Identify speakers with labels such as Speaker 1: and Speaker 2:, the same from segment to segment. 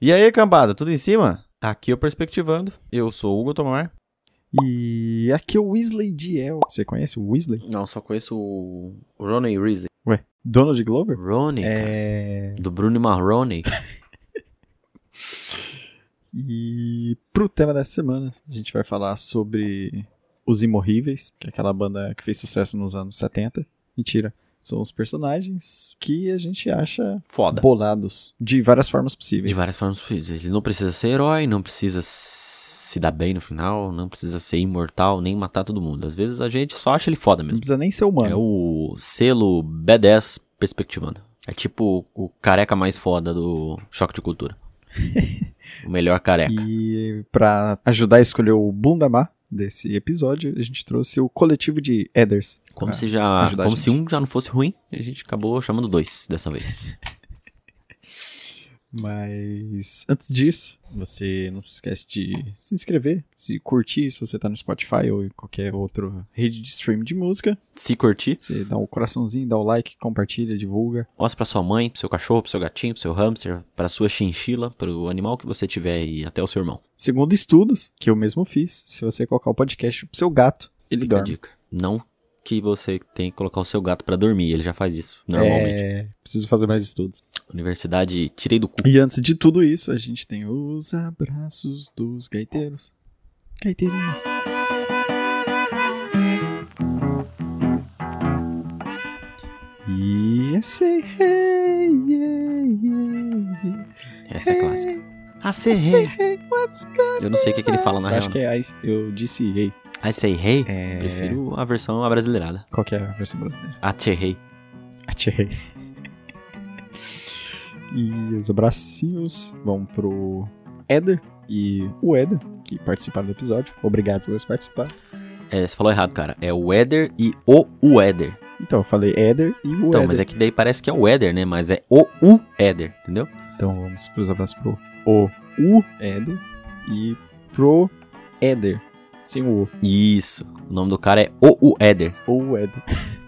Speaker 1: E aí, cambada, tudo em cima? Tá Aqui eu Perspectivando. Eu sou o Hugo Tomar.
Speaker 2: E aqui é o Weasley Diel. Você conhece o Weasley?
Speaker 1: Não, só conheço o Ronnie Risley.
Speaker 2: Ué, Donald Glover?
Speaker 1: Ronnie, cara.
Speaker 2: É.
Speaker 1: Do Bruno Marrone.
Speaker 2: E pro tema dessa semana, a gente vai falar sobre Os Imorríveis, que é aquela banda que fez sucesso nos anos 70. Mentira. São os personagens que a gente acha
Speaker 1: Foda.
Speaker 2: bolados de várias formas possíveis.
Speaker 1: De várias formas possíveis. Ele não precisa ser herói, não precisa se dar bem no final, não precisa ser imortal, nem matar todo mundo. Às vezes a gente só acha ele foda
Speaker 2: Não
Speaker 1: mesmo.
Speaker 2: precisa nem ser humano.
Speaker 1: É o selo B10 perspectivando. É tipo o careca mais foda do Choque de Cultura. o melhor careca.
Speaker 2: E pra ajudar a escolher o Bundamá desse episódio, a gente trouxe o coletivo de Edders.
Speaker 1: Como
Speaker 2: Ah,
Speaker 1: se já,
Speaker 2: ajudar a
Speaker 1: como se
Speaker 2: gente.
Speaker 1: um já não fosse ruim, a gente acabou chamando dois dessa vez.
Speaker 2: Mas antes disso, você não se esquece de se inscrever, se curtir, se você tá no Spotify ou em qualquer outra rede de stream de música.
Speaker 1: Se curtir,
Speaker 2: Você dá o coraçãozinho, dá o like, compartilha, divulga.
Speaker 1: mostra pra sua mãe, pro seu cachorro, pro seu gatinho, pro seu hamster, pra sua chinchila, pro animal que você tiver e até o seu irmão.
Speaker 2: Segundo estudos, que eu mesmo fiz, se você colocar o podcast pro seu gato, ele
Speaker 1: Fica a
Speaker 2: dorme.
Speaker 1: dica. Não que você tem que colocar o seu gato pra dormir, ele já faz isso normalmente.
Speaker 2: É, preciso fazer mais estudos.
Speaker 1: É. Universidade, tirei do cu.
Speaker 2: E antes de tudo isso, a gente tem os abraços dos gaiteiros. Gaiteirinhos. E essa é. Hey, yeah, yeah,
Speaker 1: Essa é clássica. Ah,
Speaker 2: I say
Speaker 1: sei.
Speaker 2: hey, what's good?
Speaker 1: Eu não sei o que, que ele fala na
Speaker 2: Acho
Speaker 1: real.
Speaker 2: que é. I- Eu disse hey.
Speaker 1: I say hey.
Speaker 2: É...
Speaker 1: Prefiro a versão abrasileirada. Ah,
Speaker 2: Qual que é a versão brasileira?
Speaker 1: A te hey.
Speaker 2: Achei. E os abracinhos vão pro Eder e o Eder, que participaram do episódio. Obrigado por vocês participarem.
Speaker 1: É, você falou errado, cara. É o Weather e o Weather.
Speaker 2: Então, eu falei Eder e o
Speaker 1: Então,
Speaker 2: Eder.
Speaker 1: mas é que daí parece que é o Weather, né? Mas é o U Eder, entendeu?
Speaker 2: Então, vamos pros abraços pro o, o Eder e pro Eder. Sem o O,
Speaker 1: Isso. O nome do cara é o U Eder.
Speaker 2: ou o Eder.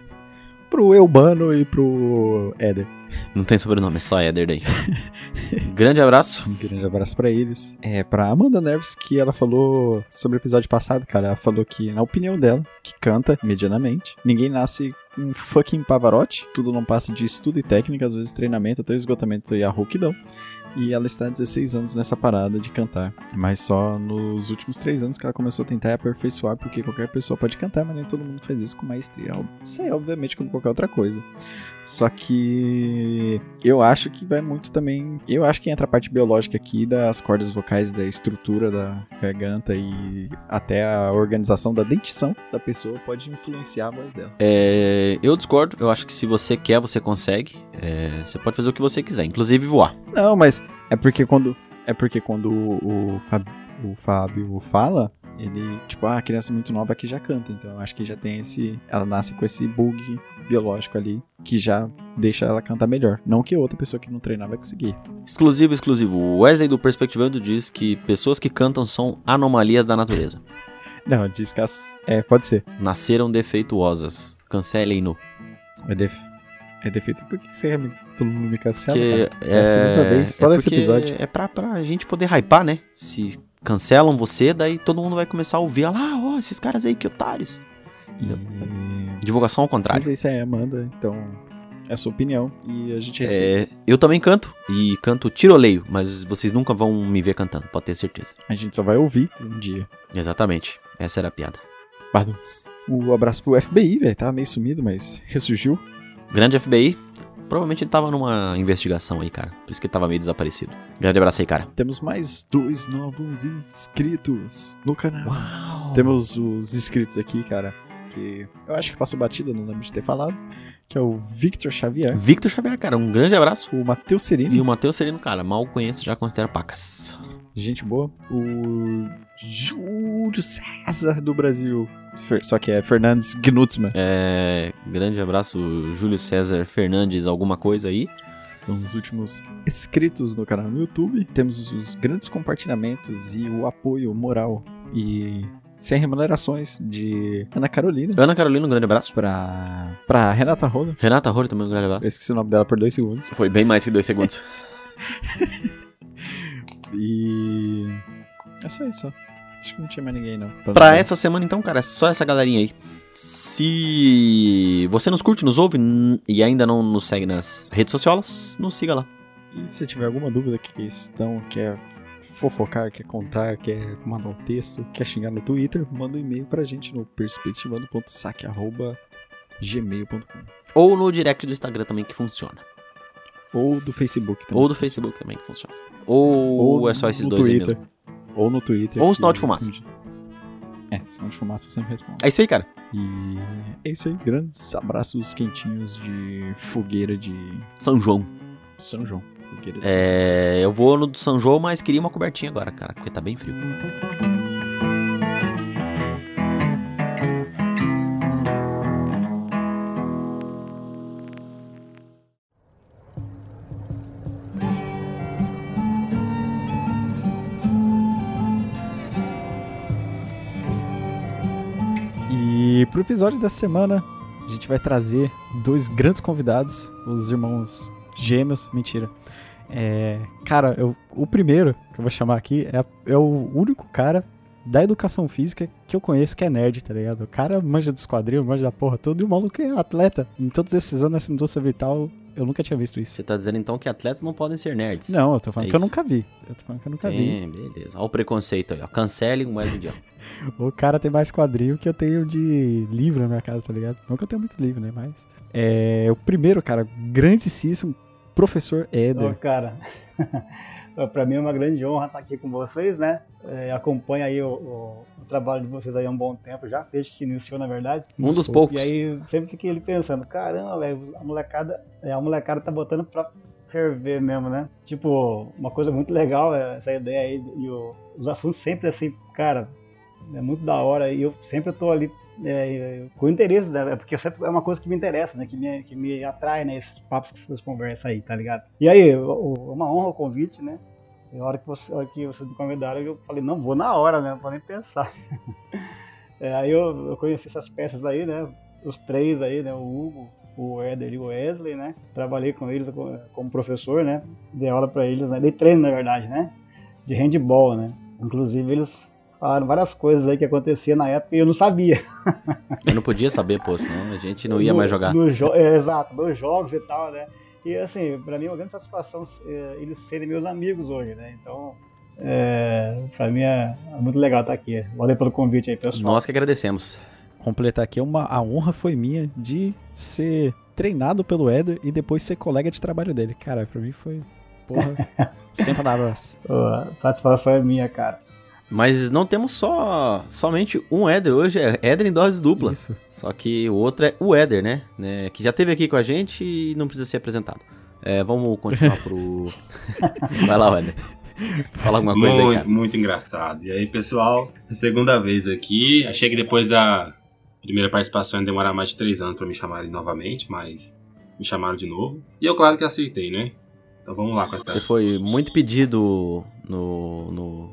Speaker 2: pro Eubano e pro Eder.
Speaker 1: Não tem sobrenome, é só Eder daí. Grande abraço.
Speaker 2: Um grande abraço pra eles. É, pra Amanda Nerves, que ela falou sobre o episódio passado, cara. Ela falou que, na opinião dela, que canta medianamente, ninguém nasce um fucking pavarote. Tudo não passa de estudo e técnica, às vezes treinamento, até o esgotamento e a rouquidão. E ela está há 16 anos nessa parada de cantar. Mas só nos últimos 3 anos que ela começou a tentar aperfeiçoar, porque qualquer pessoa pode cantar, mas nem todo mundo faz isso com maestria. Isso aí, obviamente, como qualquer outra coisa. Só que eu acho que vai muito também. Eu acho que entra a parte biológica aqui das cordas vocais, da estrutura da garganta e até a organização da dentição da pessoa pode influenciar a voz dela.
Speaker 1: É, eu discordo. Eu acho que se você quer, você consegue. É, você pode fazer o que você quiser, inclusive voar.
Speaker 2: Não, mas é porque quando é porque quando o, o Fá- o Fábio fala, ele tipo ah, a criança muito nova que já canta, então eu acho que já tem esse, ela nasce com esse bug biológico ali que já deixa ela cantar melhor. Não que outra pessoa que não treinar vai conseguir.
Speaker 1: Exclusivo, exclusivo. O Wesley do Perspectivando diz que pessoas que cantam são anomalias da natureza.
Speaker 2: Não, diz que as- é pode ser.
Speaker 1: Nasceram defeituosas. Cancelem no.
Speaker 2: É, def... é defeito. Por que você me... todo mundo me cancela?
Speaker 1: Porque
Speaker 2: Tá
Speaker 1: é,
Speaker 2: cara? É a segunda vez, só nesse
Speaker 1: porque
Speaker 2: episódio.
Speaker 1: É pra, pra gente poder hypar, né? Se cancelam você, daí todo mundo vai começar a ouvir. Olha lá, ó, esses caras aí, que otários. é
Speaker 2: E...
Speaker 1: Divulgação ao contrário.
Speaker 2: Mas é isso aí, Amanda. Então, é a sua opinião. E a gente respeita.
Speaker 1: É, eu também canto, e canto tiroleio, mas vocês nunca vão me ver cantando, pode ter certeza.
Speaker 2: A gente só vai ouvir um dia.
Speaker 1: Exatamente, essa era a piada.
Speaker 2: Pardon. O abraço pro FBI, velho. Tava meio sumido, mas ressurgiu.
Speaker 1: Grande FBI, provavelmente ele tava numa investigação aí, cara, por isso que ele tava meio desaparecido. Grande abraço aí, cara.
Speaker 2: Temos mais dois novos inscritos no canal.
Speaker 1: Uau!
Speaker 2: Temos os inscritos aqui, cara. Que eu acho que passou batida, não lembro de ter falado. Que é o Victor Xavier,
Speaker 1: Victor Xavier, cara, um grande abraço.
Speaker 2: o Matheus Serino.
Speaker 1: E o Matheus Sereno, cara, mal conheço, já considero pacas.
Speaker 2: Gente boa. O Júlio César do Brasil. Fer- Só que é Fernandes Gnutzmann.
Speaker 1: É, grande abraço, Júlio César Fernandes, alguma coisa aí.
Speaker 2: São os últimos inscritos no canal no YouTube. Temos os grandes compartilhamentos e o apoio moral e sem remunerações de Ana Carolina
Speaker 1: Ana Carolina, um grande abraço.
Speaker 2: pra, pra Renata Rola.
Speaker 1: Renata Rori também, um grande
Speaker 2: Eu
Speaker 1: abraço.
Speaker 2: esqueci o nome dela por dois segundos.
Speaker 1: Foi bem mais que dois segundos.
Speaker 2: E. É só isso, ó. Acho que não tinha mais ninguém, não.
Speaker 1: Pra essa semana, então, cara, é só essa galerinha aí. Se você nos curte, nos ouve n- e ainda não nos segue nas redes sociais, nos siga lá.
Speaker 2: E se tiver alguma dúvida que estão, quer fofocar, quer contar, quer mandar um texto, quer xingar no Twitter, manda um e-mail pra gente no perspectivando.saque.gmail.com
Speaker 1: Ou no direct do Instagram também que funciona.
Speaker 2: Ou do Facebook também.
Speaker 1: Ou do Facebook também que funciona. Ou, é só esses
Speaker 2: no
Speaker 1: dois aí
Speaker 2: Twitter.
Speaker 1: mesmo.
Speaker 2: Ou no Twitter.
Speaker 1: Ou um
Speaker 2: que-
Speaker 1: sinal de fumaça.
Speaker 2: É, sinal de fumaça eu sempre respondo.
Speaker 1: É isso aí, cara.
Speaker 2: E é isso aí. Grandes abraços quentinhos de fogueira de
Speaker 1: São João.
Speaker 2: São João. Fogueira de São
Speaker 1: É, eu vou no do São João, mas queria uma cobertinha agora, cara, porque tá bem frio.
Speaker 2: E pro episódio dessa semana, a gente vai trazer dois grandes convidados, os irmãos gêmeos. Mentira. É, cara, eu- o primeiro que eu vou chamar aqui é, é o único cara da educação física que eu conheço que é nerd, tá ligado? O cara manja dos quadrinhos, manja da porra toda, e o maluco é atleta. Em todos esses anos nessa indústria vital, eu nunca tinha visto isso.
Speaker 1: Você tá dizendo então que atletas não podem ser nerds?
Speaker 2: Não, eu tô falando
Speaker 1: É
Speaker 2: que eu
Speaker 1: isso.
Speaker 2: nunca vi. Eu tô falando que eu nunca vi.
Speaker 1: Tem, beleza. Olha o preconceito aí, ó. Cancele um o Wesley Dion.
Speaker 2: O cara tem mais quadrinho que eu tenho de livro na minha casa, tá ligado? Não que eu tenho muito livro, né? Mas. É. O primeiro, cara, grandíssimo professor
Speaker 3: Ô,
Speaker 2: Éder.
Speaker 3: cara, pra mim é uma grande honra estar aqui com vocês, né? É, acompanho aí o, o- o trabalho de vocês aí há um bom tempo já, desde que iniciou, na verdade.
Speaker 1: Um dos poucos.
Speaker 3: E aí sempre fiquei ali pensando, caramba, velho, a molecada, é, a molecada tá botando pra ferver mesmo, né? Tipo, uma coisa muito legal é essa ideia aí e o- os assuntos sempre assim, cara, é muito da hora e eu sempre tô ali é, é, com interesse, né? porque eu sempre, é uma coisa que me interessa, né? Que me, que me atrai, né? Esses papos que vocês conversam aí, tá ligado? E aí, o- o- é uma honra o convite, né? E a hora que, você, a hora que vocês me convidaram, eu falei, não, vou na hora, né? Não vou nem pensar. É, aí eu, eu conheci essas peças aí, né? Os três aí, né? O Hugo, o Éder e o Wesley, né? Trabalhei com eles co- como professor, né? Dei aula pra eles, né? Dei treino, na verdade, né? De handball, né? Inclusive, eles falaram várias coisas aí que acontecia na época e eu não sabia.
Speaker 1: Eu não podia saber, pô, senão a gente não ia
Speaker 3: No-
Speaker 1: mais jogar.
Speaker 3: no jo- é, exato, nos jogos e tal, né? E assim, pra mim é uma grande satisfação é, eles serem meus amigos hoje, né? Então, é, pra mim é, é muito legal estar aqui. Valeu pelo convite aí, pessoal.
Speaker 1: Nós que agradecemos.
Speaker 2: Completar aqui, é uma, a honra foi minha de ser treinado pelo Éder e depois ser colega de trabalho dele. Cara, pra mim foi. Porra. sem palavras.
Speaker 3: Ó, a satisfação é minha, cara.
Speaker 1: Mas não temos só somente um Éder hoje, é Éder em dose dupla.
Speaker 2: Isso.
Speaker 1: Só que o outro é o Éder, né? né? Que já esteve aqui com a gente e não precisa ser apresentado. É, vamos continuar pro. Vai lá, Éder. Fala alguma coisa aí,
Speaker 4: muito,
Speaker 1: cara.
Speaker 4: muito engraçado. E aí, pessoal, é segunda vez aqui. Achei que depois da primeira participação ia demorar mais de três anos pra me chamarem novamente, mas me chamaram de novo. E eu, claro que aceitei, né? Então vamos lá com
Speaker 1: Você
Speaker 4: essa.
Speaker 1: foi muito pedido no, no,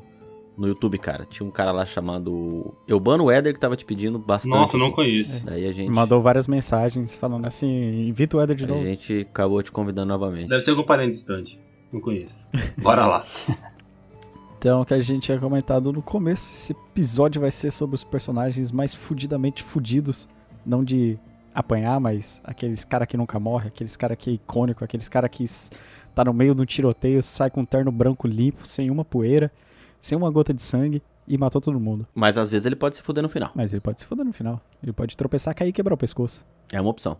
Speaker 1: no YouTube, cara. Tinha um cara lá chamado Eubano Éder que tava te pedindo bastante.
Speaker 4: Nossa, não
Speaker 1: assim.
Speaker 4: conheço.
Speaker 1: Daí a gente.
Speaker 2: Mandou várias mensagens falando assim: invita o Éder de
Speaker 1: A
Speaker 2: novo.
Speaker 1: gente acabou te convidando novamente.
Speaker 4: Deve ser algum parente distante. Não conheço. Bora lá.
Speaker 2: Então, o que a gente tinha comentado no começo, esse episódio vai ser sobre os personagens mais fudidamente fudidos. Não de apanhar, mas aqueles cara que nunca morre, aqueles cara que é icônico, aqueles cara que s- tá no meio de um tiroteio, sai com um terno branco limpo, sem uma poeira, sem uma gota de sangue e matou todo mundo.
Speaker 1: Mas às vezes ele pode se fuder no final.
Speaker 2: Mas ele pode se foder no final. Ele pode tropeçar, cair e quebrar o pescoço.
Speaker 1: É uma opção.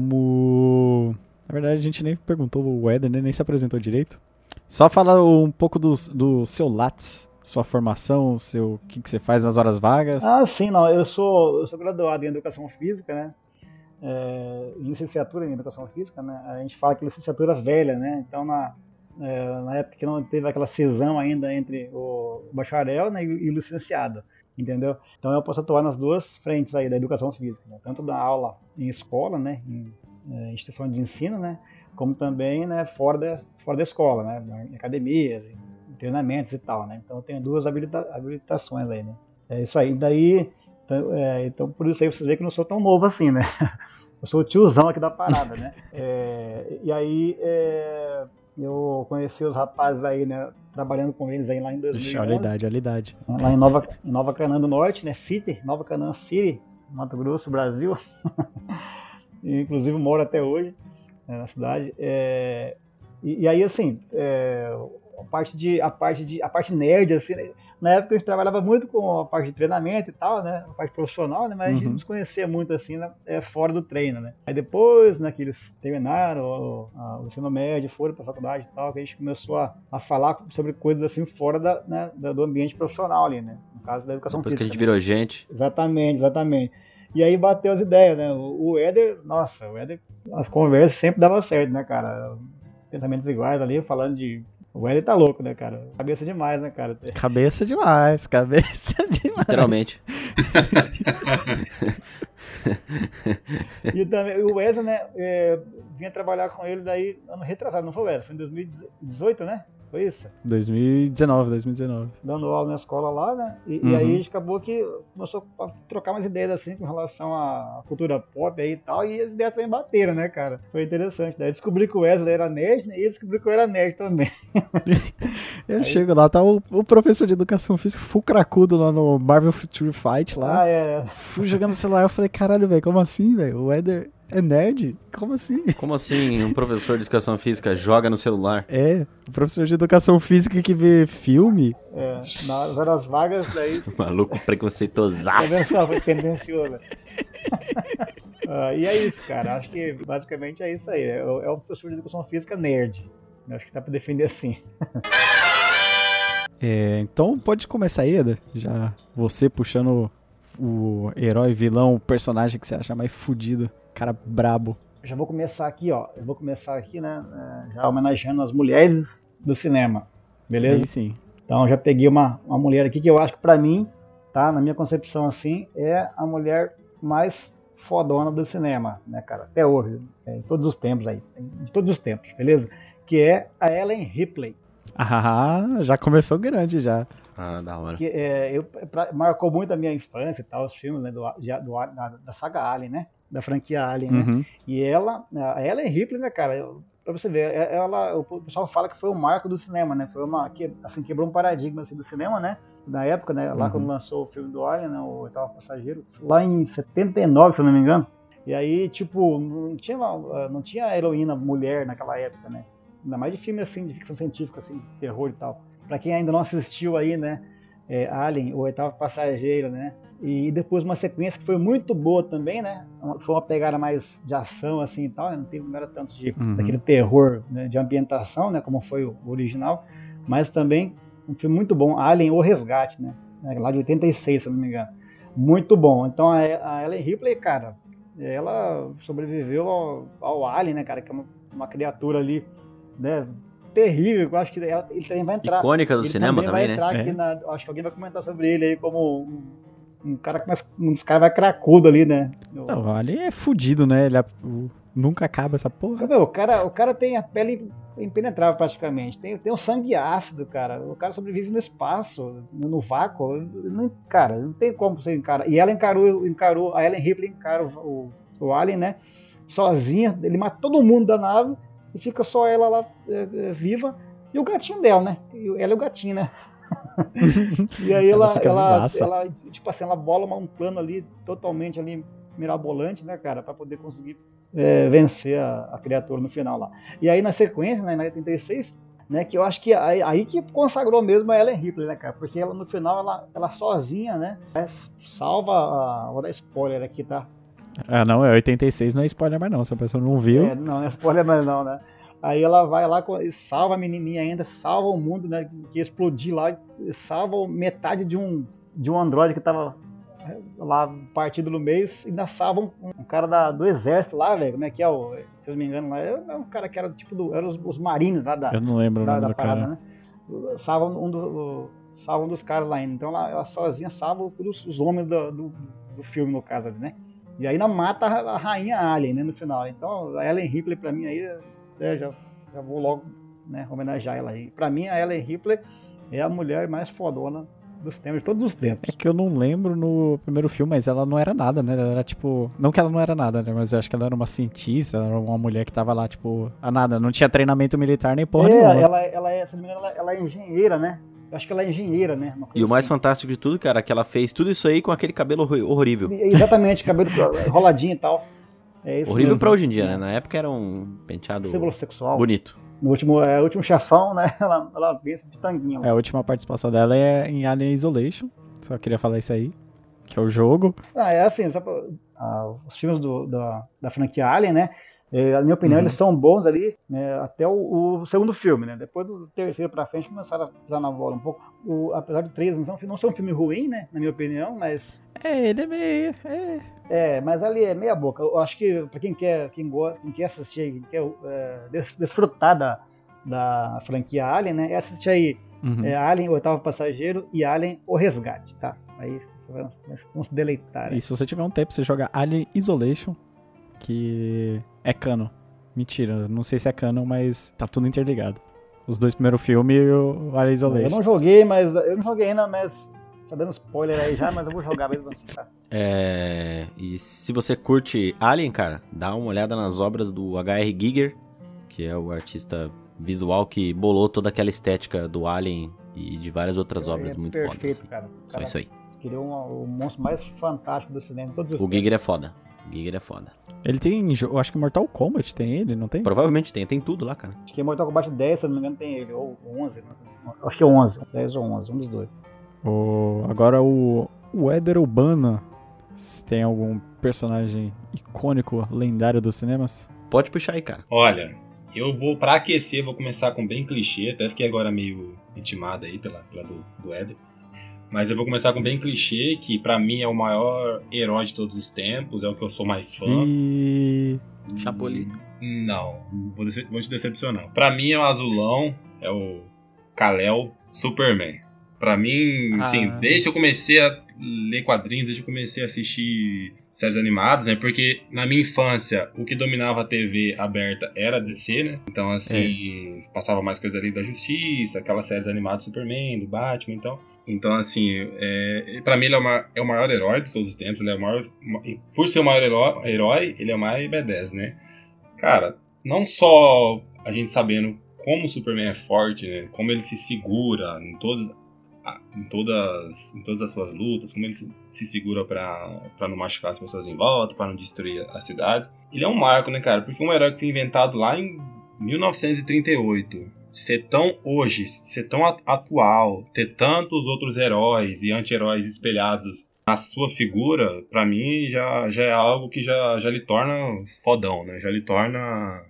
Speaker 2: Vamos. Na verdade, a gente nem perguntou o Éder, né? nem se apresentou direito. Só fala um pouco do, do seu Lattes, sua formação, seu, o que, que você faz nas horas vagas.
Speaker 3: Ah, sim, não. Eu sou, eu sou graduado em Educação Física, né? É, em licenciatura em Educação Física, né? A gente fala que é licenciatura velha, né? Então, na, é, na época que não teve aquela cisão ainda entre o bacharel né, e, o- e o licenciado, entendeu? Então, eu posso atuar nas duas frentes aí da Educação Física, né? Tanto da aula em escola, né? Em é, instituição de ensino, né? Como também, né? Fora da, fora da escola, né? Em academias, em treinamentos e tal, né? Então, eu tenho duas habilita- habilitações aí, né? É isso aí. Daí, então, é, então, por isso aí vocês veem que eu não sou tão novo assim, né? Eu sou o tiozão aqui da parada, né? É, e aí, é, Eu conheci os rapazes aí, né? Trabalhando com eles aí lá em
Speaker 2: Ixi, olha a
Speaker 3: 2011.
Speaker 2: idade, olha a idade.
Speaker 3: Lá em Nova, em Nova Canaã do Norte, né? City, Nova Canaã City, Mato Grosso, Brasil. E, Inclusive moro até hoje né, na cidade. É, e, e aí, assim, é, a, parte de, a, parte de, a parte nerd, assim, né? na época a gente trabalhava muito com a parte de treinamento e tal, né? A parte profissional, né? Mas a gente
Speaker 2: Uhum.
Speaker 3: não se conhecia muito, assim, né, é, fora do treino, né? Aí depois, né, que eles terminaram o, a- o ensino médio, foram pra faculdade e tal, que a gente começou a, a falar sobre coisas, assim, fora da, né, da- do ambiente profissional ali, né? No caso da educação
Speaker 1: Depois que a
Speaker 3: física.
Speaker 1: gente
Speaker 3: né?
Speaker 1: virou gente.
Speaker 3: Exatamente, exatamente. E aí bateu as ideias, né? O o Éder, nossa, o Éder, as conversas sempre davam certo, né, cara? Pensamentos iguais ali, falando de. O Éder tá louco, né, cara? Cabeça demais, né, cara?
Speaker 2: Cabeça demais, cabeça demais.
Speaker 1: Literalmente.
Speaker 3: E também, o Wesley, né, é, vinha trabalhar com ele daí ano retrasado, não foi o Wesley, foi em 2018, né? Foi isso?
Speaker 2: 2019, 2019.
Speaker 3: dando aula na escola lá, né? E, e
Speaker 2: Uhum.
Speaker 3: aí a gente acabou que começou a trocar umas ideias assim com relação à cultura pop aí e tal, e as ideias também bateram, né, cara? Foi interessante. Daí descobri que o Wesley era nerd, né? E ele descobriu que eu era nerd também.
Speaker 2: Eu chego lá, tá o, o professor de educação física full cracudo lá no Marvel Future Fight lá.
Speaker 3: Ah, é.
Speaker 2: Fui jogando no celular, eu falei, caralho, velho, como assim, velho? O Eder é nerd? Como assim?
Speaker 1: Como assim um professor de educação física joga no celular?
Speaker 2: É, o professor de educação física que vê filme.
Speaker 3: é nas horas vagas daí.
Speaker 1: Maluco
Speaker 3: Tá vendo
Speaker 1: preconceituosaço.
Speaker 3: só? Foi tendencioso. Ah, e é isso, cara. Acho que basicamente é isso aí. É, o- é um professor de educação física nerd. Eu Acho que dá pra defender assim.
Speaker 2: É, então pode começar aí, Eder. Já você puxando o herói, vilão, o personagem que você acha mais fudido. Cara brabo.
Speaker 3: já vou começar aqui, ó. Eu vou começar aqui, né? eh, Já homenageando as mulheres do cinema, beleza?
Speaker 2: Aí sim.
Speaker 3: Então já peguei uma, uma mulher aqui que eu acho que pra mim, tá? Na minha concepção assim, é a mulher mais fodona do cinema, né, cara? Até hoje, é, em todos os tempos aí, de todos os tempos, beleza? Que é a Ellen Ripley,
Speaker 2: Ah, já começou grande já.
Speaker 1: Ah, da hora.
Speaker 3: que eh, eu, pra- marcou muito a minha infância e tal, os filmes né, do, de- do- da, da saga Alien, né? Da franquia Alien, né?
Speaker 2: Uhum.
Speaker 3: E ela, a Ellen Ripley, né, cara, eu- pra você ver, é- ela, o pessoal fala que foi o marco do cinema, né, foi uma, que, assim, quebrou um paradigma, assim, do cinema, né, na época, né, lá
Speaker 2: Uhum.
Speaker 3: quando lançou o filme do Alien, né, o Oitavo Passageiro, lá em 79, se eu não me engano, e aí, tipo, não tinha, uma- eh, não tinha heroína mulher naquela época, né, ainda mais de filme, assim, de ficção científica, assim, terror e tal. Pra quem ainda não assistiu aí, né, é, Alien, o Oitavo Passageiro, né, e depois uma sequência que foi muito boa também, né? Uma- Foi uma pegada mais de ação, assim e tal, né? não, teve, não era tanto de,
Speaker 2: Uhum.
Speaker 3: daquele terror né, de ambientação, né? Como foi o original, mas também um filme muito bom, Alien O Resgate, né? né, Lá de 86, se eu não me engano. Muito bom. Então a, a Ellen Ripley, cara, ela sobreviveu ao, ao Alien, né, cara? Que é uma, uma criatura ali, né? Terrível, que eu acho que ela, ele também vai entrar
Speaker 1: Icônica do
Speaker 3: ele
Speaker 1: cinema
Speaker 3: vai
Speaker 1: também, né?
Speaker 3: entrar
Speaker 2: É.
Speaker 3: aqui na- acho que alguém vai comentar sobre ele aí como um, um cara que mais- um dos caras mais cracudo ali, né?
Speaker 2: Não, ali é fudido, né? Ele é- o- nunca acaba essa porra.
Speaker 3: Meu, o, cara, o cara tem a pele impenetrável praticamente, tem, tem um sangue ácido, cara. O cara sobrevive no espaço, no, no vácuo. Não- cara, não tem como você encarar. E ela encarou, encarou a Ellen Ripley encara o, o, o Alien, né? Sozinha, ele mata todo mundo da nave e fica só ela lá eh, eh, viva e o gatinho dela, né? E ela é o gatinho, né? E aí
Speaker 2: Ela
Speaker 3: ela,
Speaker 2: fica
Speaker 3: ela,
Speaker 2: vivaça.
Speaker 3: ela, tipo assim, ela bola uma- um plano ali totalmente ali mirabolante, né, cara, Pra poder conseguir é, vencer a, a criatura no final lá. E aí na sequência, né, na 86, né, que eu acho que aí, aí que consagrou mesmo a Ellen Ripley, né, cara, porque ela no final ela, ela sozinha, né, é, salva a, vou dar spoiler aqui, tá?
Speaker 2: Ah, não, é 86, não é spoiler mais não. Se a pessoa não viu,
Speaker 3: É, não, não é spoiler mais não, né? Aí ela vai lá co- e salva a menininha ainda, salva o mundo, né? Que explodir lá, e salva o- metade de um de um androide que tava é, lá partido no meio, e ainda salva um, um cara da- do exército lá, velho, como é que é o, se eu não me engano, lá, é é um cara que era tipo do, eram os, os marines lá da,
Speaker 2: eu não lembro o
Speaker 3: da,
Speaker 2: nome
Speaker 3: da
Speaker 2: do
Speaker 3: parada,
Speaker 2: cara.
Speaker 3: né? Salva um, do, o- salva um dos caras lá ainda. Então ela, ela sozinha salva os, os homens do, do, do filme, no caso, ali, né? E ainda mata a, a rainha Alien, né, no final. Então a Ellen Ripley, pra mim, aí, é, já, já vou logo né, homenagear ela aí. Pra mim, a Ellen Ripley é a mulher mais fodona dos tempos, de todos os tempos.
Speaker 2: É que eu não lembro no primeiro filme, mas ela não era nada, né? Ela era tipo. Não que ela não era nada, né? Mas eu acho que ela era uma cientista, ela era uma mulher que tava lá, tipo, a nada, não tinha treinamento militar nem porra nenhuma.
Speaker 3: É, ela, ela é, se não me engano, ela, ela é engenheira, né? Eu acho que ela é engenheira, né? Uma
Speaker 1: E o mais
Speaker 3: assim.
Speaker 1: fantástico de tudo, cara, é que ela fez tudo isso aí com aquele cabelo horri- horrível.
Speaker 3: Exatamente, cabelo roladinho e tal. É isso
Speaker 1: Horrível
Speaker 3: mesmo.
Speaker 1: pra hoje em dia, né? Na época era um penteado
Speaker 3: Símbolo sexual.
Speaker 1: bonito.
Speaker 3: No último, é, último chafão, né? Ela, ela pensa de tanguinho.
Speaker 2: É, a última participação dela é em Alien Isolation. Só queria falar isso aí. Que é o jogo.
Speaker 3: Ah, é assim, só pra, ah, os filmes do- da, da franquia Alien, né? eh, Na minha opinião, eles são bons ali né, até o, o segundo filme, né? Depois do terceiro pra frente começaram a pisar na bola um pouco. O, apesar do três não são, não são um filme ruim, né? Na minha opinião, mas.
Speaker 2: É, ele é meio. É.
Speaker 3: É, mas ali é meia boca. Eu acho que pra quem quer, quem gosta, quem quer assistir, quem quer eh, des- desfrutar da, da franquia Alien, né? É assistir aí
Speaker 2: Uhum.
Speaker 3: é, Alien, o oitavo passageiro e Alien, o resgate, tá? Aí você vai, vai- vão se deleitar. né?
Speaker 2: E se você tiver um tempo, você joga Alien Isolation, que é cano. Mentira, não sei se é cano, mas tá tudo interligado. Os dois primeiros filmes e o Alien
Speaker 3: Eu
Speaker 2: Isolation.
Speaker 3: não joguei, mas. Eu não joguei ainda, mas. Tá dando spoiler aí já, mas eu vou jogar mesmo assim, tá?
Speaker 1: É, e se você curte Alien, cara, dá uma olhada nas obras do H.R. Giger, que é o artista visual que bolou toda aquela estética do Alien e de várias outras obras
Speaker 3: é
Speaker 1: muito
Speaker 3: perfeito,
Speaker 1: fodas.
Speaker 3: cara.
Speaker 1: assim.
Speaker 3: O
Speaker 1: Só
Speaker 3: cara
Speaker 1: isso aí.
Speaker 3: criou um- o monstro mais fantástico do cinema. Todos os
Speaker 1: O
Speaker 3: tempos.
Speaker 1: Giger é foda. Giger é foda.
Speaker 2: Ele tem. jo- Eu acho que Mortal Kombat tem ele, não tem?
Speaker 1: Provavelmente tem, tem tudo lá, cara.
Speaker 3: Acho que Mortal Kombat 10, se eu não me engano, tem ele. Ou 11. né? Acho que é 11. 10 ou 11, um dos dois.
Speaker 2: O- agora o, o Éder Urbana. Se tem algum personagem icônico, lendário dos cinemas?
Speaker 1: Pode puxar aí, cara.
Speaker 4: Olha, eu vou, pra aquecer, vou começar com bem clichê, até fiquei agora meio intimado aí pela, pela do, do Éder. Mas eu vou começar com bem clichê, que pra mim é o maior herói de todos os tempos, é o que eu sou mais fã.
Speaker 2: E.
Speaker 1: Chapolin.
Speaker 4: Não, vou, dece- vou te decepcionar. Pra mim é o azulão, é o Kalel Superman. Pra mim,
Speaker 2: Ah.
Speaker 4: assim, desde que eu comecei a ler quadrinhos, desde que eu comecei a assistir séries animadas, né? Porque na minha infância, o que dominava a TV aberta era a DC, né? Então, assim, passava mais coisa ali da Justiça, aquelas séries animadas do Superman, do Batman, então... Então, assim, é, pra mim ele é o, ma- é o maior herói de todos os tempos, ele é o maior... e Por ser o maior heró- herói, ele é o mais B10, né? Cara, não só a gente sabendo como o Superman é forte, né? Como ele se segura em todas, a- em todas, em todas as suas lutas, como ele se, se segura pra pra não machucar as pessoas em volta, pra não destruir a cidade. Ele é um marco, né, cara? Porque um herói que foi inventado lá em 1938, ser tão hoje, ser tão a- atual, ter tantos outros heróis e anti-heróis espelhados na sua figura, pra mim já, já é algo que já, já lhe torna fodão, né? Já lhe torna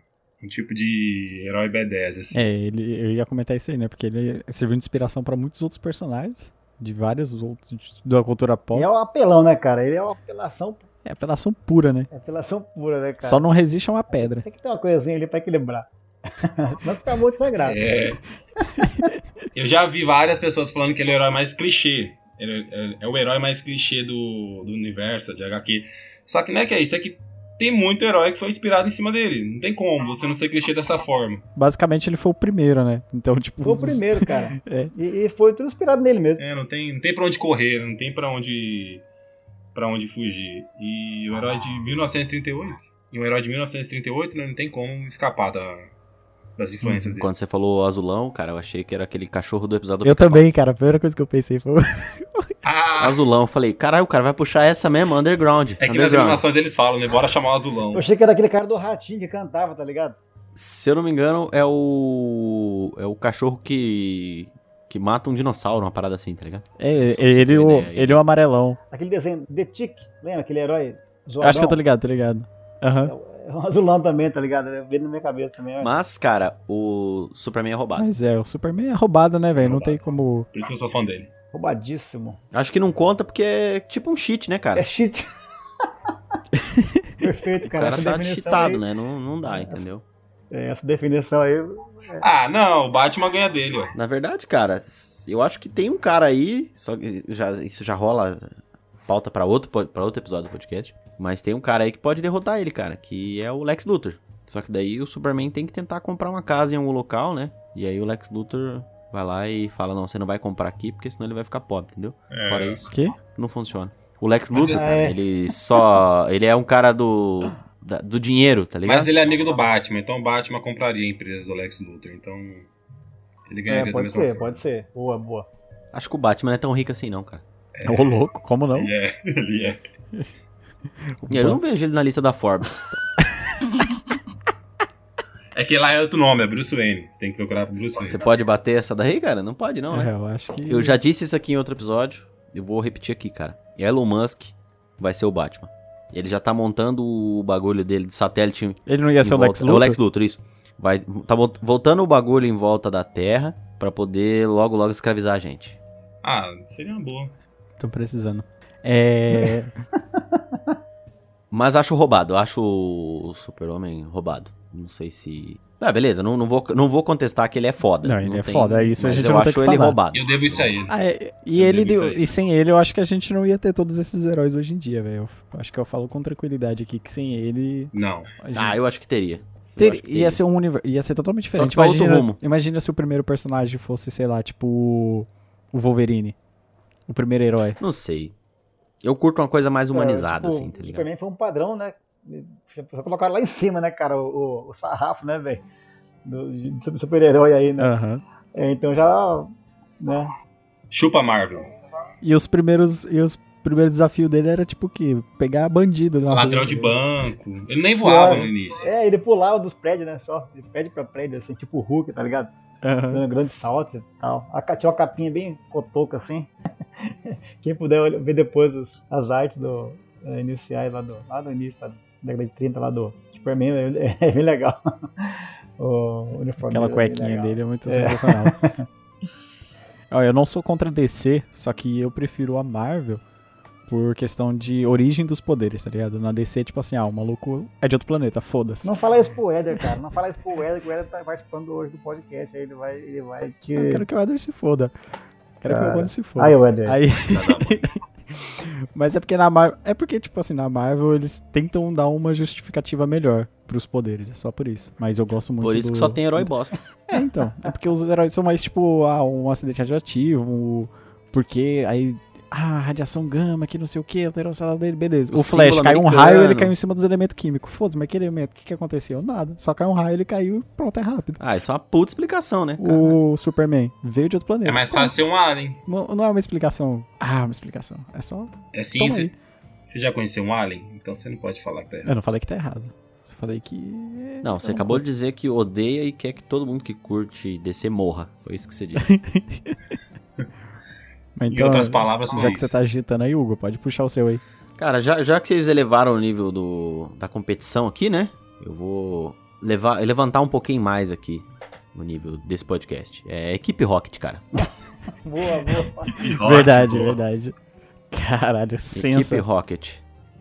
Speaker 4: um tipo de herói B10, assim.
Speaker 2: É, ele, eu ia comentar isso aí, né? Porque ele serviu de inspiração pra muitos outros personagens. De vários outros. Da cultura pop.
Speaker 3: Ele é o apelão, né, cara? Ele é uma apelação,
Speaker 2: É apelação pura, né?
Speaker 3: é apelação pura, né, cara?
Speaker 2: Só não resiste a uma pedra.
Speaker 3: Tem que ter uma coisinha ali pra equilibrar. Senão fica muito sagrado.
Speaker 4: É. Eu já vi várias pessoas falando que ele é o herói mais clichê. Ele é, é o herói mais clichê do, do universo, de HQ. Só que não é que é isso, é que tem muito herói que foi inspirado em cima dele. Não tem como você não ser clichê dessa forma.
Speaker 2: Basicamente, ele foi o primeiro, né? Então, tipo.
Speaker 1: Uhum.
Speaker 3: Foi o primeiro, cara.
Speaker 2: É.
Speaker 3: E, e foi tudo inspirado nele mesmo.
Speaker 4: É, não tem, não tem pra onde correr, não tem pra onde para onde fugir. E o herói de 1938. E um herói de 1938 né, não tem como escapar da- das influências dele.
Speaker 1: Quando você falou azulão, cara, eu achei que era aquele cachorro do episódio do
Speaker 2: Eu
Speaker 1: Pica-Pau.
Speaker 2: também, cara. A primeira coisa que eu pensei foi.
Speaker 4: Ah,
Speaker 1: Azulão, eu falei, caralho, o cara vai puxar essa mesmo, underground.
Speaker 4: é que nas
Speaker 1: underground.
Speaker 4: animações eles falam, né? Bora chamar o azulão.
Speaker 3: Eu achei que era aquele cara do ratinho que cantava, tá ligado?
Speaker 1: Se eu não me engano, é o. É o cachorro que. que mata um dinossauro, uma parada assim, tá ligado?
Speaker 2: É,
Speaker 1: Só pra você
Speaker 2: ele,
Speaker 1: ter uma
Speaker 2: o,
Speaker 1: ideia aí.
Speaker 2: ele é o amarelão.
Speaker 3: Aquele desenho The Tick, lembra? Aquele herói
Speaker 2: Eu
Speaker 3: zoadão?
Speaker 2: Acho que eu tô ligado, tá ligado? Aham.
Speaker 3: É um azulão também, tá ligado? É, Veio na minha cabeça também. ó.
Speaker 1: Mas, cara, o Superman é roubado.
Speaker 2: Mas é, o Superman é roubado, né, velho? Não tem como.
Speaker 4: Por isso que eu sou fã dele.
Speaker 3: Roubadíssimo.
Speaker 1: Acho que não conta porque é tipo um cheat, né, cara?
Speaker 3: É cheat. Perfeito,
Speaker 1: o
Speaker 3: cara.
Speaker 1: cara tá
Speaker 3: definição
Speaker 1: cheatado,
Speaker 3: aí,
Speaker 1: né? Não, não dá, entendeu?
Speaker 3: é, Essa definição aí.
Speaker 4: Ah, não, o Batman ganha dele, ó.
Speaker 1: Na verdade, cara, eu acho que tem um cara aí, só que já, isso já rola pauta pra outro po- pra outro episódio do podcast, mas tem um cara aí que pode derrotar ele, cara, que é o Lex Luthor. Só que daí o Superman tem que tentar comprar uma casa em algum local, né? E aí o Lex Luthor vai lá e fala, não, você não vai comprar aqui, porque senão ele vai ficar pobre, entendeu? Fora
Speaker 4: É,
Speaker 1: isso,
Speaker 2: Quê?
Speaker 1: não funciona. O Lex
Speaker 4: Mas
Speaker 1: Luthor,
Speaker 4: é-
Speaker 1: cara, ele só... Ele é um cara do... da- do dinheiro, tá ligado?
Speaker 4: mas ele é amigo do Batman, então o Batman compraria a empresa do Lex Luthor, então ele ganharia
Speaker 3: É,
Speaker 4: da
Speaker 3: pode
Speaker 4: mesma
Speaker 3: ser,
Speaker 4: forma.
Speaker 3: pode ser. Boa, boa.
Speaker 1: Acho que o Batman não é tão rico assim, não, cara.
Speaker 2: Ô, louco, como não?
Speaker 4: Ele é, ele é.
Speaker 1: E eu não vejo ele na lista da Forbes.
Speaker 4: É que lá é outro nome, é Bruce Wayne. Você tem que procurar pro Bruce Wayne.
Speaker 1: Você pode bater essa daí, cara? Não pode, não, né?
Speaker 2: É, eu acho que.
Speaker 1: Eu já disse isso aqui em outro episódio, eu vou repetir aqui, cara. Elon Musk vai ser o Batman. Ele já tá montando o bagulho dele de satélite. em
Speaker 2: Ele não ia ser o
Speaker 1: volta-
Speaker 2: Lex
Speaker 1: É
Speaker 2: Luthor?
Speaker 1: o Lex Luthor, isso. Vai, tá vol- voltando o bagulho em volta da Terra pra poder logo, logo escravizar a gente.
Speaker 4: Ah, seria uma boa.
Speaker 2: Tô precisando. É.
Speaker 1: Mas acho roubado, acho o Super-Homem roubado. Não sei se. Ah, beleza, não, não vou, não vou contestar que ele é foda.
Speaker 2: Não, ele é foda, é isso, a
Speaker 1: mas
Speaker 2: gente
Speaker 1: eu
Speaker 2: não tem
Speaker 1: acho
Speaker 2: que
Speaker 1: ele
Speaker 2: falar.
Speaker 1: roubado.
Speaker 4: Eu devo isso a ele.
Speaker 2: Ah, é, e
Speaker 4: Eu
Speaker 2: ele
Speaker 4: digo isso
Speaker 2: deu-
Speaker 4: aí.
Speaker 2: e sem ele eu acho que a gente não ia ter todos esses heróis hoje em dia, velho. Eu Acho que eu falo com tranquilidade aqui que sem ele
Speaker 4: Não.
Speaker 2: a gente
Speaker 1: Ah, eu acho que teria. Eu
Speaker 2: ter-
Speaker 1: acho que
Speaker 2: ia ser um universo, ia ser totalmente
Speaker 1: Só que
Speaker 2: diferente.
Speaker 1: pra outro
Speaker 2: imagina,
Speaker 1: rumo.
Speaker 2: imagina se o primeiro personagem fosse, sei lá, tipo o- o Wolverine, o primeiro herói.
Speaker 1: Não sei. Eu curto uma coisa mais humanizada,
Speaker 3: É, tipo,
Speaker 1: assim, tá ligado?
Speaker 3: Superman foi um padrão, né? Já já colocaram lá em cima, né, cara? O, o- o sarrafo, né, velho? Do, de super-herói aí, né?
Speaker 2: Aham.
Speaker 3: É, então já. Né?
Speaker 4: Chupa Marvel.
Speaker 2: E os primeiros e os primeiros desafios dele era tipo o quê? Pegar bandido na
Speaker 4: Ladrão
Speaker 2: rua.
Speaker 4: de banco. Ele nem voava no
Speaker 3: Voava.
Speaker 4: início.
Speaker 3: É, ele pulava dos prédios, né? Só de prédio pra prédio, assim, tipo o Hulk, tá ligado?
Speaker 2: Aham.
Speaker 3: Dando grandes saltos e tal. A, ca- tinha uma capinha bem cotoca, assim. Quem puder olhar- ver depois os- as artes do, eh, iniciais lá do, lá do início, tá? da década de 30, lá do Superman, é, é bem legal. o uniforme
Speaker 2: Aquela
Speaker 3: é bem
Speaker 2: cuequinha
Speaker 3: legal.
Speaker 2: dele é muito
Speaker 3: É.
Speaker 2: sensacional. Ó, eu não sou contra a DC, só que eu prefiro a Marvel por questão de origem dos poderes, tá ligado? Na DC, tipo assim, ah, o maluco é de outro planeta, foda-se.
Speaker 3: Não fala isso pro Éder, cara. Não fala isso pro Éder, que o Éder tá participando hoje do podcast. Aí ele vai, ele vai te.
Speaker 2: Eu quero que o Eder se foda. Quero que
Speaker 3: Cara.
Speaker 2: o Eder se foda.
Speaker 3: Aí, o Éder.
Speaker 2: Aí-
Speaker 4: Tá na mão.
Speaker 2: mas é porque na Marvel. É porque, tipo assim, na Marvel eles tentam dar uma justificativa melhor pros poderes. É só por isso. Mas eu gosto é muito
Speaker 1: Por isso
Speaker 2: do-
Speaker 1: que só tem herói bosta.
Speaker 2: É, então. É porque os heróis são mais tipo, ah, um acidente radioativo, um porque aí. Ah, radiação gama, que não sei o que, alteração celular dele, beleza. O,
Speaker 1: O
Speaker 2: Flash
Speaker 1: símbolo
Speaker 2: caiu um
Speaker 1: americano.
Speaker 2: raio, ele caiu em cima dos elementos químicos. Foda-se, mas que elemento? O que, que aconteceu? Nada. Só caiu um raio, ele caiu, pronto, é rápido.
Speaker 1: Ah, isso é uma puta explicação, né? cara?
Speaker 2: O Superman veio de outro planeta.
Speaker 4: É mais fácil ser um alien.
Speaker 2: Não, não é uma explicação. Ah, uma explicação. É só.
Speaker 4: É sim,
Speaker 2: Toma
Speaker 4: você
Speaker 2: aí.
Speaker 4: você já conheceu um alien? Então você não pode falar que tá errado.
Speaker 2: Eu não falei que tá errado. Eu falei que. é, tá
Speaker 1: Não, você
Speaker 2: eu
Speaker 1: acabou de dizer que odeia e quer que todo mundo que curte DC morra. Foi isso que você disse.
Speaker 2: Mas então,
Speaker 4: em outras palavras,
Speaker 2: Já
Speaker 4: não é
Speaker 2: que você
Speaker 4: isso.
Speaker 2: tá agitando aí, Hugo, pode puxar o seu aí.
Speaker 1: Cara, já, já que vocês elevaram o nível do, da competição aqui, né? Eu vou levar, levantar um pouquinho mais aqui o nível desse podcast. É Equipe Rocket, cara.
Speaker 3: Boa, boa.
Speaker 4: Pirrote,
Speaker 2: Verdade,
Speaker 4: pô.
Speaker 2: verdade. Caralho, sensa.
Speaker 1: Equipe Rocket.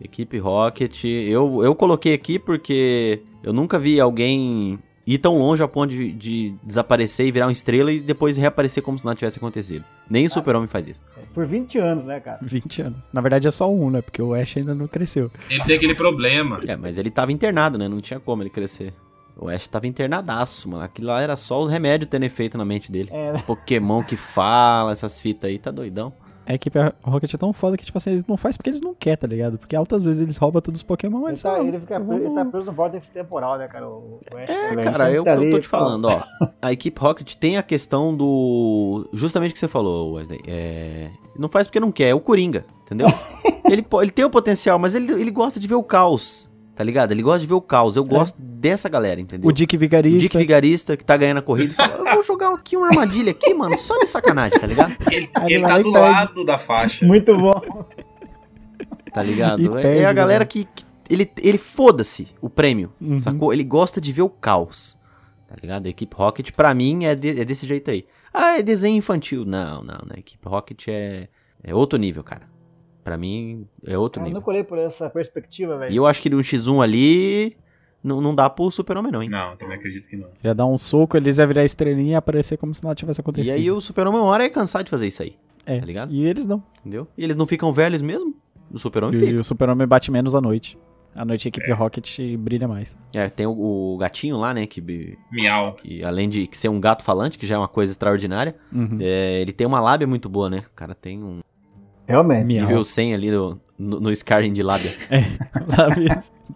Speaker 1: Equipe Rocket. Eu, eu coloquei aqui porque eu nunca vi alguém ir tão longe a ponto de, de desaparecer e virar uma estrela e depois reaparecer como se nada tivesse acontecido. Nem o Super-Homem faz isso.
Speaker 3: Por 20 anos, né, cara?
Speaker 2: 20 anos. Na verdade é só um, né? Porque o Ash ainda não cresceu.
Speaker 4: Ele tem aquele problema.
Speaker 1: É, mas ele tava internado, né? Não tinha como ele crescer. O Ash tava internadaço, mano. Aquilo lá era só os remédios tendo efeito na mente dele.
Speaker 3: É, né?
Speaker 1: Pokémon que fala, essas fitas aí, tá doidão.
Speaker 2: A equipe Rocket é tão foda que, tipo assim, eles não fazem porque eles não querem, tá ligado? Porque altas vezes eles roubam todos os Pokémon,
Speaker 3: Ele
Speaker 2: eles
Speaker 3: tá,
Speaker 2: ah,
Speaker 3: ele fica
Speaker 2: eu
Speaker 3: preso, ele
Speaker 2: vou-
Speaker 3: tá preso no vórtice temporal, né, cara? O, o Ash,
Speaker 1: É,
Speaker 3: né?
Speaker 1: cara,
Speaker 3: Ele
Speaker 1: eu,
Speaker 3: tá
Speaker 1: eu tô
Speaker 3: ali,
Speaker 1: te falando, ó. A equipe Rocket tem a questão do. Justamente o que você falou, Wesley. É... Não faz porque não quer, é o Coringa, entendeu? ele, po- ele tem o potencial, mas ele, ele gosta de ver o caos, tá ligado? Ele gosta de ver o caos. Eu gosto dessa galera, entendeu?
Speaker 2: É. O Dick
Speaker 1: O
Speaker 2: Vigarista.
Speaker 1: Dick Vigarista que tá ganhando a corrida. Fala, eu vou jogar aqui uma armadilha aqui, mano, só de sacanagem, tá ligado?
Speaker 4: Ele,
Speaker 2: Ah,
Speaker 4: ele
Speaker 2: ele
Speaker 4: tá
Speaker 2: vai
Speaker 4: do
Speaker 2: e perde.
Speaker 4: lado da faixa.
Speaker 3: Muito bom.
Speaker 1: Tá ligado?
Speaker 2: E
Speaker 1: é,
Speaker 2: perde,
Speaker 1: é a
Speaker 2: né,
Speaker 1: galera
Speaker 2: velho?
Speaker 1: que, que ele, ele foda-se o prêmio,
Speaker 2: Uhum.
Speaker 1: sacou? Ele gosta de ver o caos, tá ligado? A equipe Rocket, pra mim, é, de- é desse jeito aí. Ah, é desenho infantil. Não, não, né? A equipe Rocket é, é outro nível, cara. Pra mim, é outro
Speaker 3: Eu
Speaker 1: nível.
Speaker 3: nunca olhei por essa perspectiva,
Speaker 1: E
Speaker 3: velho.
Speaker 1: eu acho que no X1 ali, não, não dá pro Super-Homem não, hein?
Speaker 4: Não, também acredito que não.
Speaker 2: Ele ia dar um soco, eles ia virar estrelinha e aparecer como se nada tivesse acontecido.
Speaker 1: E aí o Super-Homem uma hora é cansado de fazer isso aí,
Speaker 2: É.
Speaker 1: tá ligado?
Speaker 2: E eles não.
Speaker 1: Entendeu? E eles não ficam velhos mesmo? O Super-Homem
Speaker 2: E,
Speaker 1: fica.
Speaker 2: o Super-Homem bate menos à noite. À noite a equipe Rocket brilha mais.
Speaker 1: É, tem o, o gatinho lá, né? Que, bi-
Speaker 4: Miau.
Speaker 1: que além de ser um gato falante, que já é uma coisa extraordinária,
Speaker 2: Uhum.
Speaker 1: é, ele tem uma lábia muito boa, né? O cara tem um
Speaker 3: Realmente.
Speaker 2: Miau.
Speaker 1: nível 100 ali no, no, no Skyrim de lábia.
Speaker 2: Lá vem-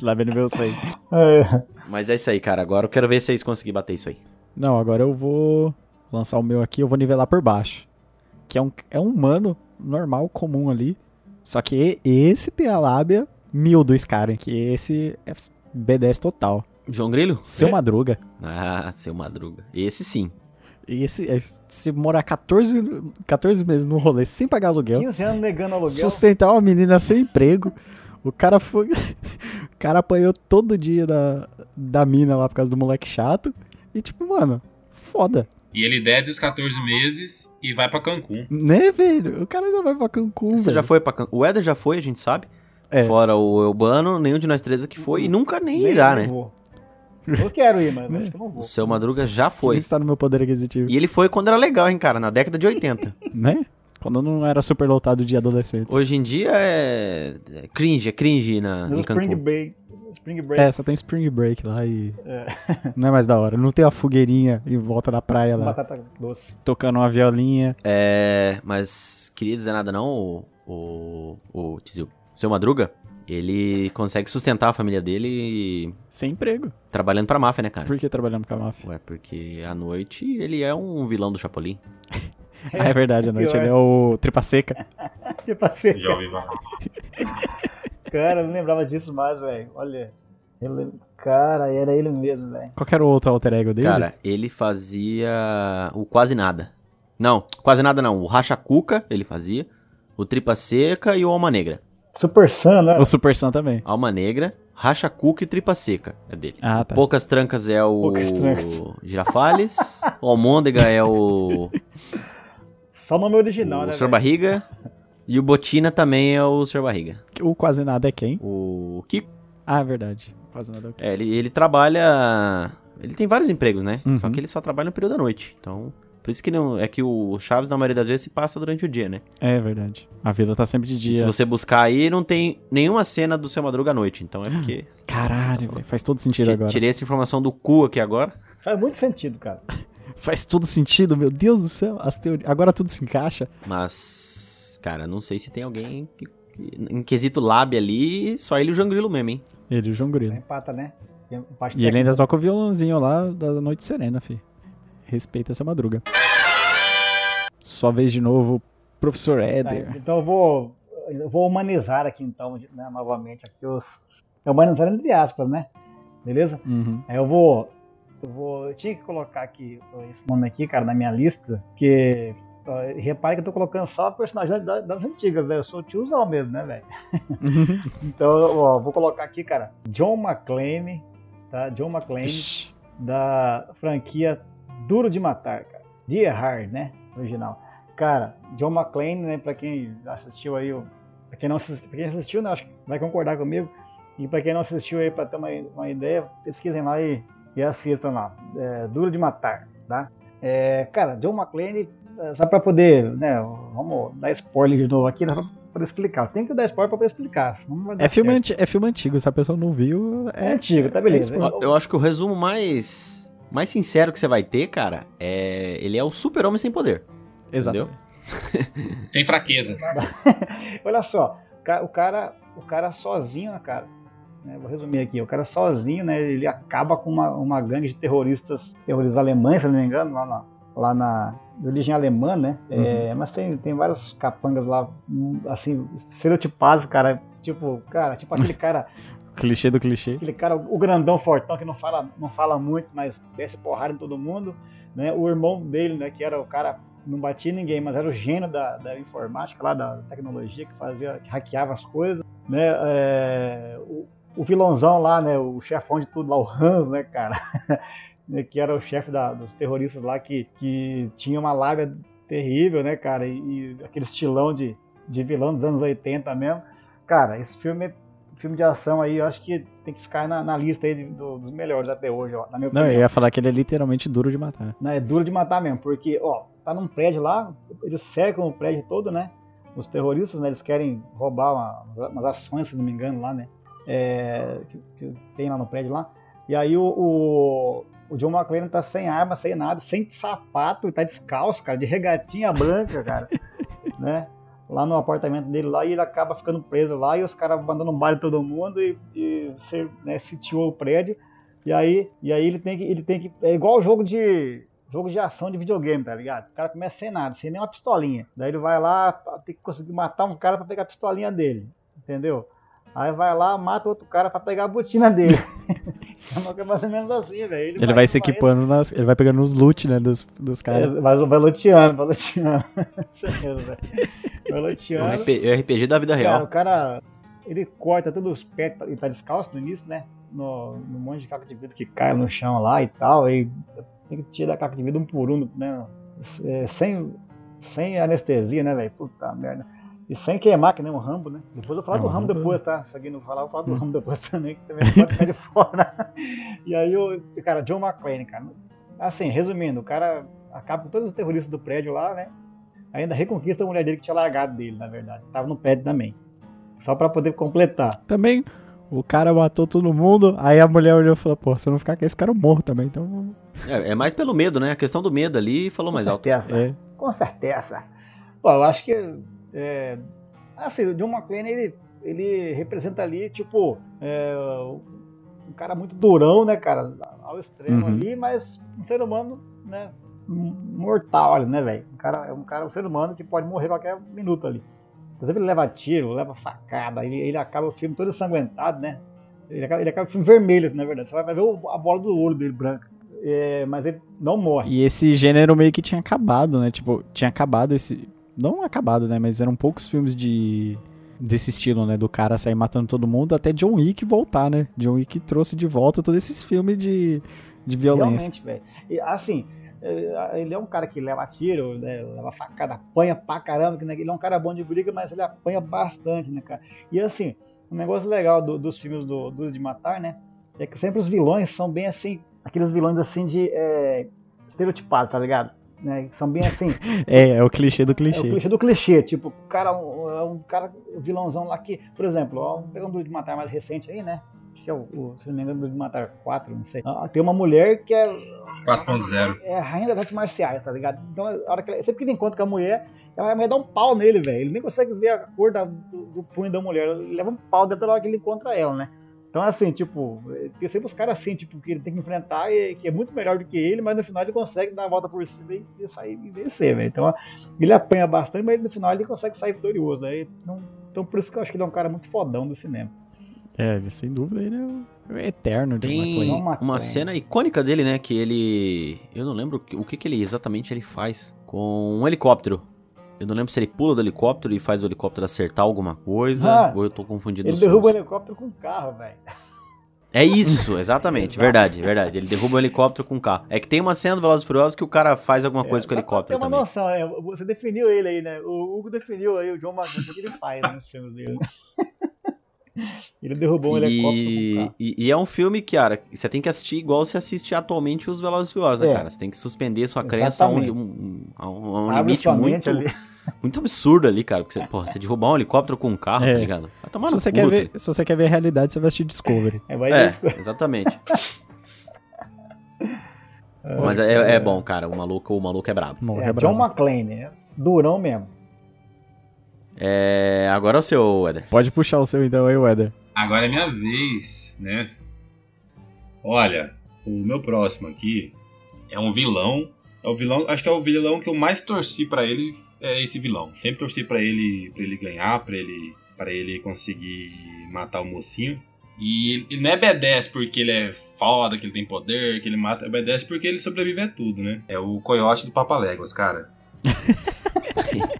Speaker 2: Lá vem no meu seio.
Speaker 3: É.
Speaker 1: Mas é isso aí, cara. Agora eu quero ver se vocês conseguirem bater isso aí.
Speaker 2: Não, agora eu vou lançar o meu aqui, eu vou nivelar por baixo. Que é um, é um humano normal, comum ali. Só que e- esse tem a lábia mil do Skyrim, que esse é B10 total.
Speaker 1: João Grilo?
Speaker 2: Seu Madruga.
Speaker 1: Ah, seu Madruga. Esse sim.
Speaker 2: E esse, é, se morar 14, 14 meses no rolê sem pagar aluguel,
Speaker 3: 15 anos negando aluguel.
Speaker 2: sustentar uma menina sem emprego. O cara foi. O cara apanhou todo dia da, da mina lá por causa do moleque chato. E tipo, mano, foda.
Speaker 4: E ele deve os 14 meses e vai pra Cancún.
Speaker 2: Né, velho? O cara ainda vai pra Cancún.
Speaker 1: Você já
Speaker 2: velho.
Speaker 1: foi pra Cancún? O Eder já foi, a gente sabe.
Speaker 2: É.
Speaker 1: Fora o Elbano, nenhum de nós três aqui foi. E nunca nem,
Speaker 3: Nem
Speaker 1: irá,
Speaker 3: eu
Speaker 1: né?
Speaker 3: vou. Eu quero ir, mas acho que eu não
Speaker 1: O
Speaker 3: vou.
Speaker 1: seu Madruga já
Speaker 2: Por
Speaker 1: foi.
Speaker 2: isso tá no meu poder aquisitivo.
Speaker 1: E ele foi quando era legal, hein, cara? Na década de 80.
Speaker 2: Né? Quando eu não era super lotado de adolescentes.
Speaker 1: Hoje em dia é. é cringe, é cringe na,
Speaker 3: No
Speaker 1: em
Speaker 3: Spring
Speaker 1: Cancún.
Speaker 3: Break. Spring Break.
Speaker 2: É, só tem Spring Break lá e. Não é mais da hora. Não tem a fogueirinha em volta da praia lá,
Speaker 3: Batata doce.
Speaker 2: tocando uma violinha.
Speaker 1: É. Mas queria dizer nada, não, o. O. O Tizil. O seu Madruga, ele consegue sustentar a família dele
Speaker 2: Sem emprego.
Speaker 1: trabalhando pra máfia, né, cara?
Speaker 2: Por que trabalhamos com a máfia?
Speaker 1: Ué, porque à noite ele é um vilão do Chapolin.
Speaker 2: Ah, é verdade, à noite
Speaker 3: pior.
Speaker 2: ele é o tripa seca.
Speaker 3: Tipo assim,
Speaker 4: Já ouvi falar.
Speaker 3: cara, eu não lembrava disso mais, velho. Olha. eu lembro- Cara, era ele mesmo, velho.
Speaker 2: Qual que era o outro alter ego dele?
Speaker 1: Cara, ele fazia o quase nada. Não, quase nada não. O Racha Cuca ele fazia. O Tripa Seca e o Alma Negra.
Speaker 3: Super Sun, né?
Speaker 2: O Super Sam também.
Speaker 1: Alma Negra, Racha Cuca e Tripa Seca é dele.
Speaker 2: Ah, tá.
Speaker 1: Poucas Trancas é o
Speaker 3: Poucas Trancas.
Speaker 1: Girafales. o Almôndega é o,
Speaker 3: Só o nome original,
Speaker 1: o
Speaker 3: né?
Speaker 1: Sr.
Speaker 3: velho?
Speaker 1: Barriga. E o Botina também é o Sr. Barriga.
Speaker 2: O quase nada é quem?
Speaker 1: O Kiko,
Speaker 2: Ah, é verdade. Quase nada é o quem?
Speaker 1: é, ele, ele trabalha... Ele tem vários empregos, né?
Speaker 2: Uhum.
Speaker 1: Só que ele só trabalha no período da noite. Então, por isso que não... É que o Chaves, na maioria das vezes, se passa durante o dia, né?
Speaker 2: É verdade. A vila tá sempre de
Speaker 1: E Se
Speaker 2: dia.
Speaker 1: você buscar aí, não tem nenhuma cena do Seu Madruga à noite. Então é porque...
Speaker 2: Caralho, velho. Faz todo sentido
Speaker 1: Ti-
Speaker 2: agora.
Speaker 1: Tirei essa informação do cu aqui agora.
Speaker 3: Faz muito sentido, cara.
Speaker 2: Faz todo sentido, meu Deus do céu. As teorias. Agora tudo se encaixa.
Speaker 1: Mas, cara, não sei se tem alguém que, que- em quesito lábia ali, só ele e o Jangrilo mesmo, hein?
Speaker 2: Ele, o João Grilo.
Speaker 3: Empata, né? Tem um empate
Speaker 2: E ele
Speaker 3: técnico.
Speaker 2: ainda toca o violãozinho lá da Noite Serena, fi. Respeita essa madruga. Sua vez de novo, professor
Speaker 3: Tá,
Speaker 2: Éder.
Speaker 3: então eu vou, eu vou humanizar aqui, então, né, novamente. Aqui os, é humanizar entre aspas, né? Beleza?
Speaker 2: Uhum.
Speaker 3: Aí eu vou. Eu vou. Eu tinha que colocar aqui esse nome aqui, cara, na minha lista. Porque. ó, repare que eu tô colocando só personagens da- das antigas, né? Eu sou tiozão mesmo, né, velho?
Speaker 2: Uhum.
Speaker 3: Então, ó, vou colocar aqui, cara, John McClane, tá? John McClane,
Speaker 2: Ixi,
Speaker 3: da franquia Duro de Matar, cara. Die Hard, né? Original. Cara, John McClane, né? Pra quem assistiu aí, o- pra quem não assistiu, pra quem assistiu, né? Acho que vai concordar comigo. E pra quem não assistiu aí, pra ter uma, uma ideia, pesquisem lá e, e assistam lá. É, Duro de Matar, tá? É, cara, John McClane, é, só pra poder, né? Vamos dar spoiler de novo aqui, né? Pra, pra explicar. Tem que dar spoiler pra poder explicar. senão não vai dar
Speaker 2: É filme,
Speaker 3: certo.
Speaker 2: anti- é filme antigo, se a pessoa não viu,
Speaker 3: É
Speaker 2: é.
Speaker 3: antigo, tá beleza.
Speaker 2: É
Speaker 1: Ó, Eu acho que o resumo mais mais sincero que você vai ter, cara, é ele é o super-homem sem poder.
Speaker 2: Exato.
Speaker 1: Entendeu?
Speaker 4: Sem fraqueza.
Speaker 3: Olha só, o ca- o cara, o cara sozinho, né, cara? né, Vou resumir aqui, o cara sozinho, né? Ele acaba com uma, uma gangue de terroristas, terroristas alemães, se não me engano, lá na, lá na de origem alemã, né? É, mas tem, tem vários capangas lá, hum, assim, estereotipados, cara. Tipo, cara, tipo aquele cara,
Speaker 2: Clichê do clichê.
Speaker 3: aquele cara, o grandão fortão que não fala, não fala muito, mas desce porrada em todo mundo, né? O irmão dele, né, que era o cara não batia em ninguém, mas era o gênio da, da informática lá, da tecnologia que fazia, que hackeava as coisas, né? É, o, o vilãozão lá, né, o chefão de tudo lá, o Hans, né, cara, né, que era o chefe da- dos terroristas lá que, que tinha uma lábia terrível, né, cara, e, e aquele estilão de, de vilão dos anos 80 mesmo. Cara, esse filme é filme de ação aí, eu acho que tem que ficar na, na lista aí de- do- dos melhores até hoje, ó, na minha
Speaker 2: Não,
Speaker 3: opinião.
Speaker 2: eu ia falar que ele é literalmente duro de matar.
Speaker 3: Não, é duro de matar mesmo, porque, ó, tá num prédio lá, eles cercam o prédio todo, né? Os terroristas, né? Eles querem roubar uma- umas ações, se não me engano, lá, né? é, que, que tem lá no prédio lá. E aí o, o, o John McClane tá sem arma, sem nada, sem sapato, tá descalço, cara, de regatinha branca, cara, né? Lá no apartamento dele lá, e ele acaba ficando preso lá, e os caras mandando um baile todo mundo e, e se, né, sitiou o prédio. E aí, e aí ele tem que. Ele tem que. É igual o jogo de jogo de ação de videogame, tá ligado? O cara começa sem nada, sem nenhuma pistolinha. Daí ele vai lá, tem que conseguir matar um cara pra pegar a pistolinha dele, entendeu? Aí vai lá, mata outro cara pra pegar a botina dele. é mais ou menos assim, velho.
Speaker 2: Ele, vai, se equipando, nas, ele vai pegando os loot, né, dos, dos caras.
Speaker 3: Vai, vai, vai loteando, vai loteando. Isso mesmo, velho. Vai
Speaker 1: É
Speaker 3: loteando.
Speaker 1: um RP é um RPG da vida
Speaker 3: Cara, o
Speaker 1: real.
Speaker 3: cara, ele corta todos os pés, ele tá descalço no início, né? No, no monte de caco de vidro que cai no chão lá e tal, e tem que tirar a caco de vidro um por um, né? É, sem, sem anestesia, né, velho? Puta merda. E sem queimar, que nem um Rambo, né? Depois eu vou falar
Speaker 2: Não,
Speaker 3: do Rambo
Speaker 2: É, um Rambo-
Speaker 3: depois, tá? Se alguém não falar, eu vou falar do
Speaker 2: Hum.
Speaker 3: Rambo depois também, que também pode ficar de fora. E aí, o cara, John McClane, cara. Assim, resumindo, o cara acaba com todos os terroristas do prédio lá, né? Ainda reconquista a mulher dele que tinha largado dele, na verdade. Tava no prédio também. Só pra poder completar.
Speaker 2: Também, o cara matou todo mundo, aí a mulher olhou e falou, pô, se eu não ficar com esse cara, eu morro também, então...
Speaker 1: É, é mais pelo medo, né? A questão do medo ali falou mais
Speaker 3: com
Speaker 1: alto.
Speaker 3: certeza.
Speaker 2: É,
Speaker 3: Com certeza. Pô, eu acho que. É, assim, o John McClane, ele, ele representa ali, tipo. é, um cara muito durão, né, cara? Ao extremo
Speaker 2: Uhum.
Speaker 3: ali, mas um ser humano, né? Mortal ali, né, velho? Um cara, é um cara, um ser humano que pode morrer a qualquer minuto ali. Inclusive, ele leva tiro, leva facada, ele, ele acaba o filme todo ensanguentado, né? Ele acaba, ele acaba o filme vermelho, assim, na verdade. Você vai ver o- a bola do olho dele branca. É, mas ele não morre.
Speaker 2: E esse gênero meio que tinha acabado, né? Tipo, tinha acabado esse. Não acabado, né? Mas eram poucos filmes de. Desse estilo, né? Do cara sair matando todo mundo até John Wick voltar, né? John Wick trouxe de volta todos esses filmes de, de violência.
Speaker 3: Realmente, velho. E, Assim, eh, ele é um cara que leva tiro, né, leva facada, apanha pra caramba, que, né, ele é um cara bom de briga, mas ele apanha bastante, né, cara? E assim, um negócio legal do- dos filmes do Duro de Matar, né, é que sempre os vilões são bem assim, aqueles vilões assim de eh, estereotipado, tá ligado? Né, são bem assim,
Speaker 2: É, é o clichê do
Speaker 3: é o
Speaker 2: clichê.
Speaker 3: clichê do clichê, tipo, o cara, um, é um cara, um vilãozão lá que, por exemplo, ó, vamos pegar um Duro de Matar mais recente aí, né? Acho que é o, o se não me engano, Duro de Matar 4, não sei. Ah, Tem uma mulher que é
Speaker 4: 4.0.
Speaker 3: é a rainha das artes marciais, tá ligado? Então, a hora que ela- sempre que ele encontra com a mulher, ela, a mulher dá um pau nele, velho. Ele nem consegue ver a cor da- do, do punho da mulher. Ele leva um pau dentro da hora que ele encontra ela, né? Então, assim, tipo, eh, tem sempre os caras assim, tipo, que ele tem que enfrentar, e, que é muito melhor do que ele, mas no final ele consegue dar a volta por cima e, e sair e vencer, velho. Então, ele apanha bastante, mas no final ele consegue sair vitorioso, né? Então, então, por isso que eu acho que ele é um cara muito fodão do cinema.
Speaker 2: É, sem dúvida, ele é o- o eterno de
Speaker 1: Tem
Speaker 2: McClane.
Speaker 3: Não matou
Speaker 1: uma
Speaker 3: ainda.
Speaker 1: cena icônica dele, né? Que ele. Eu não lembro o que- o que, que ele exatamente ele faz com um helicóptero. Eu não lembro se ele pula do helicóptero e faz o helicóptero acertar alguma coisa.
Speaker 3: Ah,
Speaker 1: ou eu tô confundindo
Speaker 3: Ele
Speaker 1: os
Speaker 3: derruba o
Speaker 1: filmes.
Speaker 3: helicóptero com o carro, velho.
Speaker 1: É isso, exatamente. verdade, verdade. Ele derruba o helicóptero com o carro. É que tem uma cena do Velozes e Furiosos que o cara faz alguma coisa com o
Speaker 3: É, dá pra ter
Speaker 1: helicóptero
Speaker 3: uma
Speaker 1: também.
Speaker 3: noção, é, você definiu ele aí, né? O Hugo definiu aí o John McClane, o que ele faz né, nos filmes dele. Ele derrubou um
Speaker 1: e,
Speaker 3: helicóptero com um
Speaker 1: e- e é um filme, que, cara, você tem que assistir igual você assiste atualmente os Velozes e Furiosos, né,
Speaker 3: É.
Speaker 1: cara? Você tem que suspender sua crença a um,
Speaker 3: Exatamente.
Speaker 1: um- a um- a um
Speaker 3: carro. Abre
Speaker 1: limite
Speaker 3: sua mente
Speaker 1: muito,
Speaker 3: ali.
Speaker 1: muito absurdo ali, cara. Porque você, porra, você derrubar um helicóptero com um carro,
Speaker 2: É.
Speaker 1: tá ligado? Vai tomar
Speaker 2: Se
Speaker 1: no
Speaker 2: você,
Speaker 1: cu,
Speaker 2: quer
Speaker 1: tá
Speaker 2: ver,
Speaker 1: ligado?
Speaker 2: se você quer ver a realidade, você vai assistir Discovery.
Speaker 3: É, vai ver isso.
Speaker 1: É, exatamente. Mas é, é bom, cara. O maluco, o maluco é brabo.
Speaker 2: Morre
Speaker 3: É,
Speaker 2: brabo.
Speaker 3: John McClane, é durão mesmo.
Speaker 1: É, agora é o seu, Eder.
Speaker 2: Pode puxar o seu então aí, Weather.
Speaker 4: Agora é minha vez, né? Olha, o meu próximo aqui é um vilão. É o vilão, acho que é o vilão que eu mais torci pra ele é esse vilão. Sempre torci pra ele, para ele ganhar, pra ele, para ele conseguir matar o mocinho. E ele não é B10 porque ele é foda, que ele tem poder, que ele mata. É B10 porque ele sobrevive a tudo, né? É o coiote do Papa Léguas, cara.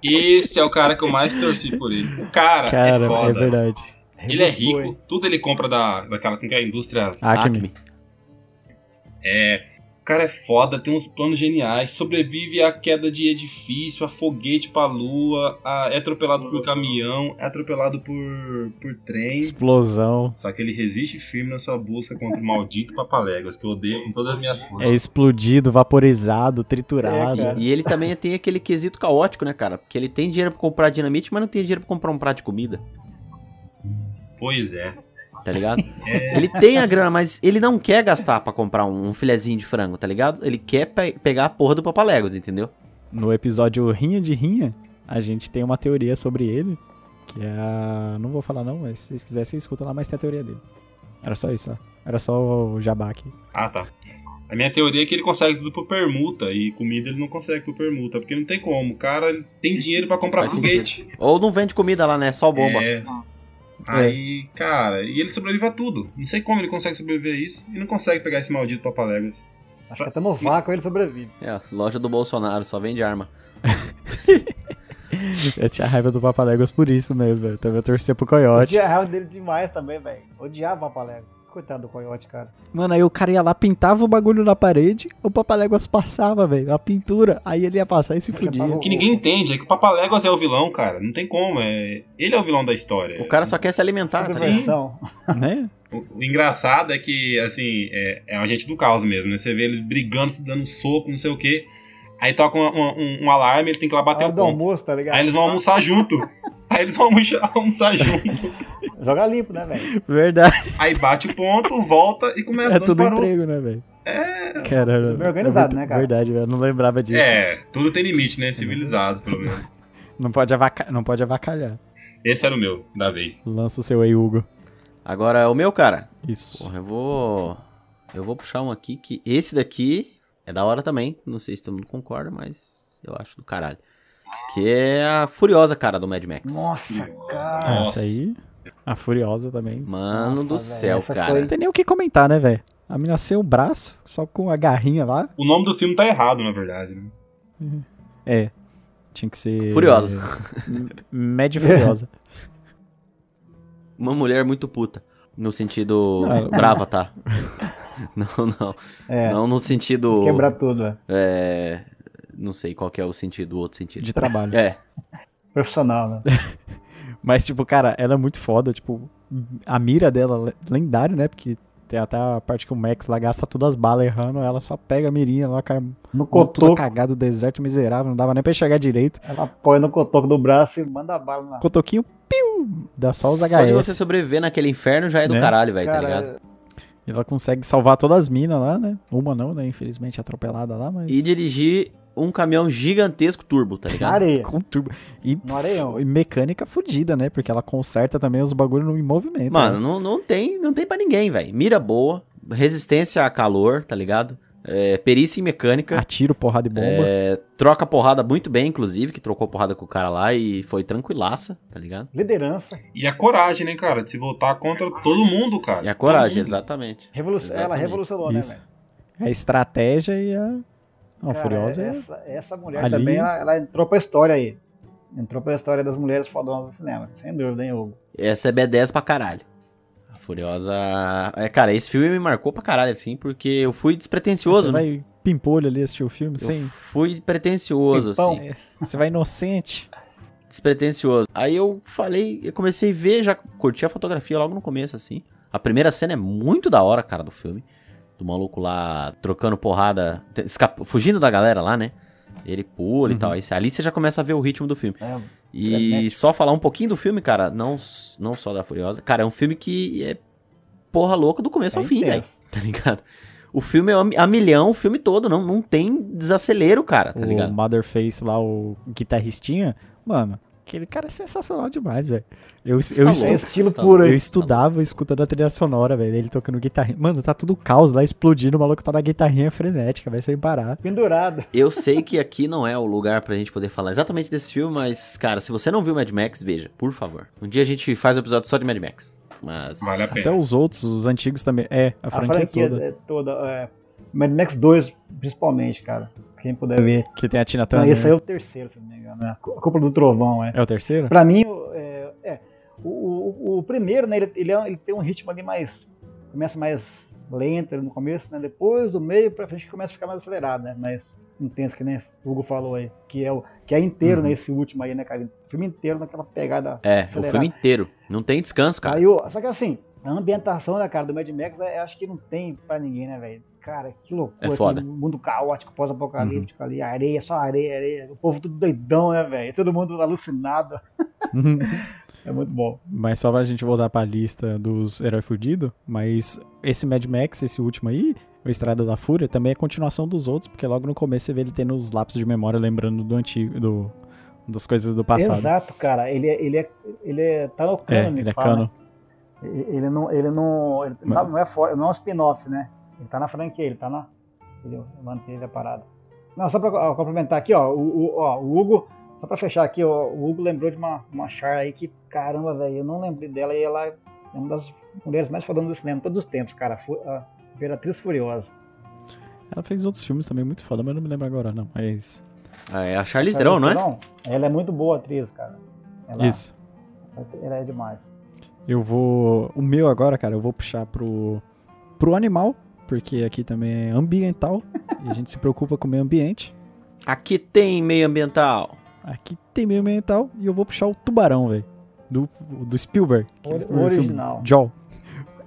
Speaker 4: Esse é o cara que eu mais torci por ele. O cara,
Speaker 2: Cara,
Speaker 4: é
Speaker 2: é,
Speaker 4: foda.
Speaker 2: verdade.
Speaker 4: Ele é rico, tudo ele compra da, daquelas como que é a indústria.
Speaker 2: Acme.
Speaker 4: É. O cara é foda, tem uns planos geniais, sobrevive à queda de edifício, a foguete pra lua, a- é atropelado por caminhão, é atropelado por, por trem.
Speaker 2: Explosão.
Speaker 4: Só que ele resiste firme na sua busca contra o maldito Papaléguas, que eu odeio com todas as minhas
Speaker 2: É
Speaker 4: forças.
Speaker 2: explodido, vaporizado, triturado.
Speaker 3: É, cara.
Speaker 1: E, e ele também tem aquele quesito caótico, né, cara? Porque ele tem dinheiro pra comprar dinamite, mas não tem dinheiro pra comprar um prato de comida.
Speaker 4: Pois é.
Speaker 1: tá ligado? Ele tem a grana, mas ele não quer gastar pra comprar um, um filezinho de frango, tá ligado? Ele quer pe- pegar a porra do Papalegos, entendeu?
Speaker 2: No episódio Rinha de Rinha, a gente tem uma teoria sobre ele, que é a... Não vou falar não, mas se vocês quiserem, vocês escutam lá, mas tem a teoria dele. Era só isso, ó. Era só o jabá aqui.
Speaker 4: Ah, tá. A minha teoria é que ele consegue tudo por permuta e comida ele não consegue por permuta, porque não tem como. O cara tem dinheiro pra comprar
Speaker 1: Faz
Speaker 4: foguete.
Speaker 1: Ou não vende comida lá, né? Só bomba.
Speaker 4: É. Aí, cara, e ele sobrevive a tudo. Não sei como ele consegue sobreviver a isso e não consegue pegar esse maldito Papaléguas.
Speaker 3: Acho que até no vácuo ele sobrevive.
Speaker 1: É, a loja do Bolsonaro, só vende arma.
Speaker 2: Eu tinha raiva do Papaléguas por isso mesmo, velho. Também eu torcia pro Coyote.
Speaker 3: Odiava dele demais também, velho. Odiava o Papalego. Coitado do coiote, cara.
Speaker 2: Mano, aí o cara ia lá, pintava o bagulho na parede, o Papaléguas passava, velho, a pintura. Aí ele ia passar e se
Speaker 3: Ele
Speaker 2: fudia.
Speaker 3: apagou.
Speaker 4: O que ninguém entende é que o Papaléguas é o vilão, cara. Não tem como. É... Ele é o vilão da história.
Speaker 1: O cara só quer se alimentar, tá ligado?
Speaker 3: Subversão.
Speaker 2: né?
Speaker 4: O, o engraçado é que, assim, é, é um agente do caos mesmo, né? Você vê eles brigando, se dando um soco, não sei o quê. Aí toca um, um- um- um alarme, ele tem que ir lá bater
Speaker 3: Hora
Speaker 4: o
Speaker 3: do
Speaker 4: ponto.
Speaker 3: almoço, tá ligado?
Speaker 4: Aí eles vão almoçar junto. Aí eles vão almoçar, almoçar junto.
Speaker 3: Joga limpo, né, velho?
Speaker 2: Verdade.
Speaker 4: Aí bate o ponto, volta e começa
Speaker 2: É
Speaker 4: a dar
Speaker 2: tudo
Speaker 4: parou.
Speaker 2: emprego, né, velho? É. Caramba.
Speaker 3: Bem organizado,
Speaker 2: é muito-
Speaker 3: né, cara?
Speaker 2: Verdade, velho. Eu não lembrava disso.
Speaker 4: É, tudo tem limite, né? Civilizados, pelo menos.
Speaker 2: Não, pode avaca... não pode avacalhar.
Speaker 4: Esse era o meu, da vez.
Speaker 2: Lança o seu aí, Hugo.
Speaker 1: Agora, é o meu, cara,
Speaker 2: Isso.
Speaker 1: Porra, eu vou. Eu vou puxar um aqui que. Esse daqui é da hora também. Não sei se todo mundo concorda, mas eu acho do caralho. Que é a Furiosa, cara, do Mad Max.
Speaker 3: Nossa,
Speaker 4: Nossa.
Speaker 3: cara.
Speaker 2: Ah,
Speaker 4: Nossa.
Speaker 2: essa aí. A Furiosa também.
Speaker 1: Mano
Speaker 3: Nossa,
Speaker 1: do
Speaker 3: velho,
Speaker 1: céu,
Speaker 3: essa
Speaker 1: cara.
Speaker 2: Não tem nem o que comentar, né, velho? A mina sem o braço, só com a garrinha lá.
Speaker 4: O nome do filme tá errado, na verdade, né?
Speaker 2: É. Tinha que ser.
Speaker 1: Furiosa.
Speaker 2: Média Furiosa.
Speaker 1: Uma mulher muito puta. No sentido.
Speaker 2: Não, ela-
Speaker 1: brava, tá? não, não.
Speaker 3: É.
Speaker 1: Não no sentido.
Speaker 3: Quebrar tudo, velho.
Speaker 1: É. Não sei qual que é o sentido, o outro sentido.
Speaker 2: De trabalho.
Speaker 1: É,
Speaker 3: Profissional, né?
Speaker 2: Mas, tipo, cara, ela é muito foda, tipo, a mira dela le- lendária, né? Porque tem até a parte que o Max lá gasta todas as balas errando, ela só pega a mirinha lá, cara, toda
Speaker 3: No cotoco.
Speaker 2: cagada, o deserto miserável, não dava nem pra enxergar direito.
Speaker 3: Ela apoia no cotoco do braço e manda a bala na.
Speaker 2: Cotoquinho, piu, dá só os
Speaker 1: de você
Speaker 2: HS.
Speaker 1: sobreviver naquele inferno já é do
Speaker 2: Né?
Speaker 1: caralho, velho, tá
Speaker 3: Cara,
Speaker 1: ligado?
Speaker 2: E Ela consegue salvar todas as minas lá, né? Uma não, né? Infelizmente atropelada lá, mas...
Speaker 1: E dirigir um caminhão gigantesco turbo, tá ligado?
Speaker 3: Areia.
Speaker 2: Com turbo. E,
Speaker 3: No areião.
Speaker 2: e mecânica fodida, né? Porque ela conserta também os bagulhos no em movimento.
Speaker 1: Mano,
Speaker 2: né?
Speaker 1: não, não tem, não tem para ninguém, velho. Mira boa, resistência a calor, tá ligado? É, perícia em mecânica.
Speaker 2: Atiro, porrada e bomba.
Speaker 1: é, troca porrada muito bem, inclusive, que trocou porrada com o cara lá e foi tranquilaça, tá ligado?
Speaker 3: Liderança.
Speaker 4: E a coragem, né, cara? De se voltar contra todo mundo, cara.
Speaker 1: E a coragem,
Speaker 4: Todo mundo.
Speaker 1: exatamente.
Speaker 3: Revolu- Ela
Speaker 1: Exatamente.
Speaker 3: revolucionou, né,
Speaker 2: Isso.
Speaker 3: velho?
Speaker 2: A estratégia e a... Não,
Speaker 3: Cara,
Speaker 2: Furiosa é...
Speaker 3: essa, essa mulher
Speaker 2: Ali-
Speaker 3: também, ela, ela entrou pra história aí. Entrou pra história das mulheres fodonas do cinema. Sem dúvida, hein, Hugo?
Speaker 1: Essa é B10 pra caralho. A Furiosa. É, cara, esse filme me marcou pra caralho, assim, porque eu fui despretensioso, né?
Speaker 2: Você vai pimpolho ali assistir o filme
Speaker 1: Eu
Speaker 2: sem.
Speaker 1: fui pretensioso,
Speaker 3: Pimpão.
Speaker 1: assim.
Speaker 2: Você vai inocente.
Speaker 1: despretensioso. Aí eu falei, eu comecei a ver, já curti a fotografia logo no começo, assim. A primeira cena é muito da hora, cara, do filme. Do maluco lá trocando porrada, te- escap- fugindo da galera lá, né? Ele pula e
Speaker 2: Uhum.
Speaker 1: tal. Aí, cê- ali você já começa a ver o ritmo do filme.
Speaker 3: É,
Speaker 1: E só falar um pouquinho do filme, cara, não, s- não só da Furiosa. Cara, é um filme que é porra louca do começo
Speaker 3: é
Speaker 1: ao fim, velho.
Speaker 3: intenso.
Speaker 1: Tá ligado? O filme é a mi- a milhão, o filme todo. Não, não tem desacelero, cara, tá
Speaker 2: o
Speaker 1: ligado?
Speaker 2: Motherface lá, o guitarristinha. Mano, aquele cara é sensacional demais, velho. Eu,
Speaker 1: Você
Speaker 2: eu,
Speaker 1: tá
Speaker 2: estu-
Speaker 3: É
Speaker 1: louco?
Speaker 3: estilo
Speaker 1: Tá
Speaker 3: puro,
Speaker 2: eu
Speaker 3: hein?
Speaker 2: estudava escutando a trilha sonora, velho. Ele tocando guitarrinha. Mano, tá tudo caos lá, explodindo. O maluco tá na guitarrinha frenética, vai sem parar.
Speaker 3: Pendurado.
Speaker 1: Eu sei que aqui não é o lugar pra gente poder falar exatamente desse filme, mas, cara, se você não viu Mad Max, veja, por favor. Um dia a gente faz um episódio só de Mad Max. Mas.
Speaker 4: Vale a
Speaker 2: Até
Speaker 4: pena.
Speaker 2: os outros, os antigos também. É, a
Speaker 3: A
Speaker 2: franquia,
Speaker 3: franquia
Speaker 2: toda.
Speaker 3: é toda. é, Mad Max 2, principalmente, cara. Quem puder ver.
Speaker 2: Que tem a Tina
Speaker 3: Então,
Speaker 2: Turner.
Speaker 3: esse aí é o terceiro, se não me engano. Né? A Cú- Cúpula do Trovão, é.
Speaker 2: É o terceiro?
Speaker 3: Pra mim, o- é. é, o, o- o primeiro, né? Ele, ele, é- ele tem um ritmo ali mais. Começa mais lento no começo, né? Depois, do meio pra frente, que começa a ficar mais acelerado, né? Mais intenso, que nem o Hugo falou aí. Que é, o, que é inteiro,
Speaker 2: Uhum.
Speaker 3: né? Esse último aí, né, cara? O filme inteiro naquela pegada
Speaker 1: É, o
Speaker 3: Acelerar.
Speaker 1: filme inteiro. Não tem descanso, cara.
Speaker 3: Aí, o- só que assim, a ambientação da cara do Mad Max, é, acho que não tem pra ninguém, né, velho? Cara, que loucura.
Speaker 1: É foda. Uhum.
Speaker 3: aquele mundo caótico, pós-apocalíptico ali, areia, só areia, areia. O povo tudo doidão, né, velho? Todo mundo alucinado. É muito bom.
Speaker 2: Mas só pra gente voltar pra lista dos heróis fudidos, mas esse Mad Max, esse último aí, o Estrada da Fúria, também é continuação dos outros, porque logo no começo você vê ele tendo os lapsos de memória lembrando do antigo, do, das coisas do passado.
Speaker 3: Exato, cara. Ele, é- ele, é, ele é, tá no
Speaker 2: É,
Speaker 3: cano,
Speaker 2: ele é
Speaker 3: fala,
Speaker 2: cano.
Speaker 3: né? Ele ele não, ele não, ele
Speaker 2: Mas-
Speaker 3: tá- não é fora, não é um spin-off, né? Ele tá na franquia, ele tá na, ele manteve a parada. Não, só pra ó, complementar aqui, ó, o, o- ó, o Hugo, só pra fechar aqui, ó, o Hugo lembrou de uma, uma char aí que, caramba, velho, eu não lembrei dela e ela é uma das mulheres mais fodando do cinema de todos os tempos, cara. Fu- A Imperatriz Furiosa.
Speaker 2: Ela fez outros filmes também muito foda, mas eu não me lembro agora, não. Mas.
Speaker 1: Ah, é a Charlize Theron, não é?
Speaker 3: Ela é muito boa atriz, cara. Ela,
Speaker 2: Isso.
Speaker 3: Ela é demais.
Speaker 2: Eu vou. O meu agora, cara, eu vou puxar pro, pro animal, porque aqui também é ambiental e a gente se preocupa com o meio ambiente.
Speaker 1: Aqui tem meio ambiental.
Speaker 2: Aqui tem meio ambiental e eu vou puxar o tubarão, velho. Do, do Spielberg. que
Speaker 3: Ori-
Speaker 2: foi o filme
Speaker 3: original.
Speaker 2: Jaws.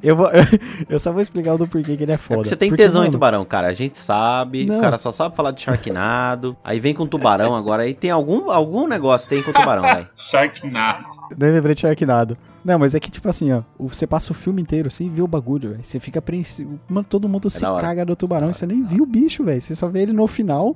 Speaker 2: Eu, vou, eu só vou explicar o do porquê que ele é
Speaker 1: É
Speaker 2: foda.
Speaker 1: porque você tem
Speaker 2: Porque,
Speaker 1: tesão em
Speaker 2: mano,
Speaker 1: tubarão, cara. A gente sabe.
Speaker 2: Não.
Speaker 1: O cara só sabe falar de Sharknado. aí vem com tubarão agora. Aí tem algum, algum negócio tem com tubarão, velho.
Speaker 4: Sharknado.
Speaker 2: Nem lembrei de Sharknado. Não, mas é que, tipo assim, ó, o- você passa o filme inteiro sem ver o bagulho, velho. Você fica apreensivo. Mano, todo mundo se
Speaker 1: É da hora.
Speaker 2: caga do tubarão
Speaker 1: Da
Speaker 2: e você nem viu o bicho, velho. Você só vê ele no final.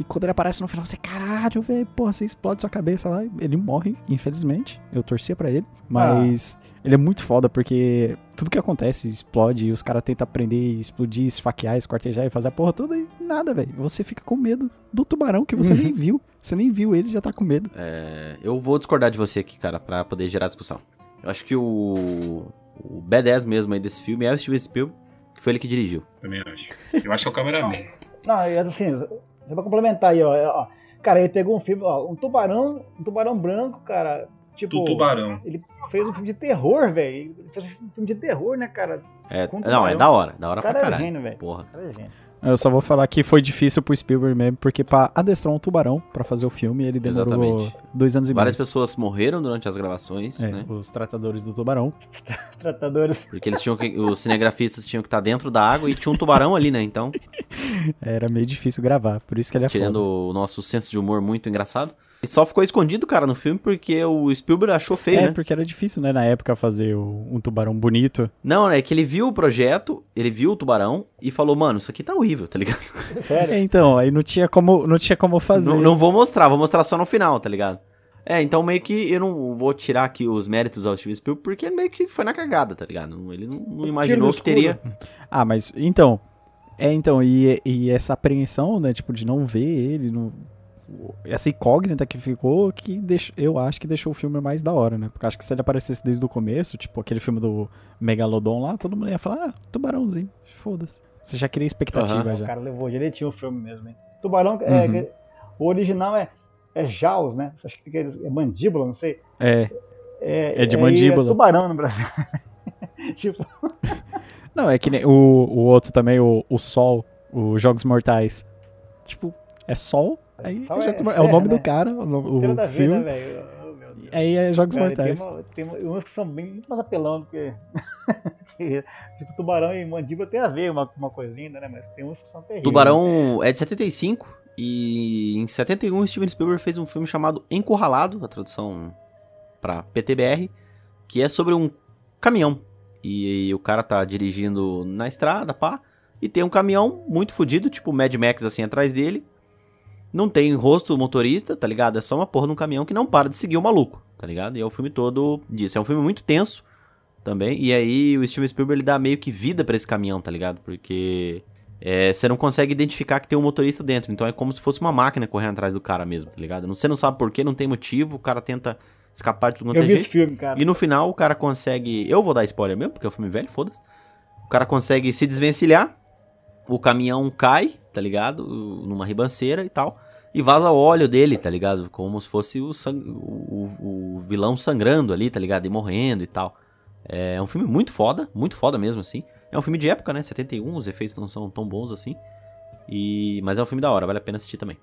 Speaker 2: E quando ele aparece no final, você, caralho, velho, porra, você explode sua cabeça lá. Ele morre, infelizmente. Eu torcia pra ele. Mas
Speaker 1: Ah.
Speaker 2: ele é muito foda, porque tudo que acontece explode e os caras tentam aprender, explodir, esfaquear, esquartejar e fazer a porra toda e nada, velho. Você fica com medo do tubarão que
Speaker 1: Uhum.
Speaker 2: você nem viu. Você nem viu ele já tá com medo.
Speaker 1: É, eu vou discordar de você aqui, cara, pra poder gerar discussão. Eu acho que o. O B10 mesmo aí desse filme é o Steven Spielberg, que foi ele que dirigiu.
Speaker 4: Também acho. Eu acho que é o cameraman.
Speaker 3: Não, é assim, só pra complementar aí, ó, é, ó. Cara, ele pegou um filme, ó, um tubarão, um tubarão branco, cara. Tipo,
Speaker 4: Do tubarão.
Speaker 3: ele fez um filme de terror, velho. Ele fez um filme de terror, né, cara?
Speaker 1: É,
Speaker 3: Com
Speaker 1: não, é
Speaker 3: tubarão.
Speaker 1: da hora, da hora
Speaker 3: O
Speaker 1: pra
Speaker 3: cara é
Speaker 1: caralho.
Speaker 3: gênio, velho.
Speaker 1: Porra.
Speaker 3: O cara é gênio.
Speaker 2: Eu só vou falar que foi difícil pro Spielberg mesmo, porque pra adestrar um tubarão pra fazer o filme, ele demorou
Speaker 1: Exatamente.
Speaker 2: dois anos e
Speaker 1: Várias pessoas morreram durante as gravações,
Speaker 2: meio. É,
Speaker 1: né?
Speaker 2: Os tratadores do tubarão.
Speaker 3: Os tratadores.
Speaker 1: Porque eles tinham que. Os cinegrafistas tinham que estar dentro da água e tinha um tubarão ali, né? Então,
Speaker 2: Era meio difícil gravar, por isso que ele é
Speaker 1: tirando
Speaker 2: foda.
Speaker 1: o nosso senso de humor muito engraçado. E só ficou escondido, cara, no filme, porque o Spielberg achou feio,
Speaker 2: é,
Speaker 1: né?
Speaker 2: porque era difícil, né, na época, fazer o- um tubarão bonito.
Speaker 1: Não, é que ele viu o projeto, ele viu o tubarão e falou, mano, isso aqui tá horrível, tá ligado?
Speaker 3: Sério.
Speaker 2: É, então, aí não tinha como, não tinha como fazer.
Speaker 1: Não, não vou mostrar, vou mostrar só no final, tá ligado? É, então meio que eu não vou tirar aqui os méritos ao Steven Spielberg, porque meio que foi na cagada, tá ligado? Não- Ele não, não imaginou
Speaker 3: no
Speaker 1: que teria.
Speaker 2: Ah, mas, então... É, então, e, e essa apreensão, né, tipo, de não ver ele, não- essa incógnita que ficou, que deixou, eu acho que deixou o filme mais da hora, né? Porque eu acho que se ele aparecesse desde o começo, tipo aquele filme do Megalodon lá, todo mundo ia falar, ah, tubarãozinho, foda-se. Você já cria expectativa
Speaker 3: Não, o
Speaker 2: já.
Speaker 3: cara levou direitinho o filme mesmo, hein? Tubarão, é,
Speaker 2: Uhum.
Speaker 3: que- o original é, é Jaws, né? Acho que fica- é mandíbula, não sei.
Speaker 2: É.
Speaker 3: É,
Speaker 2: É de
Speaker 3: aí
Speaker 2: mandíbula.
Speaker 3: É tubarão no Brasil. tipo,
Speaker 2: Não, é que nem o, o outro também, o, o Sol, os Jogos Mortais. Tipo, é Sol, aí
Speaker 3: Sol
Speaker 2: já
Speaker 3: é
Speaker 2: tuma- é, o
Speaker 3: serra,
Speaker 2: nome
Speaker 3: né?
Speaker 2: do cara, o, nome- o
Speaker 3: pena da vida,
Speaker 2: filme,
Speaker 3: velho. Oh, meu Deus.
Speaker 2: aí é Jogos
Speaker 3: Cara, tem,
Speaker 2: Mortais.
Speaker 3: uma- tem uma- umas que são bem muito mais apelão do que. que- tipo, tubarão e mandíbula tem a ver uma, uma coisinha, né? Mas tem uns que são terríveis.
Speaker 1: Tubarão é de 75 e em 71 o Steven Spielberg fez um filme chamado Encurralado, a tradução pra PTBR, que é sobre um caminhão. E, o cara tá dirigindo na estrada, pá, e tem um caminhão muito fodido, tipo Mad Max assim atrás dele. Não tem rosto do motorista, tá ligado? É só uma porra de um caminhão que não para de seguir o maluco, tá ligado? E é o filme todo disso. É um filme muito tenso também. E aí o Steven Spielberg ele dá meio que vida pra esse caminhão, tá ligado? Porque é, você não consegue identificar que tem um motorista dentro. Então é como se fosse uma máquina correndo atrás do cara mesmo, tá ligado? Não- Você não sabe porquê, não tem motivo, o cara tenta escapar de tudo quanto
Speaker 3: Eu
Speaker 1: é
Speaker 3: vi esse
Speaker 1: jeito.
Speaker 3: filme, cara.
Speaker 1: E no final o cara consegue. Eu vou dar spoiler mesmo, porque é um filme velho, foda-se. O cara consegue se desvencilhar, o caminhão cai, tá ligado? Numa ribanceira e tal. E vaza o óleo dele, tá ligado? Como se fosse o, sang... o, o- o vilão sangrando ali, tá ligado? E morrendo e tal. É um filme muito foda, muito foda mesmo, assim. É um filme de época, né? 71, os efeitos não são tão bons assim. E... Mas é um filme da hora, vale a pena assistir também.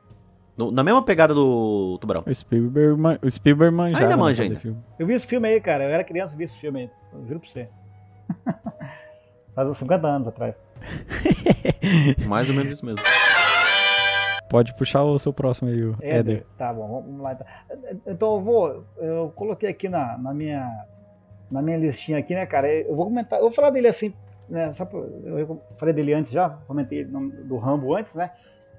Speaker 1: No- na mesma pegada do Tubarão.
Speaker 2: O Spielberg, man- o Spielberg manjava
Speaker 1: Ainda
Speaker 2: pra
Speaker 1: manja
Speaker 2: fazer
Speaker 1: ainda.
Speaker 2: filme.
Speaker 3: Eu vi esse filme aí, cara. Eu era criança e vi esse filme aí. Eu juro pra você. Faz uns 50 anos atrás.
Speaker 1: Mais ou menos isso mesmo.
Speaker 2: Pode puxar o seu próximo aí, o Éder.
Speaker 3: Éder. Tá bom, vamos lá. então. Então eu vou. Eu coloquei aqui na, na minha na minha listinha aqui, né, cara? Eu vou comentar, eu vou falar dele assim, né? Só pra- eu, eu falei dele antes já, comentei ele no- do Rambo antes, né?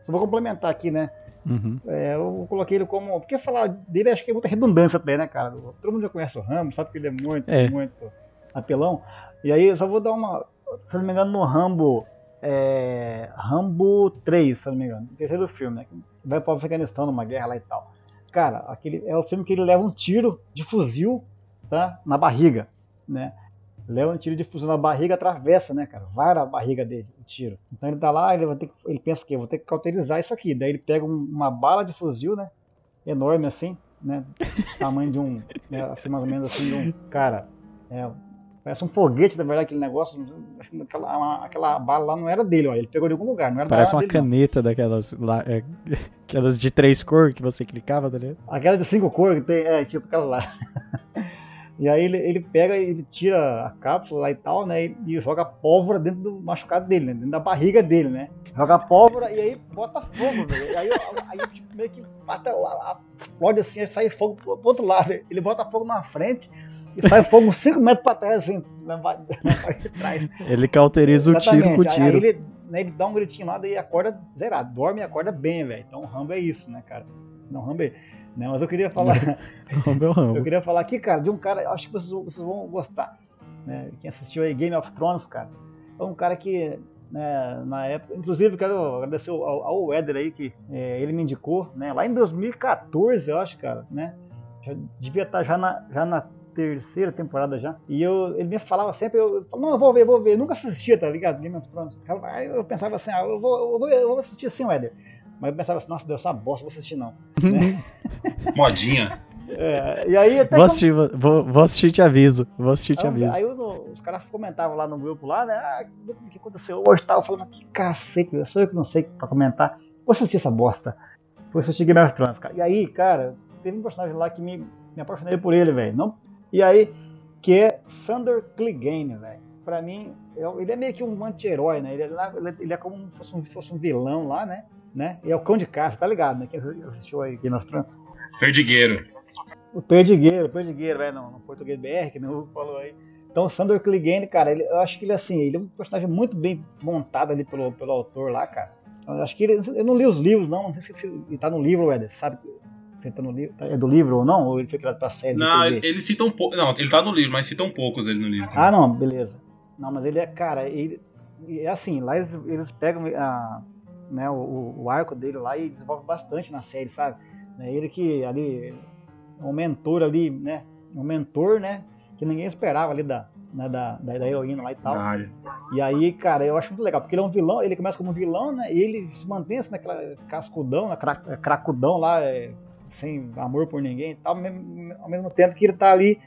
Speaker 3: Só vou complementar aqui, né?
Speaker 2: Uhum.
Speaker 3: É, eu coloquei ele como. Porque falar dele acho que é muita redundância até, né, cara? Todo mundo já conhece o Rambo, sabe que ele é muito,
Speaker 2: É.
Speaker 3: muito apelão. E aí eu só vou dar uma. Se eu não me engano, no Rambo. É, Rambo 3, se eu não me engano. O terceiro filme, né? que Vai pro Afeganistão numa guerra lá e tal. Cara, aquele, é o filme que ele leva um tiro de fuzil, tá? Na barriga, né? Leva um tiro de fuzil na barriga, atravessa, né, cara? Vara a barriga dele, o tiro. Então ele tá lá, ele, vai ter que, ele pensa o quê? Vou ter que cauterizar isso aqui. Daí ele pega um- uma bala de fuzil, né? Enorme assim, né? Tamanho de um. né, assim, mais ou menos assim, de um. Cara, é, parece um foguete, na verdade, aquele negócio. Acho que Aquela, uma- aquela bala lá não era dele, ó. Ele pegou de algum lugar, não era da
Speaker 2: Parece
Speaker 3: arma
Speaker 2: uma
Speaker 3: dele, não.
Speaker 2: caneta daquelas lá, é, aquelas de três cores que você clicava, tá ligado?
Speaker 3: Aquela de cinco cores que tem, é, tipo aquela lá. E aí ele, ele pega e ele tira a cápsula lá e tal, né? E, e joga pólvora dentro do machucado dele, né? Dentro da barriga dele, né? Joga pólvora e aí bota fogo, velho. E aí, aí tipo, meio que mata, a- a- explode assim, aí sai fogo pro, pro outro lado. Ele bota fogo na frente e sai fogo uns 5 metros pra trás, assim, na, ba- na parte de trás.
Speaker 2: Ele cauteriza o tiro com o
Speaker 3: Exatamente. Aí-
Speaker 2: tiro.
Speaker 3: Aí ele, né, ele dá um gritinho lá e acorda zerado. Dorme e acorda bem, velho. Então o Rambo é isso, né, cara? Não, Rambo é... Não, mas eu queria falar...
Speaker 2: O meu
Speaker 3: Eu
Speaker 2: ramo.
Speaker 3: queria falar aqui, cara, de um cara, eu acho que vocês, vão- vocês vão gostar. né? Quem assistiu aí Game of Thrones, cara, é um cara que, né, na época. Inclusive, quero agradecer ao, ao Éder aí, que é, ele me indicou, né? Lá em 2014, eu acho, cara, né? Já devia estar já na, já na terceira temporada já. E eu, ele me falava sempre, eu, eu falava, não, eu vou ver, eu vou ver. Eu nunca assistia, tá ligado? Game of Thrones. Aí eu pensava assim, ah, eu vou, eu vou, eu vou assistir sim, Éder. Mas eu pensava assim, nossa, deu essa bosta, não vou assistir não.
Speaker 4: Modinha.
Speaker 3: É, e aí até
Speaker 2: Vou
Speaker 3: quando-
Speaker 2: assistir, vou, vou assistir e te aviso. Vou assistir e te
Speaker 3: Aí, eu-
Speaker 2: aviso.
Speaker 3: Então tá, aí eu não- os caras comentavam lá no grupo lá, né? Ah, o que aconteceu hoje e tal. Eu falava, que cacete, eu sou eu que não sei pra comentar. Vou assistir essa bosta. Vou assistir Game of Thrones, cara. E aí, cara, teve um personagem lá que me, me apaixonei por ele, velho. Não- E aí, que é Sander Clegane, velho. Pra mim, eu- ele é meio que um anti-herói, né? Ele é, lá- ele é- ele é como se fosse, um, se fosse um vilão lá, né? né? E é o cão de caça, tá ligado, né? Quem assistiu aí Game of Thrones?
Speaker 4: Perdigueiro.
Speaker 3: O Perdigueiro, o Perdigueiro, velho, no, no português BR, que não falou aí. Então, o Sandor Clegane, cara, ele- eu acho que ele, assim, ele é um personagem muito bem montado ali pelo, pelo autor lá, cara. Eu acho que ele, eu não li os livros, não, não sei se, se ele tá no livro, Eder, sabe? Se ele tá no livro, é do livro ou não, ou ele foi criado pra série?
Speaker 4: Não,
Speaker 3: É de TV?
Speaker 4: ele, ele cita um pouco. Não, ele tá no livro, mas citam poucos ele no livro.
Speaker 3: Ah, não, beleza. Não, mas ele é, cara, ele é assim, lá eles, eles pegam a, né, o, o arco dele lá e desenvolve bastante na série, sabe? Né, Ele que ali é um mentor ali, né? Um mentor, né? Que ninguém esperava ali da, né, da, da, da heroína lá e tal.
Speaker 4: Da área.
Speaker 3: E aí, cara, eu acho muito legal, porque ele é um vilão, ele começa como vilão, né? E ele se mantém assim naquela cascudão, na cra- cracudão lá, é, sem amor por ninguém e tal, mesmo- ao mesmo tempo que ele tá ali,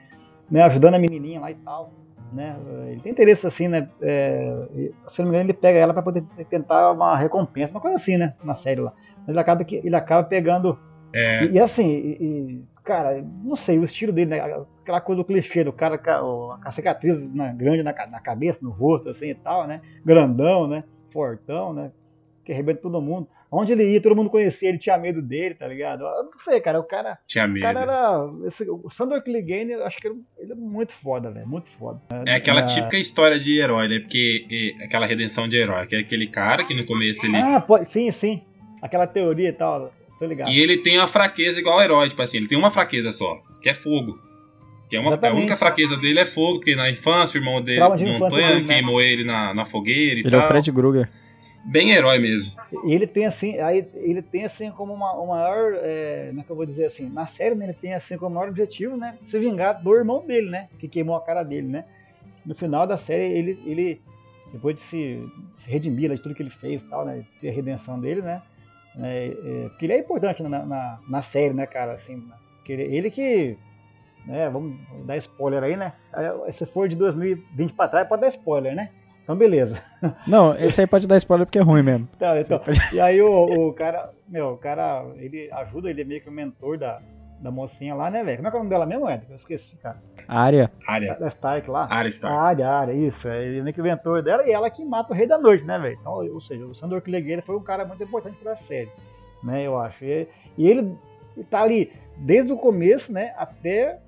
Speaker 3: né, ajudando a menininha lá e tal, né? Ele tem interesse assim, né? é, e, se não me engano, ele pega ela pra poder tentar uma recompensa, uma coisa assim, né? Na série lá. Mas ele acaba, que, ele acaba pegando
Speaker 4: É,
Speaker 3: e, e assim, e- e, cara, não sei, o estilo dele, né? Aquela coisa do clichê do cara com a- o- com a cicatriz na- grande na, ca- na cabeça, no rosto, assim e tal, né? Grandão, né? Fortão, né? Que arrebenta todo mundo. Onde ele ia, todo mundo conhecia, ele tinha medo dele, tá ligado? Eu não sei, cara, o cara.
Speaker 4: tinha
Speaker 3: O
Speaker 4: medo.
Speaker 3: cara era. esse- o Sandor Clegane, eu acho que ele, ele é muito foda, velho. Muito foda.
Speaker 4: É aquela típica história de herói, né? Porque é, aquela redenção de herói, que é aquele cara que no começo ele.
Speaker 3: Ah, pô, sim, sim. Aquela teoria e tal, tô ligado.
Speaker 4: E ele tem uma fraqueza igual ao herói, tipo assim, ele tem uma fraqueza só, que é fogo. Que é uma, a
Speaker 3: Exatamente.
Speaker 4: única fraqueza dele é fogo, porque na infância o irmão dele,
Speaker 3: Trauma de
Speaker 4: Montanha,
Speaker 3: infância dele, né?
Speaker 4: queimou ele na, na fogueira e
Speaker 2: Ele é
Speaker 4: tal.
Speaker 2: o Fred Krueger.
Speaker 4: Bem herói mesmo.
Speaker 3: E ele tem assim, aí ele tem assim como uma, o maior, é, como é que eu vou dizer assim, na série né, ele tem assim como maior objetivo, né, se vingar do irmão dele, né, que queimou a cara dele, né. No final da série ele, ele depois de se, se redimir lá de tudo que ele fez, e tal, né, ter a redenção dele, né, né, é, porque ele é importante na, na, na série, né, cara, assim, porque ele, ele que, né, vamos dar spoiler aí, né, é, se for de 2020 pra trás pode dar spoiler, né. Então beleza.
Speaker 2: Não, esse aí pode dar spoiler porque é ruim mesmo.
Speaker 3: Tá, então, e aí o, o cara, meu, o cara, ele ajuda, ele é meio que o mentor da, da mocinha lá, né, velho? Como é que é o nome dela mesmo, Ed? Eu esqueci, cara.
Speaker 2: A área.
Speaker 3: Da-
Speaker 4: Área.
Speaker 3: Da Stark lá.
Speaker 4: Área Stark.
Speaker 3: A área, a Ah, área, isso. é, Ele é meio que o mentor dela e ela que mata o Rei da Noite, né, velho? Então, ou seja, o Sandor Clegane foi um cara muito importante pra série. né? Eu acho. E, e ele tá ali desde o começo, né? Até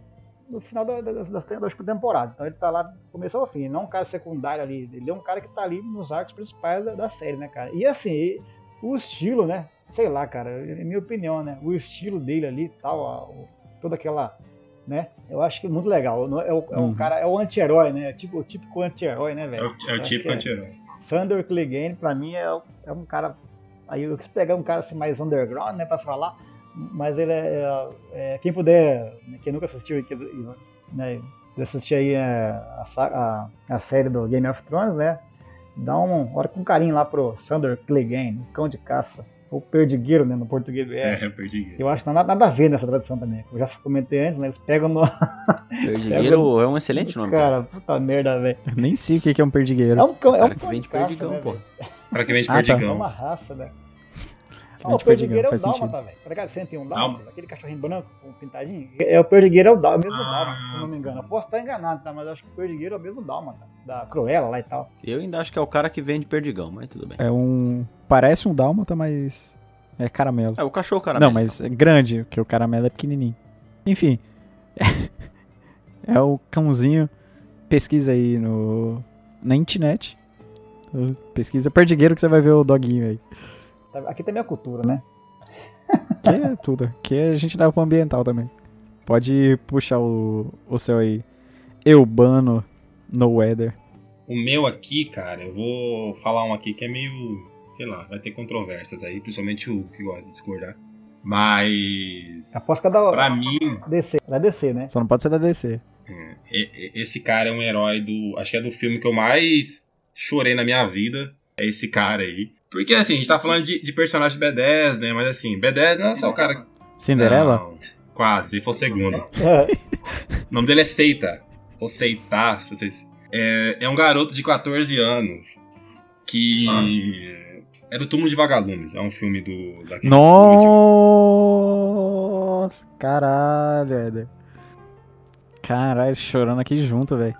Speaker 3: no final da, da, das, da última temporada. Então ele tá lá do começo ao fim. Ele não é um cara secundário ali. Ele é um cara que tá ali nos arcos principais da, da série, né, cara? E assim, o estilo, né? Sei lá, cara, é minha opinião, né? O estilo dele ali e tal, a, o, toda aquela. Né? Eu acho que é muito legal. É o, é o
Speaker 2: Uhum.
Speaker 3: cara, é o anti-herói, né? É tipo, o típico anti-herói, né,
Speaker 4: É
Speaker 3: velho?
Speaker 4: o, é
Speaker 3: Acho
Speaker 4: o tipo
Speaker 3: que é.
Speaker 4: anti-herói.
Speaker 3: Sander Clegane, pra mim, é, é um cara. Aí eu quis pegar um cara assim, mais underground, né, pra falar. Mas ele é. é- é- quem puder, né, quem nunca assistiu, que- né, assistir aí é, a, sa- a, a série do Game of Thrones, né? Dá um. Olha com carinho lá pro Sander Clegane, cão de caça. Ou perdigueiro, né, no português.
Speaker 4: É,
Speaker 3: É.
Speaker 4: eu perdi.
Speaker 3: Eu acho que não há nada a ver nessa tradução também. Como eu já comentei antes, né? Eles pegam no.
Speaker 1: Perdigueiro é um excelente nome, cara.
Speaker 3: Cara, puta merda, velho.
Speaker 2: Eu nem sei o que que é um perdigueiro.
Speaker 3: É um cão, é um
Speaker 1: Cara que
Speaker 3: cão
Speaker 1: vem
Speaker 3: de
Speaker 1: de
Speaker 3: caça,
Speaker 1: perdigão,
Speaker 3: né,
Speaker 1: pô.
Speaker 3: velho?
Speaker 4: Praticamente
Speaker 2: Ah, tá.
Speaker 3: É
Speaker 4: perdigão.
Speaker 3: uma raça, né?
Speaker 2: Que
Speaker 3: Ah,
Speaker 2: vem
Speaker 3: o
Speaker 2: de perdigão,
Speaker 3: perdigueiro é o
Speaker 2: faz sentido.
Speaker 3: dálmata, velho. Tá ligado? Sempre tem um dálmata,
Speaker 4: Dálmata.
Speaker 3: aquele cachorrinho branco com pintadinho. É o perdigueiro é o dálmata, é o mesmo
Speaker 4: Ah,
Speaker 3: dálmata, se eu não me engano. Eu posso estar enganado, tá? Mas eu acho que o perdigueiro é o mesmo dálmata, da Cruella lá e tal.
Speaker 1: Eu ainda acho que é o cara que vende perdigão, mas tudo bem.
Speaker 2: É um. Parece um dálmata, mas. É caramelo.
Speaker 1: É o cachorro, cara.
Speaker 2: Não, mas é grande, porque o caramelo é pequenininho. Enfim. É o cãozinho. Pesquisa aí no. Na internet. Pesquisa perdigueiro que você vai ver o doguinho aí.
Speaker 3: Tá- Aqui também é cultura, né?
Speaker 2: Que é tudo. Que a gente leva pro ambiental também. Pode puxar o, o seu aí. Eubano no weather.
Speaker 4: O meu aqui, cara, eu vou falar um aqui que é meio. sei lá, vai ter controvérsias aí, principalmente o que gosta de discordar. Mas.
Speaker 3: Aposto que é da hora.
Speaker 4: Pra mim,
Speaker 3: Descer, vai descer, né?
Speaker 2: Só não pode ser da DC.
Speaker 4: e- e- esse cara é um herói do. Acho que é do filme que eu mais chorei na minha vida. É esse cara aí. Porque assim, a gente tá falando de, de personagem B10, né? Mas assim, B10 não é só o cara.
Speaker 2: Cinderela?
Speaker 4: Não, quase, se for o segundo.
Speaker 3: É,
Speaker 4: O nome dele é Seita. Ou Seita, se vocês. É, é um garoto de 14 anos que. É do Túmulo de Vagalumes. É um filme do. Daquele estúdio.
Speaker 2: Nossa! Caralho, Eder. Caralho, chorando aqui junto, velho.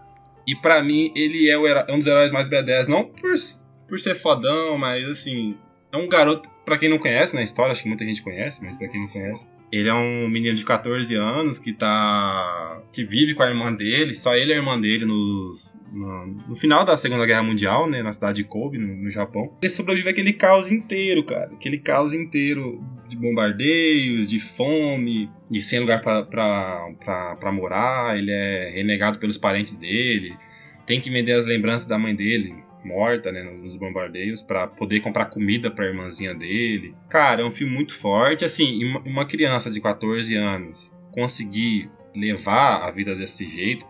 Speaker 4: E pra mim, ele é o heró- é um dos heróis mais B10. Não por, s- por ser fodão, mas assim. É um garoto, pra quem não conhece na história, acho que muita gente conhece, mas pra quem não conhece. Ele é um menino de 14 anos que tá. que vive com a irmã dele, só ele é a irmã dele nos, no, no final da Segunda Guerra Mundial, né? Na cidade de Kobe, no, no Japão. Ele sobrevive àquele caos inteiro, cara. Aquele caos inteiro de bombardeios, de fome, de sem lugar pra, pra, pra, pra morar. Ele é renegado pelos parentes dele. Tem que vender as lembranças da mãe dele, morta, né? Nos bombardeios, pra poder comprar comida pra irmãzinha dele. Cara, é um filme muito forte. Assim, e uma, uma criança de 14 anos conseguir levar a vida desse jeito.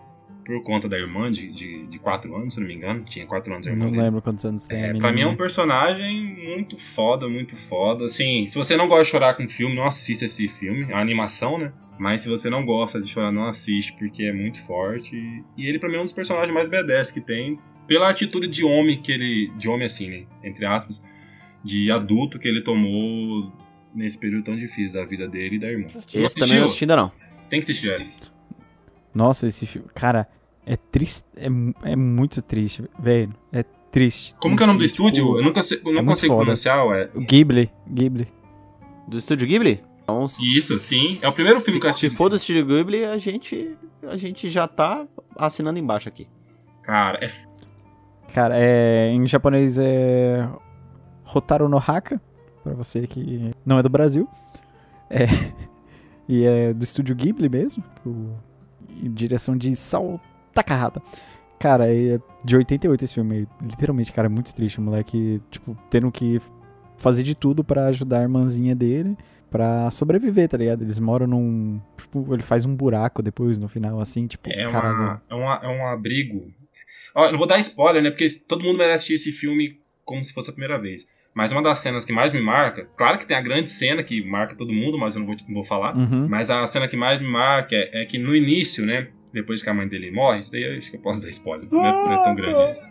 Speaker 4: Por conta da irmã de, de, de 4 anos, se não me engano. Tinha 4 anos a irmã
Speaker 2: Não
Speaker 4: dele.
Speaker 2: lembro quantos anos tem. a
Speaker 4: É,
Speaker 2: menina.
Speaker 4: pra mim é um personagem muito foda, muito foda. Assim, se você não gosta de chorar com filme, não assista esse filme, a animação, né? Mas se você não gosta de chorar, não assiste, porque é muito forte. E ele, pra mim, é um dos personagens mais B10 que tem. Pela atitude de homem que ele. De homem, assim, né? Entre aspas. De adulto que ele tomou nesse período tão difícil da vida dele e da irmã. Não
Speaker 1: Esse também eu não assisti ainda não.
Speaker 4: Tem que assistir, é. Alice.
Speaker 2: Nossa, esse filme. Cara, é triste. É, mu- é muito triste, velho. É triste.
Speaker 4: Como que é o nome do
Speaker 2: triste,
Speaker 4: estúdio?
Speaker 2: tipo,
Speaker 4: Eu nunca sei- é. eu não
Speaker 2: muito
Speaker 4: consigo
Speaker 2: foda.
Speaker 4: pronunciar, ué.
Speaker 2: o Ghibli. Ghibli.
Speaker 1: Do Estúdio Ghibli? Então,
Speaker 4: Isso, sim. É o primeiro filme
Speaker 1: se-
Speaker 4: que eu assisti.
Speaker 1: Se for do Estúdio Ghibli, a gente, a gente já tá assinando embaixo aqui.
Speaker 4: Cara, é
Speaker 2: Cara, é. Em japonês é. Rotaru no Haka. Pra você que não é do Brasil. É. E é do estúdio Ghibli mesmo. o- e direção de Sao Takahata. Cara, é de 88 esse filme. Literalmente, cara, é muito triste. O moleque, tipo, tendo que fazer de tudo pra ajudar a irmãzinha dele pra sobreviver, tá ligado? Eles moram num. Tipo, ele faz um buraco depois no final, assim, tipo,
Speaker 4: É,
Speaker 2: caralho.
Speaker 4: uma, é, uma, é um abrigo. Ó, eu não vou dar spoiler, né? Porque todo mundo merece assistir esse filme como se fosse a primeira vez. Mas uma das cenas que mais me marca, claro que tem a grande cena que marca todo mundo, mas eu não vou, não vou falar.
Speaker 2: Uhum.
Speaker 4: Mas a cena que mais me marca é, é que no início, né? Depois que a mãe dele morre, isso daí eu acho que eu posso dar spoiler. Não é, não é tão grande isso.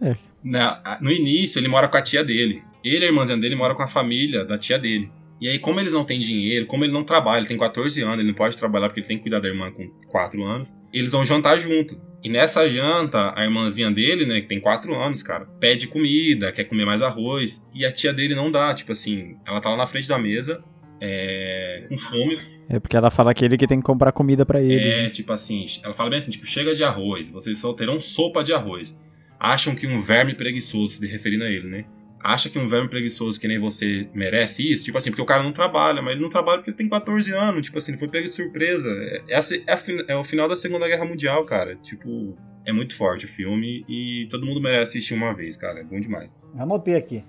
Speaker 2: É.
Speaker 4: Na- a- no início, ele mora com a tia dele. Ele e a irmãzinha dele moram com a família da tia dele. E aí, como eles não têm dinheiro, como ele não trabalha, ele tem 14 anos, ele não pode trabalhar porque ele tem que cuidar da irmã com 4 anos, eles vão jantar junto. E nessa janta, a irmãzinha dele, né, que tem 4 anos, cara, pede comida, quer comer mais arroz, e a tia dele não dá, tipo assim, ela tá lá na frente da mesa, é, com fome,
Speaker 2: É porque ela fala que ele que tem que comprar comida pra né? ele.
Speaker 4: é, tipo assim, ela fala bem assim, tipo, chega de arroz, vocês só terão sopa de arroz. Acham que um verme preguiçoso, se referindo a ele, né? Acha que um verme preguiçoso que nem você merece isso? Tipo assim, porque o cara não trabalha, mas ele não trabalha porque ele tem 14 anos, tipo assim, ele foi pego de surpresa. É- Essa é, a fin- é o final da Segunda Guerra Mundial, cara. Tipo, é muito forte o filme e todo mundo merece assistir uma vez, cara. É bom demais.
Speaker 3: Anotei aqui.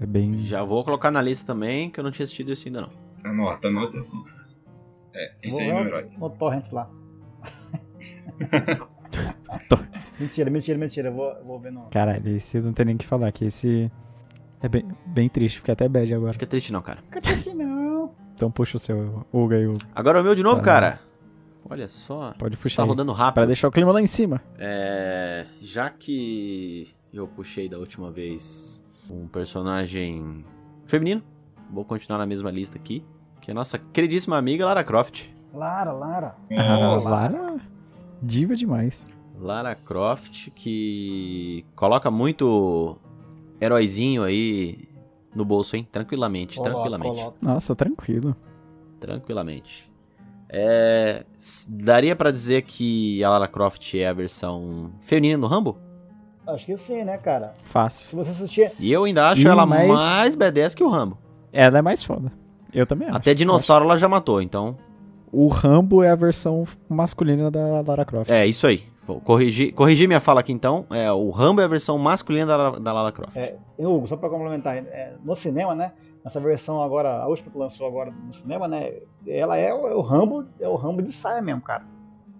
Speaker 2: É bem.
Speaker 1: Já vou colocar na lista também, que eu não tinha assistido isso ainda não.
Speaker 4: Anota, anota assim. É, esse aí é
Speaker 3: Vou lá
Speaker 4: meu herói.
Speaker 3: No torrent lá. mentira, mentira, mentira. Eu vou, vou ver no.
Speaker 2: Caralho, esse não tem nem o que falar, que esse. É bem, bem triste, fiquei até bad agora.
Speaker 1: Fica é triste não, cara.
Speaker 3: Catete não.
Speaker 2: Então puxa o seu, Uga e o.
Speaker 1: Agora é o meu de novo,
Speaker 2: Tá.
Speaker 1: cara. Olha só.
Speaker 2: Pode
Speaker 1: Tá
Speaker 2: puxar. aí.
Speaker 1: rodando rápido.
Speaker 2: Pra deixar o clima lá em cima.
Speaker 1: É, já que eu puxei da última vez um personagem feminino, vou continuar na mesma lista aqui, que é a nossa queridíssima amiga Lara Croft.
Speaker 3: Lara, Lara.
Speaker 2: Ah,
Speaker 4: Nossa.
Speaker 2: Lara. Diva demais.
Speaker 1: Lara Croft que coloca muito heróizinho aí no bolso, hein? Tranquilamente,
Speaker 3: Coloca,
Speaker 1: tranquilamente.
Speaker 3: coloca.
Speaker 2: Nossa, tranquilo.
Speaker 1: Tranquilamente. É, s- daria pra dizer que a Lara Croft é a versão feminina do Rambo?
Speaker 3: Acho que sim, né, cara?
Speaker 2: Fácil.
Speaker 3: Se você assistir.
Speaker 1: E eu ainda acho
Speaker 2: Ih,
Speaker 1: ela
Speaker 2: mas-
Speaker 1: mais badass que o Rambo.
Speaker 2: Ela é mais foda. Eu
Speaker 3: É,
Speaker 2: também acho.
Speaker 1: Até dinossauro ela já matou, então.
Speaker 2: O Rambo é a versão masculina da Lara Croft.
Speaker 1: É, isso aí. Vou corrigir, corrigir minha fala aqui então. É, o Rambo é a versão masculina da, da Lara Croft.
Speaker 3: É, Hugo, só pra complementar, é, no cinema, né? Nessa versão agora, a última que lançou agora no cinema, né? Ela é o, é o Rambo, é o Rambo de saia mesmo, cara.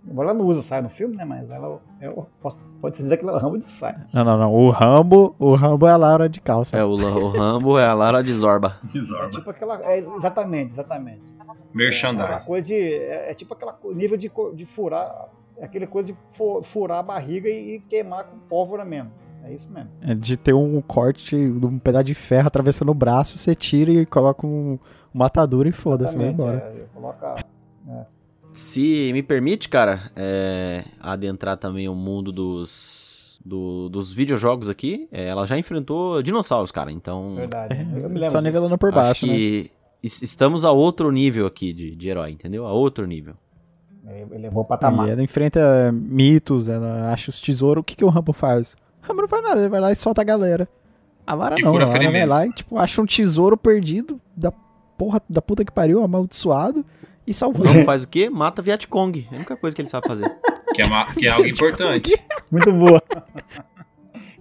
Speaker 3: Embora ela não use saia no filme, né? Mas ela é o, posso- pode dizer que ela é o Rambo de saia.
Speaker 2: Não, não, não. O Rambo, o Rambo é a Lara de calça.
Speaker 1: É, o, La- o Rambo é a Lara de Zorba.
Speaker 3: É
Speaker 4: Bizarro.
Speaker 3: tipo aquela. é, exatamente, exatamente. Aquela
Speaker 4: Merchandise.
Speaker 3: coisa de, é, é tipo aquela co- nível de, co- de furar, é aquele coisa de fu- furar a barriga e, e queimar com pólvora mesmo. É isso mesmo.
Speaker 2: É de ter um corte, um pedaço de ferro atravessando o braço, você tira e coloca um, uma atadura e foda-se, vai
Speaker 3: Exatamente,
Speaker 2: embora.
Speaker 3: é, coloca
Speaker 1: Se me permite, cara, é, adentrar também o mundo dos, do- dos videojogos aqui, é, ela já enfrentou dinossauros, cara. Então,
Speaker 3: verdade. Eu
Speaker 2: É,
Speaker 3: me lembro
Speaker 2: só
Speaker 3: disso.
Speaker 2: nivelando por
Speaker 1: acho
Speaker 2: baixo, né?
Speaker 1: que es- estamos a outro nível aqui de, de herói, entendeu? A outro nível.
Speaker 3: Ele ele levou o
Speaker 2: E
Speaker 1: tá
Speaker 3: patamar.
Speaker 2: ela enfrenta mitos, ela acha os tesouros. O que, que o Rambo faz? O Rambo não faz nada, ele vai lá e solta a galera. A Lara
Speaker 4: E
Speaker 2: não, a
Speaker 4: cura
Speaker 2: Lara vai
Speaker 4: ferimento.
Speaker 2: lá e tipo, acha um tesouro perdido da porra da puta que pariu, amaldiçoado, e
Speaker 1: O
Speaker 2: salvou.
Speaker 1: Rambo faz o quê? Mata Vietcong. É a única coisa que ele sabe fazer.
Speaker 4: Que é, ma- que é algo importante.
Speaker 3: Muito boa.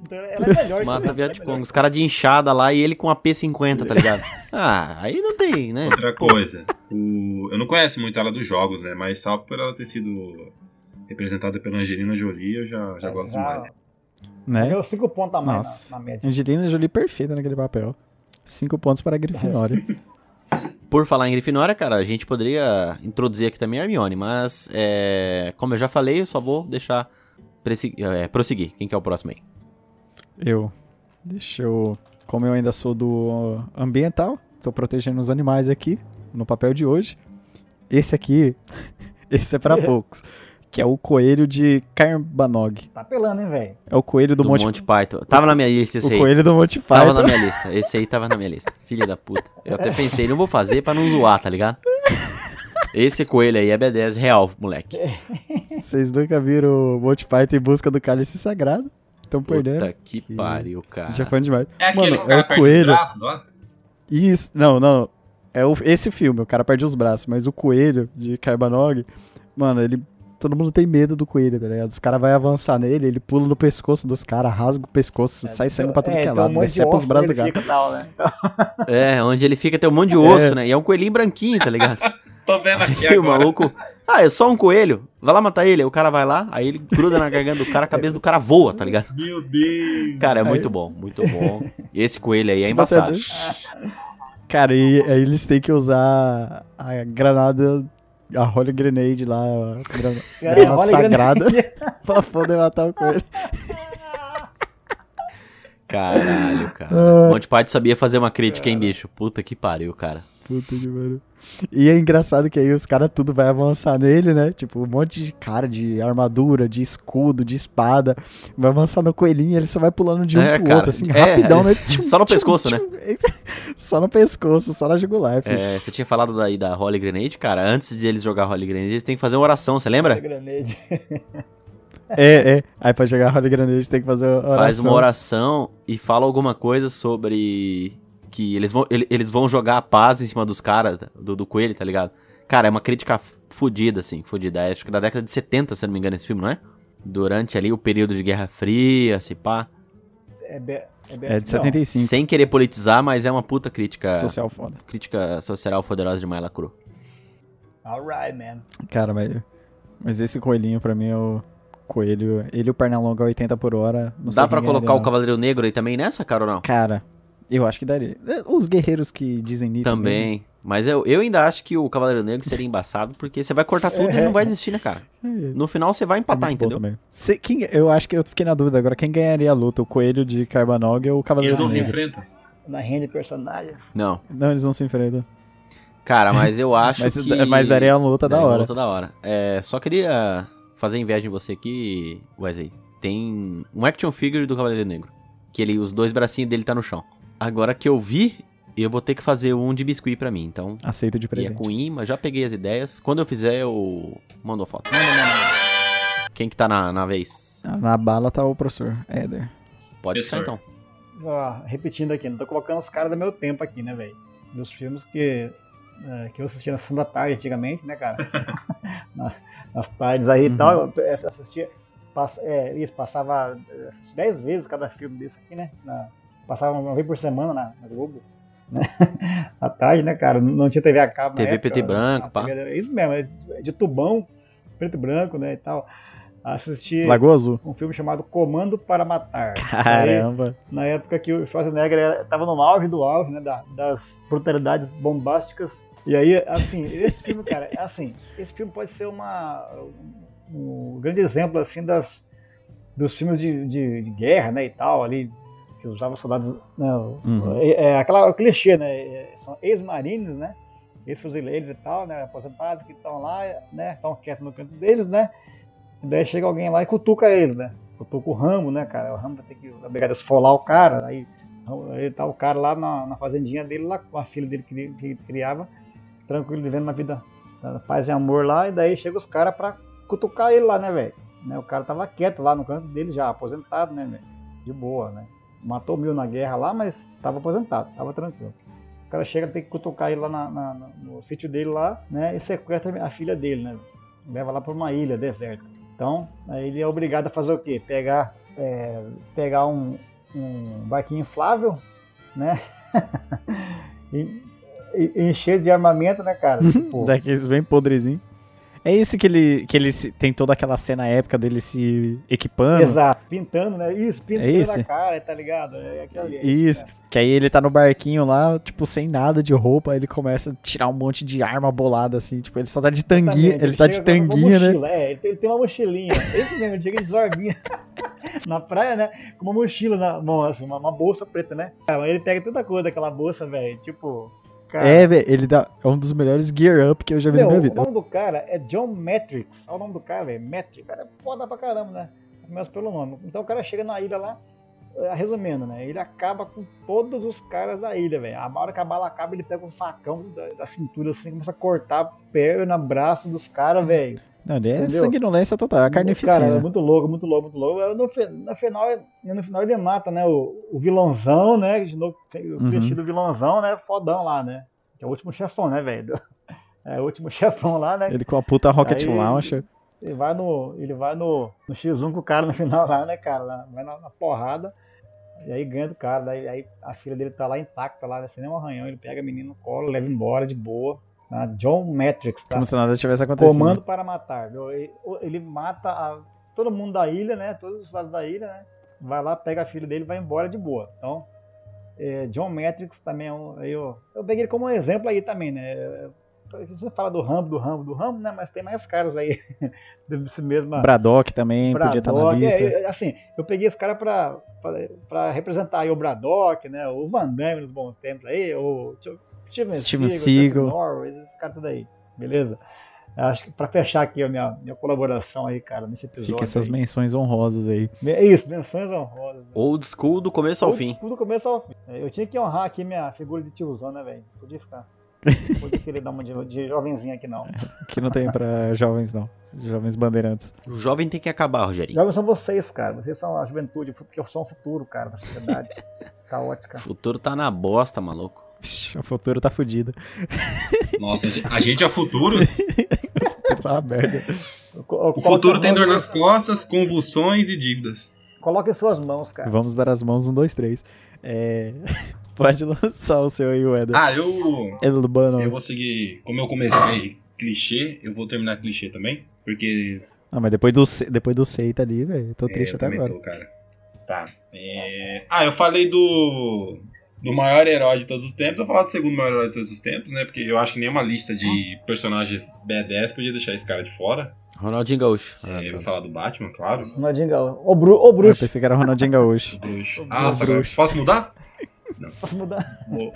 Speaker 3: então ela é melhor que
Speaker 1: Mata
Speaker 3: mesmo,
Speaker 1: Vietcong. Os caras de inchada lá e ele com a P50, tá ligado? Ah, aí não tem, né?
Speaker 4: Outra coisa, o- eu não conheço muito ela dos jogos, né? Mas só por ela ter sido representada pela Angelina Jolie, eu já,
Speaker 3: Ah,
Speaker 4: já
Speaker 3: tá.
Speaker 4: gosto mais.
Speaker 2: né?
Speaker 3: Ganhou 5 pontos a mais
Speaker 2: Nossa.
Speaker 3: na, na média.
Speaker 2: Angelina Jolie perfeita naquele papel. Cinco pontos para a Grifinória.
Speaker 1: Por falar em Grifinória, cara, a gente poderia introduzir aqui também a Hermione, mas é, como eu já falei, eu só vou deixar presi- é, prosseguir. Quem que é o próximo aí?
Speaker 2: Eu. Deixa eu. Como eu ainda sou do ambiental, tô protegendo os animais aqui no papel de hoje. Esse aqui, esse é pra poucos, que é o coelho de Carbanog.
Speaker 3: Tá apelando, hein, velho?
Speaker 2: É o coelho do,
Speaker 1: Do
Speaker 2: Monte,
Speaker 1: Monte Python. Tava na minha lista esse
Speaker 2: o
Speaker 1: aí.
Speaker 2: coelho do Monte
Speaker 1: Tava
Speaker 2: Python.
Speaker 1: na minha lista. Esse aí tava na minha lista. Filha da puta. Eu até pensei, não vou fazer pra não zoar, tá ligado? Esse coelho aí é B10 real, moleque.
Speaker 2: É, Vocês nunca viram o Monte Python em busca do cálice sagrado? Estão perdendo.
Speaker 1: Puta que pariu, cara.
Speaker 2: Já foi demais.
Speaker 4: É aquele
Speaker 2: Mano,
Speaker 4: que o cara
Speaker 2: é o
Speaker 4: perde
Speaker 2: coelho.
Speaker 4: os braços lá?
Speaker 2: Isso, não, não. É o, esse filme, o cara perde os braços, mas o coelho de Carbanog, mano, ele. Todo mundo tem medo do coelho, tá ligado? Os caras vão avançar nele, ele pula no pescoço dos caras, rasga o pescoço, sai saindo pra tudo que é
Speaker 3: tem um
Speaker 2: lado,
Speaker 3: monte de
Speaker 2: decepa os
Speaker 3: ossos
Speaker 2: braços do
Speaker 3: nele
Speaker 2: cara.
Speaker 3: fica e tal, né?
Speaker 1: É, onde ele fica tem um monte de osso, né? E é um coelhinho branquinho, tá ligado?
Speaker 4: Tô vendo aqui
Speaker 1: E o
Speaker 4: agora.
Speaker 1: maluco. Ah, é só um coelho? Vai lá matar ele. Aí O cara vai lá, aí ele gruda na garganta do cara, a cabeça do cara voa, tá ligado?
Speaker 4: Meu Deus!
Speaker 1: Cara, é muito bom, muito bom. Esse coelho aí é
Speaker 2: Tipo, você-
Speaker 1: embaçado.
Speaker 2: Cara, e
Speaker 3: assim,
Speaker 2: aí eles têm que usar a granada, a Holy Grenade lá, a grana-
Speaker 3: Cara,
Speaker 2: granada
Speaker 3: olha É, a
Speaker 2: sagrada,
Speaker 3: grande-
Speaker 2: pra poder matar o coelho.
Speaker 1: Caralho, cara. Monty Python sabia fazer uma crítica, hein, bicho? Puta que pariu, cara.
Speaker 2: Puta que pariu. E é engraçado que aí os caras tudo vai avançar nele, né? Tipo, um monte de cara de armadura, de escudo, de espada. Vai avançar no coelhinho e ele só vai pulando de um
Speaker 1: É,
Speaker 2: pro
Speaker 1: cara.
Speaker 2: outro, assim,
Speaker 1: É,
Speaker 2: rapidão, né? Tchum,
Speaker 1: só no
Speaker 2: tchum,
Speaker 1: pescoço, né?
Speaker 2: tchum. só no pescoço, só na jugular.
Speaker 1: É,
Speaker 2: filho.
Speaker 1: você tinha falado daí da Holy Grenade, cara. Antes de eles jogar Holy Grenade, eles têm que fazer uma oração, você lembra?
Speaker 3: Granade.
Speaker 2: É, é. Aí pra jogar roda granade tem que fazer a oração.
Speaker 1: Faz uma oração e fala alguma coisa sobre que eles vão, ele- eles vão jogar a paz em cima dos caras, do, do coelho, tá ligado? Cara, é uma crítica fodida, assim, fodida. É, Acho que da década de 70, se eu não me engano, esse filme, não é? Durante ali o período de Guerra Fria, se pá.
Speaker 3: É, be... é, be...
Speaker 2: É de
Speaker 3: não,
Speaker 2: 75.
Speaker 1: Sem querer politizar, mas é uma puta crítica.
Speaker 2: Social foda.
Speaker 1: Crítica social poderosa demais, Lacru.
Speaker 3: é Alright, man.
Speaker 2: Cara, mas, mas esse coelhinho pra mim é o coelho. Ele e o Pernalonga a 80 por hora. Não sei
Speaker 1: Dá pra
Speaker 2: quem é ganharia,
Speaker 1: colocar o
Speaker 2: não.
Speaker 1: Cavaleiro Negro aí também nessa, cara, ou não?
Speaker 2: Cara, eu acho que daria. É, Os guerreiros que dizem Nito.
Speaker 1: Também. Mas eu, eu ainda acho que o Cavaleiro Negro seria embaçado, porque você vai cortar tudo
Speaker 2: É.
Speaker 1: e ele não vai existir, né, cara? No final você vai empatar, tá, entendeu?
Speaker 2: Se, quem, eu acho que eu fiquei na dúvida agora. Quem ganharia a luta? O coelho de Carbanog ou o
Speaker 4: Eles
Speaker 2: Cavaleiro
Speaker 4: não se
Speaker 2: Negro?
Speaker 4: enfrentam.
Speaker 3: Na renda de personagens.
Speaker 1: Não.
Speaker 2: Não, eles não se enfrentam.
Speaker 1: Cara, mas eu acho
Speaker 2: Mas,
Speaker 1: que.
Speaker 2: mas daria uma luta da
Speaker 1: Daria uma
Speaker 2: hora.
Speaker 1: luta da hora. É, só queria fazer inveja em você aqui, Wesley. Tem um action figure do Cavaleiro Negro. Que ele, os dois bracinhos dele tá no chão. Agora que eu vi, eu vou ter que fazer um de biscuit pra mim. Então,
Speaker 2: Aceito de
Speaker 1: e é
Speaker 2: presente.
Speaker 1: com imã, já peguei as ideias. Quando eu fizer, eu mando a foto. Quem que tá na, na vez?
Speaker 2: Ah, Na bala tá o professor Éder.
Speaker 1: Pode ser
Speaker 4: Professor.
Speaker 1: então.
Speaker 3: Ó, repetindo aqui, não tô colocando os caras do meu tempo aqui, né, velho? Dos filmes que, é, que eu assistia na sessão da tarde antigamente, né, cara? Na- Nas tardes aí e
Speaker 2: Uhum.
Speaker 3: tal, eu é, assistia. pass- é, isso, passava 10 vezes cada filme desse aqui, né? Na- passava uma vez por semana na, na Globo. Né? À tarde, né, cara? Não- Não tinha TV a cabo. na
Speaker 1: TV
Speaker 3: época,
Speaker 1: preto e branco,
Speaker 3: a
Speaker 1: pá.
Speaker 3: TV era- Isso mesmo, é de- de tubão, preto e branco, né, e tal. Assisti
Speaker 2: Lagoa Azul.
Speaker 3: um filme chamado Comando para Matar. Isso aí-
Speaker 2: Caramba.
Speaker 3: na época que o Schwarzenegger estava no auge do auge, né, da- das brutalidades bombásticas. E aí, assim, esse filme, cara, é assim, esse filme pode ser uma, um grande exemplo, assim, das, dos filmes de, de, de guerra, né, e tal, ali, que usavam soldados, não,
Speaker 2: Uhum.
Speaker 3: é, é aquela o clichê, né, é, são ex-marines, né, ex-fuzileiros e tal, né, aposentados que estão lá, né, estão quietos no canto deles, né, e daí chega alguém lá e cutuca eles, né, cutuca o Rambo, né, cara, o Rambo tem que, na verdade, esfolar o cara, aí, aí tá o cara lá na, na fazendinha dele, lá com a filha dele que ele- que ele criava, tranquilo, vivendo uma vida da paz e amor lá, e daí chega os caras pra cutucar ele lá, né, velho? Né, o cara tava quieto lá no canto dele já, aposentado, né, velho? De boa, né? Matou mil na guerra lá, mas tava aposentado, tava tranquilo. O cara chega, tem que cutucar ele lá na- na- na- no sítio dele lá, né? E sequestra a filha dele, né? Leva lá pra uma ilha deserta. Então, aí ele é obrigado a fazer o quê? Pegar, é, pegar um, um barquinho inflável, né? e, e- encher de armamento, né, cara? Tipo,
Speaker 2: Daqueles bem podrezinho. É esse que ele, que ele se- tem toda aquela cena épica dele se equipando.
Speaker 3: Exato, pintando, né? Isso, pintando
Speaker 2: esse?
Speaker 3: a cara, tá ligado? É aquilo ali, é
Speaker 2: É Isso.
Speaker 3: né?
Speaker 2: Que aí ele tá no barquinho lá, tipo, sem nada de roupa, aí ele começa a tirar um monte de arma bolada, assim, tipo, ele só tá de tanguinha,
Speaker 3: Exatamente,
Speaker 2: ele, tá de
Speaker 3: chega com uma
Speaker 2: tanguinha, né?
Speaker 3: mochila, É, ele tem, ele tem uma mochilinha. Esse mesmo, ele chega de zorguinha na praia, né? Com uma mochila na mão, assim, uma, uma bolsa preta, né? Cara, mas ele pega tanta coisa daquela bolsa, velho. Tipo, cara.
Speaker 2: É, velho, ele dá, é um dos melhores gear up que eu já vi
Speaker 3: Meu,
Speaker 2: na minha
Speaker 3: o
Speaker 2: vida.
Speaker 3: nome do cara é John Matrix. Olha o nome do cara, velho. Matrix. O cara é foda pra caramba, né? Começa pelo nome. Então o cara chega na ilha lá, eh, resumindo, né? Ele acaba com todos os caras da ilha, velho. A hora que a bala acaba, ele pega um facão da, da cintura assim, começa a cortar a perna, braço dos caras, velho.
Speaker 2: Não, ele é
Speaker 3: entendeu?
Speaker 2: sanguinolência total, é a
Speaker 3: Cara, é
Speaker 2: carnificina.
Speaker 3: muito louco, muito louco, muito louco. No, fi- no, final, no final ele mata, né? O, o vilãozão, né? De novo, tem o
Speaker 2: Uhum.
Speaker 3: vestido vilãozão, né? Fodão lá, né? Que é o último chefão, né, velho? É o último chefão lá, né?
Speaker 2: Ele com a puta Rocket
Speaker 3: Aí- tá.
Speaker 2: Launcher.
Speaker 3: Ele vai no, ele vai no, no X1 com o cara no final lá, né, cara? Lá, Vai na, na porrada. E aí ganha do cara. Daí, aí a filha dele tá lá intacta, lá, né, sem nenhum arranhão. Ele pega a menina no colo, leva embora de boa. tá? John Matrix, tá?
Speaker 2: Como se nada tivesse acontecido.
Speaker 3: Comando para matar. viu? Ele- Ele mata a- todo mundo da ilha, né? Todos os estados da ilha, né? Vai lá, pega a filha dele e vai embora de boa. Então, é, John Matrix também é um. aí Eu, eu peguei ele como um exemplo aí também, né? É, Você fala do Rambo, do Rambo, do Rambo, né? Mas tem mais caras aí desse mesmo.
Speaker 2: Braddock também, podia estar na
Speaker 3: Braddock,
Speaker 2: lista.
Speaker 3: é, é, assim, eu peguei esse cara pra, pra, pra representar aí o Braddock, né? O Van Damme nos bons tempos aí, o, deixa eu- Steven,
Speaker 2: Steven
Speaker 3: Seagal,
Speaker 2: Seagal.
Speaker 3: Chuck Norris, esses caras tudo aí, beleza? Acho que pra fechar aqui a minha, minha colaboração aí, cara, nesse episódio.
Speaker 2: Fica essas
Speaker 3: aí.
Speaker 2: menções honrosas aí.
Speaker 3: É isso, menções honrosas.
Speaker 1: Old school do começo ao
Speaker 3: Old
Speaker 1: fim.
Speaker 3: school do começo ao fim. É, Eu tinha que honrar aqui minha figura de tiozão, né, velho? Podia ficar. Não podia querer dar uma de, de jovenzinho aqui, não.
Speaker 2: Que não tem pra jovens, não. Jovens bandeirantes.
Speaker 1: O jovem tem que acabar, Rogerinho.
Speaker 3: Jovens são vocês, cara. Vocês são a juventude, porque eu sou o futuro, cara, da sociedade. Caótica.
Speaker 1: O futuro tá na bosta, maluco.
Speaker 2: Vixe, o futuro tá fudido.
Speaker 4: Nossa, a gente- a gente é o futuro.
Speaker 2: Tá uma merda.
Speaker 3: Eu co- eu
Speaker 4: O
Speaker 3: coloco
Speaker 4: futuro
Speaker 3: as
Speaker 4: tem
Speaker 3: mãos-
Speaker 4: dor nas costas, convulsões e dívidas.
Speaker 3: Coloquem suas mãos, cara.
Speaker 2: Vamos dar as mãos, um, dois, três. É... Pode lançar o seu aí, o Eder.
Speaker 4: Ah, eu.
Speaker 2: Elbano.
Speaker 4: Eu vou seguir. Como eu comecei clichê, eu vou terminar clichê também. Porque.
Speaker 2: Ah, mas depois do, se- depois do Seita ali, velho, tô
Speaker 4: é,
Speaker 2: triste
Speaker 4: eu
Speaker 2: até
Speaker 4: também
Speaker 2: agora.
Speaker 4: tô, cara. Tá. é, Ah, eu falei do. Do maior herói de todos os tempos, eu vou falar do segundo maior herói de todos os tempos, né? Porque eu acho que nenhuma lista de personagens B10 podia deixar esse cara de fora.
Speaker 1: Ronaldinho Gaúcho. Ah,
Speaker 4: É, eu
Speaker 1: não.
Speaker 4: vou falar do Batman, claro.
Speaker 3: Não adianta. Ô, Bru, ô
Speaker 2: Ah, Eu
Speaker 3: bruxo.
Speaker 2: pensei que era o Ronaldinho Gaúcho.
Speaker 4: Do bruxo.
Speaker 3: O
Speaker 4: Ah,
Speaker 2: bruxo.
Speaker 4: agora, posso mudar?
Speaker 3: Posso mudar?
Speaker 4: Vou,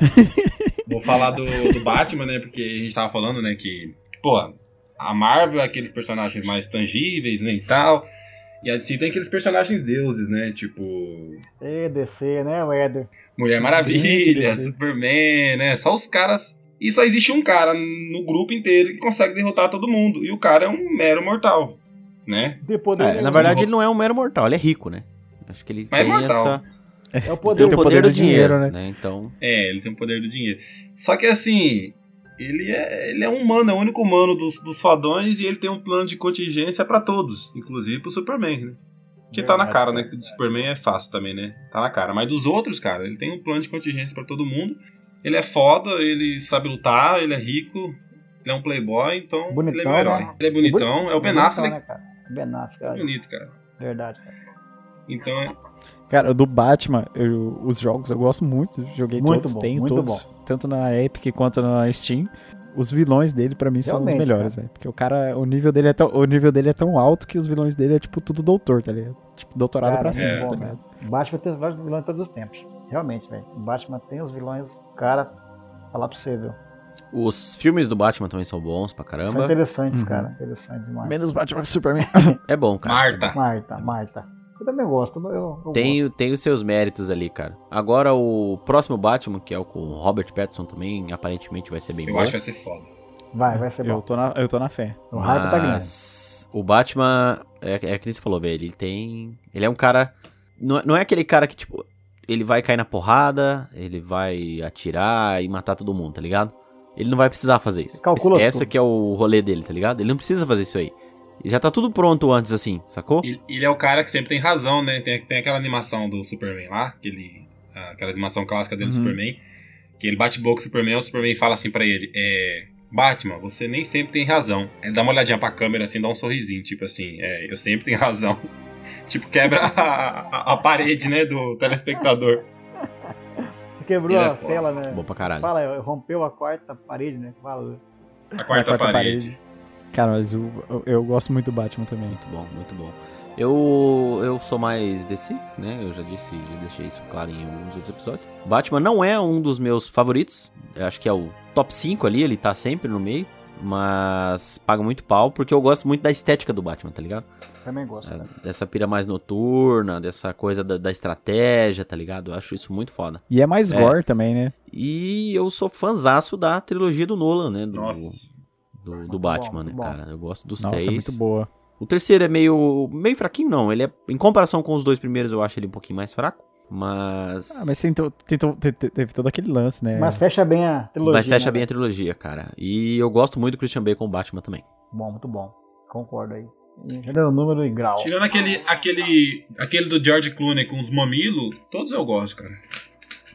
Speaker 4: vou falar do, do Batman, né? Porque a gente tava falando, né, que, pô, a Marvel é aqueles personagens mais tangíveis, né, e tal. E a DC tem aqueles personagens deuses, né? Tipo,
Speaker 3: E descer, né, o Éder?
Speaker 4: Mulher
Speaker 2: Grande
Speaker 4: Maravilha,
Speaker 2: DC.
Speaker 4: Superman, né? Só os caras. E só existe um cara no grupo inteiro que consegue derrotar todo mundo. E o cara é um mero mortal, né?
Speaker 3: Tem poder
Speaker 1: É,
Speaker 3: nenhum.
Speaker 1: na verdade, ele não é um mero mortal, ele é rico, né? Acho que ele
Speaker 4: Mas é
Speaker 1: tem
Speaker 4: mortal.
Speaker 1: essa.
Speaker 3: é o
Speaker 1: Tem
Speaker 3: poder.
Speaker 1: o poder do dinheiro,
Speaker 2: dinheiro,
Speaker 1: né? Então.
Speaker 4: É, ele tem o poder do dinheiro. Só que assim, ele é, ele é um humano, é o único humano dos, dos fadões e ele tem um plano de contingência pra todos, inclusive pro Superman, né? Que tá na
Speaker 3: Verdade,
Speaker 4: cara, né?
Speaker 3: cara.
Speaker 4: Que o do Superman é fácil também, né? Tá na cara. Mas dos outros, cara, ele tem um plano de contingência pra todo mundo. Ele é foda, ele sabe lutar, ele é rico, ele é um playboy, então ele é
Speaker 3: Bonitão,
Speaker 4: meu herói.
Speaker 3: né?
Speaker 4: Ele é bonitão, é o Ben Affleck.
Speaker 3: Né, cara? Ben Affleck,
Speaker 4: É
Speaker 3: olha,
Speaker 4: bonito, cara.
Speaker 3: verdade. Cara.
Speaker 4: Então, é-
Speaker 2: Cara, do Batman, eu- os jogos eu gosto muito. Joguei
Speaker 3: Muito
Speaker 2: todos,
Speaker 3: bom,
Speaker 2: tenho
Speaker 3: muito
Speaker 2: todos. Tanto na Epic quanto na Steam. Os vilões dele, pra mim, são
Speaker 3: Realmente, né?
Speaker 2: os melhores, velho. Porque o cara, o nível, dele é tão, o nível dele é tão alto que os vilões dele é tipo tudo doutor, tá ligado? Tipo, doutorado pra
Speaker 3: Cara, é
Speaker 2: cima,
Speaker 3: bom,
Speaker 2: tá
Speaker 3: né?
Speaker 2: ligado?
Speaker 3: Batman tem os melhores vilões de todos os tempos. Realmente, velho. Batman tem os vilões, cara, falar pra você, viu?
Speaker 1: Os filmes do Batman também são bons pra
Speaker 3: São
Speaker 1: caramba.
Speaker 3: interessantes,
Speaker 2: Uhum.
Speaker 3: cara. Interessante demais.
Speaker 2: Menos Batman que Superman.
Speaker 1: É bom, cara.
Speaker 4: Marta.
Speaker 3: Marta, Marta. Eu também gosto. Eu, eu
Speaker 1: Tem, tem os seus méritos ali, cara. Agora o próximo Batman, que é o com o Robert Pattinson também, aparentemente vai ser bem
Speaker 4: eu
Speaker 1: bom.
Speaker 4: acho que vai ser foda.
Speaker 3: gosto. Vai, Ah, vai ser
Speaker 2: eu,
Speaker 3: bom.
Speaker 2: tô na, eu tô na fé.
Speaker 3: O hype tá grande.
Speaker 1: Mas O Batman, é, é que nem você falou, velho. Ele tem. Ele é um cara. Não, é- não é aquele cara que, tipo, ele vai cair na porrada, ele vai atirar e matar todo mundo, tá ligado? Ele não vai precisar fazer isso.
Speaker 3: Calcula
Speaker 1: Esse- Essa
Speaker 3: tudo.
Speaker 1: que é o rolê dele, tá ligado? Ele não precisa fazer isso aí. E Já tá tudo pronto antes, assim, sacou?
Speaker 4: Ele, ele é o cara que sempre tem razão, né? Tem, tem aquela animação do Superman lá, aquele, aquela animação clássica dele do
Speaker 2: Uhum.
Speaker 4: Superman, que ele bate boca com o Superman, o Superman fala assim pra ele, é... Batman, você nem sempre tem razão. Ele dá uma olhadinha pra câmera assim, dá um sorrisinho, tipo assim, é, eu sempre tenho razão. tipo, quebra a, a- a parede, né, do telespectador.
Speaker 3: Quebrou
Speaker 4: Ele é
Speaker 3: a
Speaker 4: foda.
Speaker 3: tela, né?
Speaker 1: Bom pra caralho.
Speaker 3: Fala, rompeu a quarta parede, né? Fala.
Speaker 4: A quarta,
Speaker 2: Na
Speaker 4: parede.
Speaker 2: Cara, mas eu, eu, eu gosto muito do Batman também.
Speaker 1: Muito bom, muito bom. Eu, eu sou mais DC, né? Eu já disse, já deixei isso claro em alguns outros episódios. Batman não é um dos meus favoritos. Eu acho que é o top 5 ali, ele tá sempre no meio. Mas paga muito pau, porque eu gosto muito da estética do Batman, tá ligado? É,
Speaker 3: Também gosto. né?
Speaker 1: Dessa pira mais noturna, dessa coisa da, da estratégia, tá ligado? Eu acho isso muito foda.
Speaker 2: E é mais
Speaker 1: É.
Speaker 2: gore também, né?
Speaker 1: E eu sou fanzaço da trilogia do Nolan, né? Do,
Speaker 4: Nossa.
Speaker 1: do, do
Speaker 3: Muito bom,
Speaker 1: Batman,
Speaker 3: muito
Speaker 1: né,
Speaker 3: bom.
Speaker 1: cara? Eu gosto dos
Speaker 2: Nossa,
Speaker 1: três.
Speaker 2: é muito boa.
Speaker 1: O terceiro é meio. meio fraquinho, não. Ele é. Em comparação com os dois primeiros, eu acho ele um pouquinho mais fraco. Mas.
Speaker 2: Ah, mas tentou, tentou, te- te- teve todo aquele lance, né?
Speaker 3: Mas fecha bem a trilogia.
Speaker 1: Mas fecha
Speaker 3: né,
Speaker 1: bem a trilogia, cara. E eu gosto muito do Christian Bale com o Batman também.
Speaker 3: Bom, muito bom. Concordo aí. Gênero, número e grau.
Speaker 4: Tirando aquele, aquele, aquele do George Clooney com os mamilos, todos eu gosto, cara.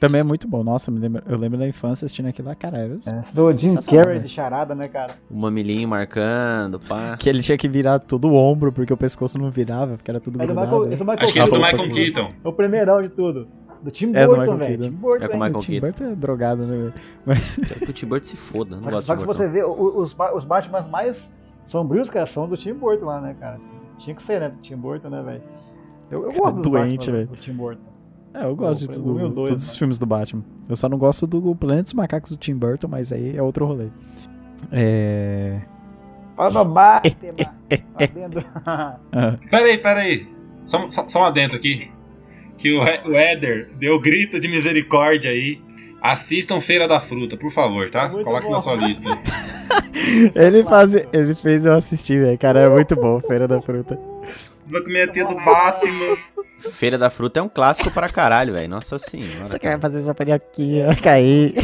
Speaker 2: Também é muito bom. Nossa, eu me lembro, eu lembro da infância assistindo aquilo lá, cara. Era os-
Speaker 3: É, do Jim
Speaker 2: sensacional,
Speaker 3: Carrey
Speaker 2: né?
Speaker 3: de charada, né, cara?
Speaker 1: O mamilinho marcando, pá.
Speaker 2: Que ele tinha que virar todo o ombro, porque o pescoço não virava, porque era tudo
Speaker 3: É do
Speaker 2: grudado.
Speaker 3: Michael,
Speaker 2: né?
Speaker 3: esse é o Michael
Speaker 4: Acho que esse é do
Speaker 2: Keaton.
Speaker 4: Michael Keaton.
Speaker 3: É o primeirão de tudo. Do Tim
Speaker 2: É, do
Speaker 3: Burton,
Speaker 2: Michael
Speaker 3: velho.
Speaker 2: Keaton.
Speaker 3: Tim Burton.
Speaker 1: É com o Michael
Speaker 2: O Tim
Speaker 1: Keaton.
Speaker 2: Burton é drogado, né? velho? Mas
Speaker 1: Quero que o Tim Burton se foda. Não
Speaker 3: Só que,
Speaker 1: gosto
Speaker 3: só
Speaker 1: do
Speaker 3: que
Speaker 1: Tim
Speaker 3: você
Speaker 1: Burton.
Speaker 3: vê, o- os, ba- os Batmans mais sombrios, cara, são do Tim Burton lá, né, cara? Tinha que ser, né? Tim Burton, né, velho? Eu, eu
Speaker 2: Cara
Speaker 3: gosto do
Speaker 2: doente,
Speaker 3: Batman,
Speaker 2: velho.
Speaker 3: do Tim Burton.
Speaker 2: É, eu gosto
Speaker 3: Pô, um
Speaker 2: de
Speaker 3: o
Speaker 2: tudo,
Speaker 3: meu dois, né?
Speaker 2: todos os filmes do Batman. Eu só não gosto do Planeta dos Macacos do Tim Burton, mas aí é outro rolê. É.
Speaker 3: Fala do Batman. Tá dentro.
Speaker 2: ah,
Speaker 4: Peraí, peraí. Só, só, só um adento aqui. Que o, He- o Éder deu grito de misericórdia aí. Assistam Feira da Fruta, por favor, tá?
Speaker 3: Muito
Speaker 4: Coloque
Speaker 3: bom.
Speaker 4: na sua lista.
Speaker 1: é
Speaker 3: é
Speaker 2: ele, faz,
Speaker 1: né?
Speaker 2: ele fez eu assistir, velho. Cara, é muito bom, Feira da Fruta.
Speaker 4: Vou comer a tia do Batman.
Speaker 1: Feira da Fruta é um clássico pra caralho, velho. Nossa senhora.
Speaker 2: Você
Speaker 1: cara.
Speaker 2: quer fazer sua periquinha cair?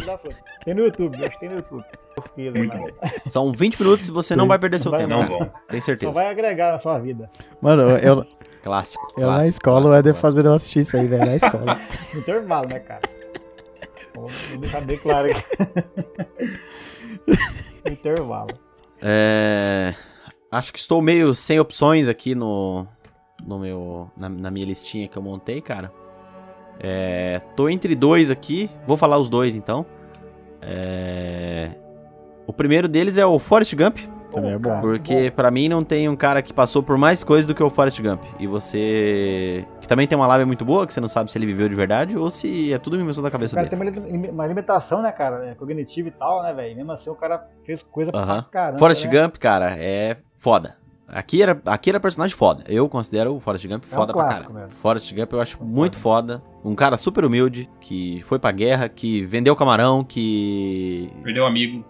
Speaker 3: Tem no YouTube, eu acho que tem no YouTube. Pesquisa,
Speaker 4: Muito
Speaker 3: mano.
Speaker 1: São 20 minutos e você não vai perder seu
Speaker 3: Vai,
Speaker 1: tempo,
Speaker 4: Não
Speaker 1: cara.
Speaker 4: vão.
Speaker 1: Tem
Speaker 3: Só
Speaker 1: certeza.
Speaker 3: vai agregar na sua vida.
Speaker 2: Mano, eu,
Speaker 1: Clássico. clássico,
Speaker 2: eu na escola, o
Speaker 1: clássico,
Speaker 2: Éder
Speaker 1: clássico.
Speaker 2: fazendo eu assistir isso aí, velho, na escola.
Speaker 3: No intervalo, né, cara? Vou deixar bem claro aqui. No intervalo.
Speaker 1: É, Acho que estou meio sem opções aqui no, no meu, na, na minha listinha que eu montei, cara. É... Tô entre dois aqui. Vou falar os dois, então. É, O primeiro deles é o Forrest Gump,
Speaker 2: Também é bom.
Speaker 3: Cara,
Speaker 1: porque pra mim não tem um cara que passou por mais coisas do que o Forrest Gump. E você... Que também tem uma lábia muito boa, que você não sabe se ele viveu de verdade ou se é tudo uma invenção da
Speaker 3: O
Speaker 1: cabeça
Speaker 3: cara
Speaker 1: dele.
Speaker 3: tem uma lim- uma limitação, né, cara? É, Cognitiva e tal, né, velho? Mesmo assim, o cara fez coisa pra
Speaker 1: Aham.
Speaker 3: caramba.
Speaker 1: Forrest
Speaker 3: né?
Speaker 1: Gump, cara, é foda. Aqui era, aqui era personagem foda. Eu considero o Forrest Gump
Speaker 3: É um
Speaker 1: foda pra
Speaker 3: clássico,
Speaker 1: caralho.
Speaker 3: né?
Speaker 1: Forrest Gump eu acho muito foda. Um cara super humilde, que foi pra guerra, que vendeu camarão, que
Speaker 4: Perdeu o amigo.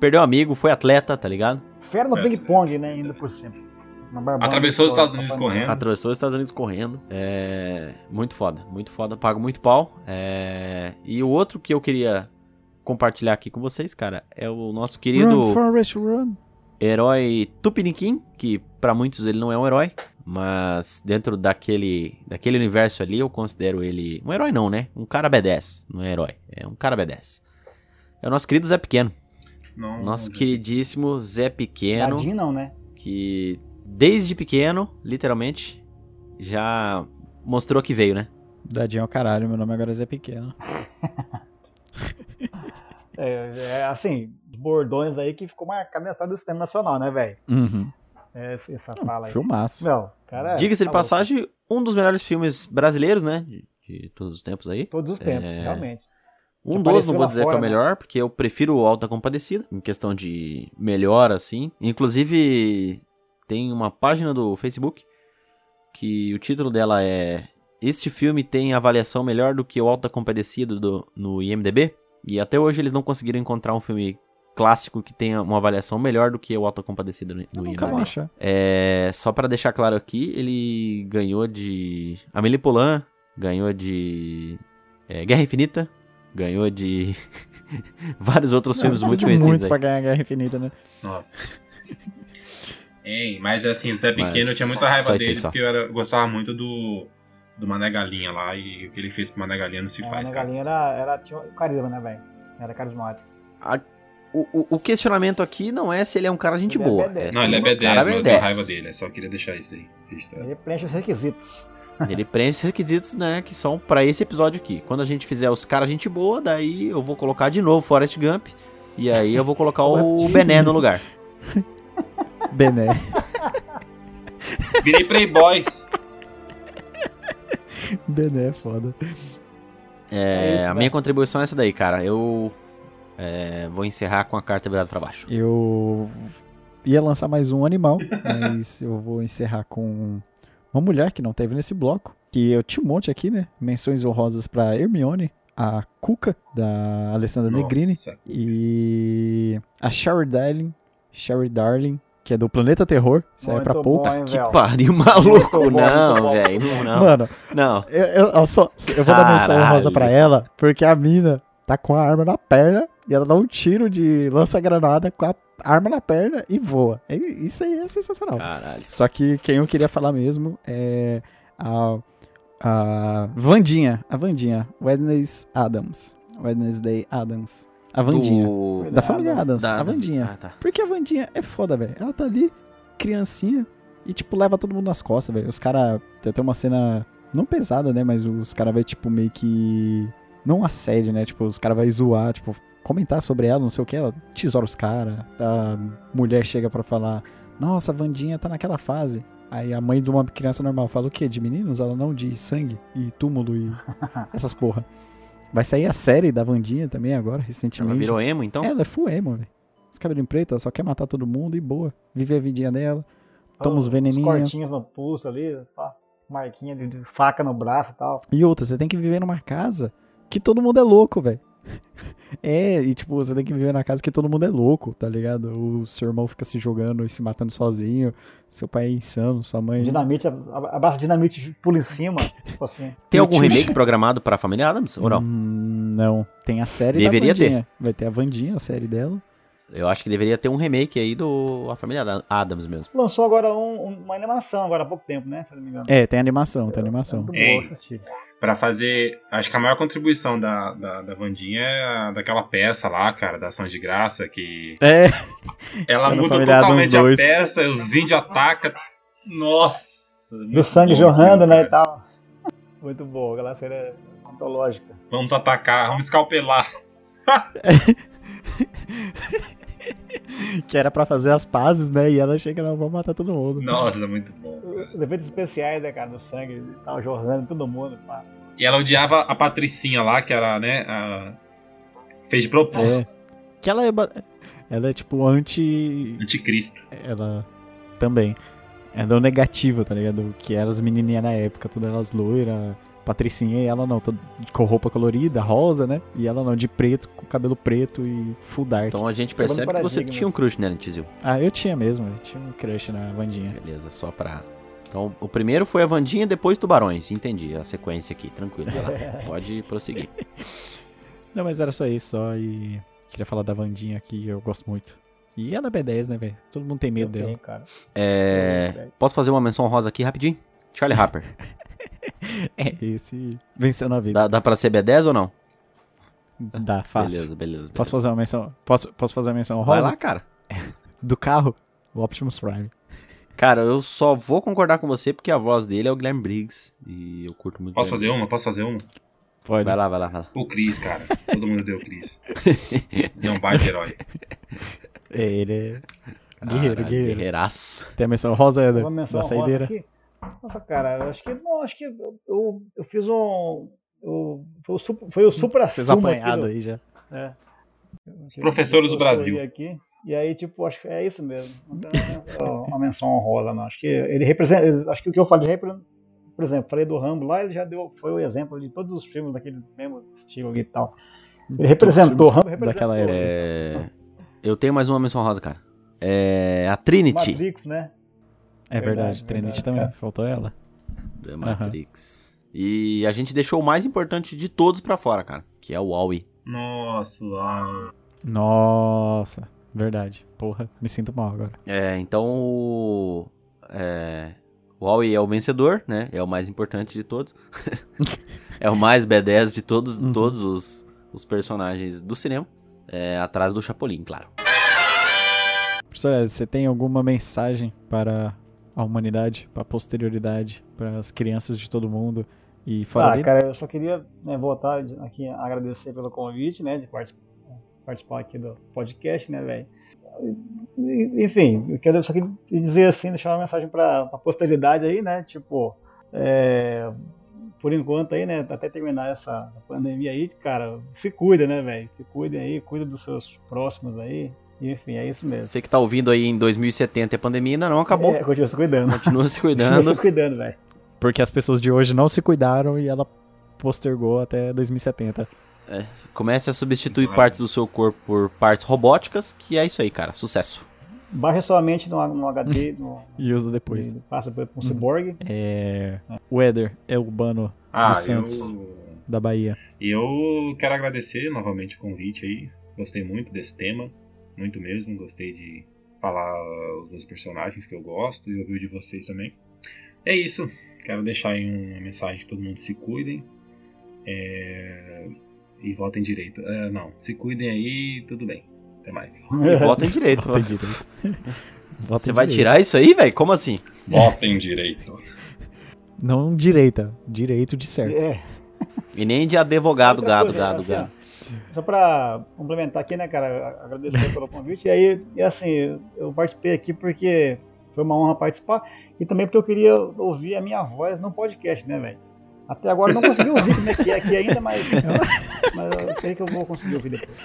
Speaker 1: perdeu um amigo, foi atleta, tá ligado?
Speaker 3: Fera no
Speaker 4: É.
Speaker 3: ping-pong, né? Ainda por cima. Uma barbada,
Speaker 4: Atravessou os
Speaker 3: porra,
Speaker 4: Estados Unidos
Speaker 3: papai Noel.
Speaker 4: correndo.
Speaker 1: Atravessou os Estados Unidos correndo. É. Muito foda, muito foda. Pago muito pau. É. E o outro que eu queria compartilhar aqui com vocês, cara, é o nosso
Speaker 2: Run,
Speaker 1: querido
Speaker 2: Forrest, run.
Speaker 1: herói Tupiniquim, que pra muitos ele não é um herói, mas dentro daquele, daquele universo ali eu considero ele um herói não, né? Um cara B10, não é herói, é um cara B10. É o nosso querido Zé Pequeno,
Speaker 4: Não,
Speaker 1: nosso
Speaker 4: não.
Speaker 1: queridíssimo Zé Pequeno,
Speaker 3: Uhum. Tadinho não, né?
Speaker 1: que desde pequeno, literalmente, já mostrou que veio, né?
Speaker 2: Dadinho é o caralho, meu nome agora é Zé Pequeno.
Speaker 3: É, é, assim, bordões aí que ficou marcado na história do cinema nacional, né, velho?
Speaker 2: Uhum.
Speaker 3: É, essa- essa fala aí.
Speaker 2: Filmaço.
Speaker 3: Não, cara.
Speaker 1: Diga-se de
Speaker 3: tá louco.
Speaker 1: passagem, um dos melhores filmes brasileiros, né? De, de todos os tempos aí.
Speaker 3: Todos os
Speaker 4: É.
Speaker 3: tempos, realmente.
Speaker 1: Um
Speaker 3: Que
Speaker 1: dos,
Speaker 3: apareceu
Speaker 1: não vou
Speaker 3: lá
Speaker 1: dizer que é
Speaker 3: fora,
Speaker 1: o
Speaker 3: né?
Speaker 1: melhor, porque eu prefiro o Alta Compadecida, em questão de melhor, assim. Inclusive, tem uma página do Facebook que o título dela é Este filme tem avaliação melhor do que o Alta Compadecida do, no IMDB. E até hoje eles não conseguiram encontrar um filme clássico que tenha uma avaliação melhor do que o Alta Compadecida no,
Speaker 2: Eu
Speaker 1: no
Speaker 2: nunca
Speaker 1: IMDB.
Speaker 2: vou achar.
Speaker 1: É, só pra deixar claro aqui, ele ganhou de Amélie Poulain, ganhou de é, Guerra Infinita, ganhou de vários outros
Speaker 2: Não,
Speaker 1: filmes
Speaker 2: precisa
Speaker 1: muito
Speaker 2: de
Speaker 1: conhecidos
Speaker 2: muito
Speaker 1: aí.
Speaker 2: pra ganhar Guerra Infinita, né?
Speaker 4: Nossa. Ei, mas assim, o Zé Pequeno,
Speaker 1: Mas
Speaker 4: eu tinha muita raiva
Speaker 1: só isso aí,
Speaker 4: dele,
Speaker 1: só.
Speaker 4: porque eu, era- eu gostava muito do, do Mané Galinha lá, e o que ele fez com o Mané Galinha não se
Speaker 3: É,
Speaker 4: faz,
Speaker 3: a
Speaker 4: cara.
Speaker 3: galinha era, era tinha carisma, né, velho? Era carismático.
Speaker 1: O, o- o questionamento aqui não é se ele é um cara gente
Speaker 3: Ele é
Speaker 1: boa.
Speaker 3: B10.
Speaker 1: se
Speaker 4: Não, ele é
Speaker 1: um
Speaker 4: B10,
Speaker 1: cara
Speaker 4: mas eu tenho
Speaker 1: B10.
Speaker 4: raiva dele, eu só queria deixar isso aí. registrado.
Speaker 3: Ele preenche os requisitos.
Speaker 1: Ele preenche os requisitos, né, que são pra esse episódio aqui. Quando a gente fizer os cara gente boa, daí eu vou colocar de novo Forrest Gump, e aí eu vou colocar
Speaker 2: tipo
Speaker 1: o Bené no lugar.
Speaker 2: Bené.
Speaker 4: Virei Playboy.
Speaker 2: Bené é foda.
Speaker 1: É,
Speaker 3: É isso,
Speaker 1: a
Speaker 3: velho.
Speaker 1: minha contribuição é essa daí, cara. Eu é, vou encerrar com a carta virada pra baixo.
Speaker 2: Eu ia lançar mais um animal, mas eu vou encerrar com uma mulher que não teve nesse bloco. Que eu tinha um monte aqui, né? Menções honrosas pra Hermione, a Cuca, da Alessandra Negrini,
Speaker 4: Nossa,
Speaker 2: e a Sherry Darling, Sherry Darling, que é do Planeta Terror. Isso aí é
Speaker 3: Muito
Speaker 2: pra
Speaker 3: bom,
Speaker 2: poucos.
Speaker 3: hein,
Speaker 1: Que
Speaker 3: velho?
Speaker 1: pariu,
Speaker 3: Muito
Speaker 1: maluco!
Speaker 3: bom, muito
Speaker 1: Tá Não,
Speaker 3: bom.
Speaker 1: velho, não, não,
Speaker 2: Mano,
Speaker 1: não.
Speaker 2: Eu, eu- eu só, eu vou dar menção
Speaker 1: Caralho.
Speaker 2: rosa pra ela, porque a mina tá com a arma na perna e ela dá um tiro de lança-granada com a arma na perna e voa. É- Isso aí é sensacional.
Speaker 1: Caralho.
Speaker 2: Só que quem eu queria falar mesmo é a, a Vandinha, a Vandinha, Wednesday Adams, Wednesday Adams, a Vandinha,
Speaker 1: Do...
Speaker 2: da família Adams,
Speaker 1: da-
Speaker 2: a Vandinha.
Speaker 1: Ah, tá.
Speaker 2: Porque a Vandinha é foda, velho. Ela tá ali, criancinha, e, tipo, leva todo mundo nas costas, velho. Os caras. Tem até uma cena. Não pesada, né? Mas os caras vai, tipo, meio que. Não assédio, né? Tipo, os caras vai zoar, tipo, comentar sobre ela, não sei o que. Ela tesoura os caras. A mulher chega pra falar: Nossa, a Vandinha tá naquela fase. Aí a mãe de uma criança normal fala o quê? De meninos? Ela não, de sangue e túmulo e essas porra. Vai sair a série da Vandinha também agora, recentemente.
Speaker 1: Ela virou emo, então?
Speaker 2: Ela é full emo, velho. Esse cabelo em preto, ela só quer matar todo mundo e boa. Viver a vidinha dela. Toma uns
Speaker 3: Os
Speaker 2: veneninhos.
Speaker 3: cortinhos no pulso ali, pá, marquinha de, de faca no braço e tal.
Speaker 2: E outra, você tem que viver numa casa que todo mundo é louco, velho. É, e tipo, você tem que viver na casa que todo mundo é louco, tá ligado? O seu irmão fica se jogando e se matando sozinho, seu pai é insano, sua mãe.
Speaker 3: Dinamite, a- abraça dinamite, pula em cima, tipo assim.
Speaker 1: Tem
Speaker 2: Eu
Speaker 1: algum
Speaker 2: te-
Speaker 1: remake programado pra Família Adams ou
Speaker 3: Uhum.
Speaker 1: não?
Speaker 2: Hum, não. Tem a série
Speaker 1: Deveria
Speaker 2: da Vandinha. Vai ter a Vandinha, a série dela.
Speaker 1: Eu acho que deveria ter um remake aí do A Família Ada- Adams mesmo.
Speaker 3: Lançou agora um- um- uma animação, agora há pouco tempo, né? Se eu não me engano.
Speaker 2: É, tem animação, tem animação.
Speaker 3: Muito
Speaker 4: Ei.
Speaker 3: bom assistir.
Speaker 4: Pra fazer. Acho que a maior contribuição da, da, da Vandinha é a daquela peça lá, cara, da Ações de Graça, que.
Speaker 2: É,
Speaker 4: Ela
Speaker 2: Ela é
Speaker 4: muda
Speaker 2: familiar dos
Speaker 4: totalmente a
Speaker 2: dois.
Speaker 4: peça, os índios atacam. Nossa!
Speaker 3: Do sangue
Speaker 4: muito bom,
Speaker 3: jorrando, né?
Speaker 4: cara.
Speaker 3: E tal. Muito boa, aquela série é antológica.
Speaker 4: Vamos atacar, vamos escalpelar.
Speaker 2: que era pra fazer as pazes, né? E ela chega, não, vamos matar todo mundo.
Speaker 4: Nossa, muito bom. cara.
Speaker 3: Os efeitos especiais, né, cara? Do sangue e tal, jorrando, todo mundo, pá.
Speaker 4: E ela odiava a Patricinha lá, que era, né? a- Fez de propósito.
Speaker 2: Que ela é. ba- Ela é tipo anti.
Speaker 4: Anticristo.
Speaker 2: Ela também. Ela é o negativo, tá ligado? Que eram as menininhas na época, todas elas loiras, patricinha e ela não, toda- com roupa colorida, rosa, né? E ela não, de preto, com cabelo preto e full dark.
Speaker 1: Então a
Speaker 3: Tá
Speaker 1: gente percebe que você
Speaker 3: paradigmas.
Speaker 1: tinha um crush nela, Tizil.
Speaker 2: Ah, eu tinha mesmo, eu tinha um crush na
Speaker 3: É.
Speaker 2: Vandinha.
Speaker 1: Beleza, só pra. Então, o primeiro foi a Vandinha, depois Tubarões. Entendi a sequência aqui, tranquilo. Vai lá. Pode prosseguir.
Speaker 2: Não, mas era só isso, só e queria falar da Vandinha aqui, eu gosto muito. E ela é B10, né, velho? Todo mundo tem medo
Speaker 3: Eu
Speaker 2: dela.
Speaker 3: tenho, cara.
Speaker 1: É, Posso fazer uma menção rosa aqui rapidinho? Charlie Harper.
Speaker 2: É, esse venceu na vida.
Speaker 1: Dá, dá pra ser B10 ou não?
Speaker 2: Dá, fácil.
Speaker 1: Beleza, beleza.
Speaker 2: Posso
Speaker 1: beleza.
Speaker 2: fazer uma menção? Posso, posso fazer a menção
Speaker 1: Vai
Speaker 2: rosa?
Speaker 1: lá, cara.
Speaker 2: Do carro? O Optimus Prime.
Speaker 1: Cara, eu só vou concordar com você porque a voz dele é o Guilherme Briggs. E eu curto muito.
Speaker 4: Posso
Speaker 1: Guilherme
Speaker 4: fazer uma? Posso fazer uma?
Speaker 2: Pode.
Speaker 1: Briggs. Vai lá, vai lá, vai lá.
Speaker 4: O Cris, cara. Todo mundo deu o Cris. Não baita herói.
Speaker 2: É, ele é. Guerreiro,
Speaker 1: Caralho,
Speaker 2: guerreiro.
Speaker 1: Guerreiraço.
Speaker 2: Tem a menção rosa, Eder,
Speaker 3: Uma menção
Speaker 2: da
Speaker 3: rosa
Speaker 2: saideira.
Speaker 3: aqui. Nossa, cara, eu acho que. Não, acho que eu, eu, eu fiz um. eu- foi o, sup- foi o supra
Speaker 2: Fez um apanhado aí já.
Speaker 3: É.
Speaker 4: Professores do Brasil.
Speaker 3: Aqui, e aí, tipo, acho que é isso mesmo. Não tem uma- uma menção honrosa, não. Acho que ele representa. ele- Acho que o que eu falei, repre- por exemplo, falei do Rambo lá, ele já deu, foi o exemplo de todos os filmes daquele mesmo estilo ali e tal. Ele representou, o Rambo representou.
Speaker 2: daquela época.
Speaker 1: É, Eu tenho mais uma menção rosa, cara. É, a Trinity
Speaker 3: Matrix, né?
Speaker 2: É verdade,
Speaker 3: Verdade,
Speaker 2: Trinity
Speaker 3: verdade, É.
Speaker 2: também.
Speaker 3: cara.
Speaker 2: Faltou ela.
Speaker 1: da Matrix. E a gente deixou o mais importante de todos pra fora, cara. Que é o Wall-E.
Speaker 4: Nossa, ah,
Speaker 2: Nossa, verdade. Porra, me sinto mal agora.
Speaker 1: É, então o. É, o Huawei é o vencedor, né? É o mais importante de todos. é o mais B10 de todos,
Speaker 2: Uhum.
Speaker 1: todos os, os personagens do cinema. É, atrás do Chapolin, claro.
Speaker 2: Professor, Eder, você tem alguma mensagem para a humanidade, para a posterioridade, para as crianças de todo mundo? E fora
Speaker 3: ah,
Speaker 2: dele?
Speaker 3: cara, eu só queria né, voltar de- aqui a agradecer pelo convite, né, de parti- participar aqui do podcast, né, velho. E- Enfim, eu quero só queria dizer assim, deixar uma mensagem para a posteridade aí, né, tipo, é, por enquanto aí, né, até terminar essa pandemia aí, cara, se cuida, né, velho, se cuidem aí, cuida dos seus próximos aí, e, enfim, é isso mesmo.
Speaker 1: Você que tá ouvindo aí em 2070 e a pandemia ainda não acabou.
Speaker 3: É, continua se cuidando.
Speaker 1: Continua se
Speaker 3: Continua se
Speaker 1: cuidando.
Speaker 3: cuidando, velho.
Speaker 2: Porque as pessoas de hoje não se cuidaram e ela postergou até 2070.
Speaker 1: Comece a substituir partes do seu corpo por partes robóticas, que é isso aí, cara. Sucesso.
Speaker 3: Baixa sua mente no, no HD, no,
Speaker 2: E usa depois.
Speaker 3: passa por um cyborg.
Speaker 2: É. O Eder é urbano
Speaker 4: ah
Speaker 2: Dos Santos.
Speaker 4: eu.
Speaker 2: da Bahia.
Speaker 4: E eu quero agradecer novamente o convite aí. Gostei muito desse tema, muito mesmo. Gostei de falar os meus personagens que eu gosto e ouvir o de vocês também. É isso. Quero deixar aí uma mensagem que todo mundo se cuidem. É, E votem direito. É, não, se cuidem aí, tudo bem. Até mais.
Speaker 3: Uhum.
Speaker 1: E votem direito.
Speaker 2: Votem direito.
Speaker 1: Você vai tirar isso aí, velho? Como assim?
Speaker 4: Votem direito.
Speaker 2: Não direita, direito de certo.
Speaker 3: É.
Speaker 1: E nem de advogado,
Speaker 3: Outra
Speaker 1: gado,
Speaker 3: coisa,
Speaker 1: gado,
Speaker 3: assim,
Speaker 1: gado.
Speaker 3: ó, Só pra complementar aqui, né, cara, agradecer pelo convite. E aí, e assim, eu participei aqui porque Foi uma honra participar. E também porque eu queria ouvir a minha voz no podcast, né, velho? Até agora eu não consegui ouvir como é que é aqui ainda, mas, mas eu creio que eu vou conseguir ouvir depois.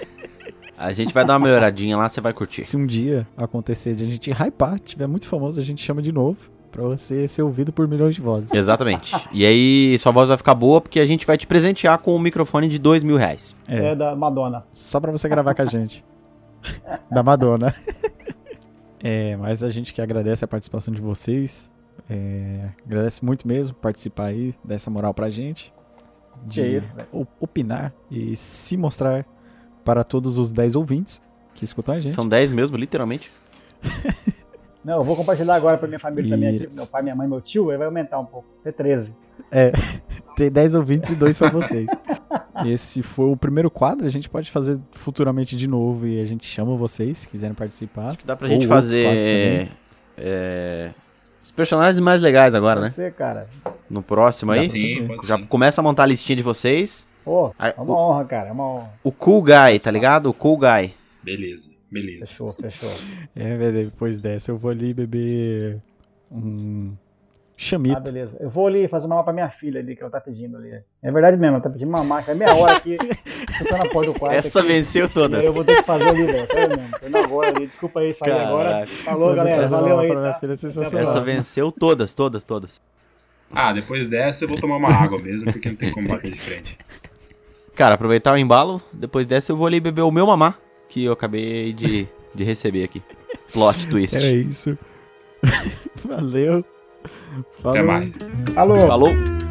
Speaker 1: A gente vai dar uma melhoradinha lá, você vai curtir.
Speaker 2: Se um dia acontecer de a gente hypar, tiver muito famoso, a gente chama de novo pra você ser ouvido por milhões de vozes.
Speaker 1: Exatamente. E aí sua voz vai ficar boa porque a gente vai te presentear com um microfone de dois mil reais.
Speaker 2: É.
Speaker 3: É, da Madonna.
Speaker 2: Só pra você gravar com a gente. da Madonna. É, mas a gente que agradece a participação de vocês. É, agradece muito mesmo participar aí, dessa moral pra gente. De
Speaker 3: Que isso, velho.
Speaker 2: o- opinar e se mostrar para todos os 10 ouvintes que escutam a gente.
Speaker 1: São 10 mesmo, literalmente.
Speaker 3: Não, eu vou compartilhar agora pra minha família também aqui.
Speaker 2: Isso.
Speaker 3: Meu pai, minha mãe, meu tio, aí vai aumentar um pouco. Até 13.
Speaker 2: Tem 10 ouvintes e dois são vocês. Esse foi o primeiro quadro, a gente pode fazer futuramente de novo e a gente chama vocês, se quiserem participar.
Speaker 1: Dá pra
Speaker 2: Ou
Speaker 1: gente
Speaker 2: outros quadros
Speaker 1: fazer. é, os personagens mais legais agora, né?
Speaker 3: Você, cara.
Speaker 1: No próximo aí.
Speaker 4: Sim, pode
Speaker 1: Já
Speaker 4: sim.
Speaker 1: começa a montar a listinha de vocês.
Speaker 3: Pô,
Speaker 1: Aí,
Speaker 3: é uma honra, cara. É uma honra.
Speaker 1: O cool guy, tá ligado? O cool guy.
Speaker 4: Beleza, beleza.
Speaker 3: Fechou, fechou.
Speaker 2: É, velho, depois dessa eu vou ali beber um
Speaker 3: Ah,
Speaker 2: chamito.
Speaker 3: beleza. Eu vou ali fazer mamar pra minha filha ali, que ela tá pedindo ali. É verdade mesmo, ela tá pedindo mamar. Faz meia hora aqui. Eu tô na porta do quarto.
Speaker 1: Essa
Speaker 3: aqui,
Speaker 1: venceu
Speaker 3: e
Speaker 1: todas.
Speaker 3: aí Eu vou ter que fazer ali, velho. Sério mesmo. Tô indo agora ali. Desculpa aí, sair agora.
Speaker 1: Caraca.
Speaker 3: Falou, galera.
Speaker 2: Fazer uma
Speaker 3: Valeu aí.
Speaker 2: pra minha
Speaker 3: tá?
Speaker 2: filha é
Speaker 3: Até a
Speaker 2: sensacional.
Speaker 1: Essa
Speaker 3: próxima.
Speaker 1: venceu todas, todas, todas.
Speaker 4: Ah, depois dessa eu vou tomar uma água mesmo, porque não tem como bater de frente.
Speaker 1: Cara, aproveitar o embalo. Depois dessa eu vou ali beber o meu mamá, que eu acabei de, de receber aqui. Plot twist.
Speaker 2: É isso. Valeu. Falou.
Speaker 4: Até mais.
Speaker 3: Alô.
Speaker 1: Falou.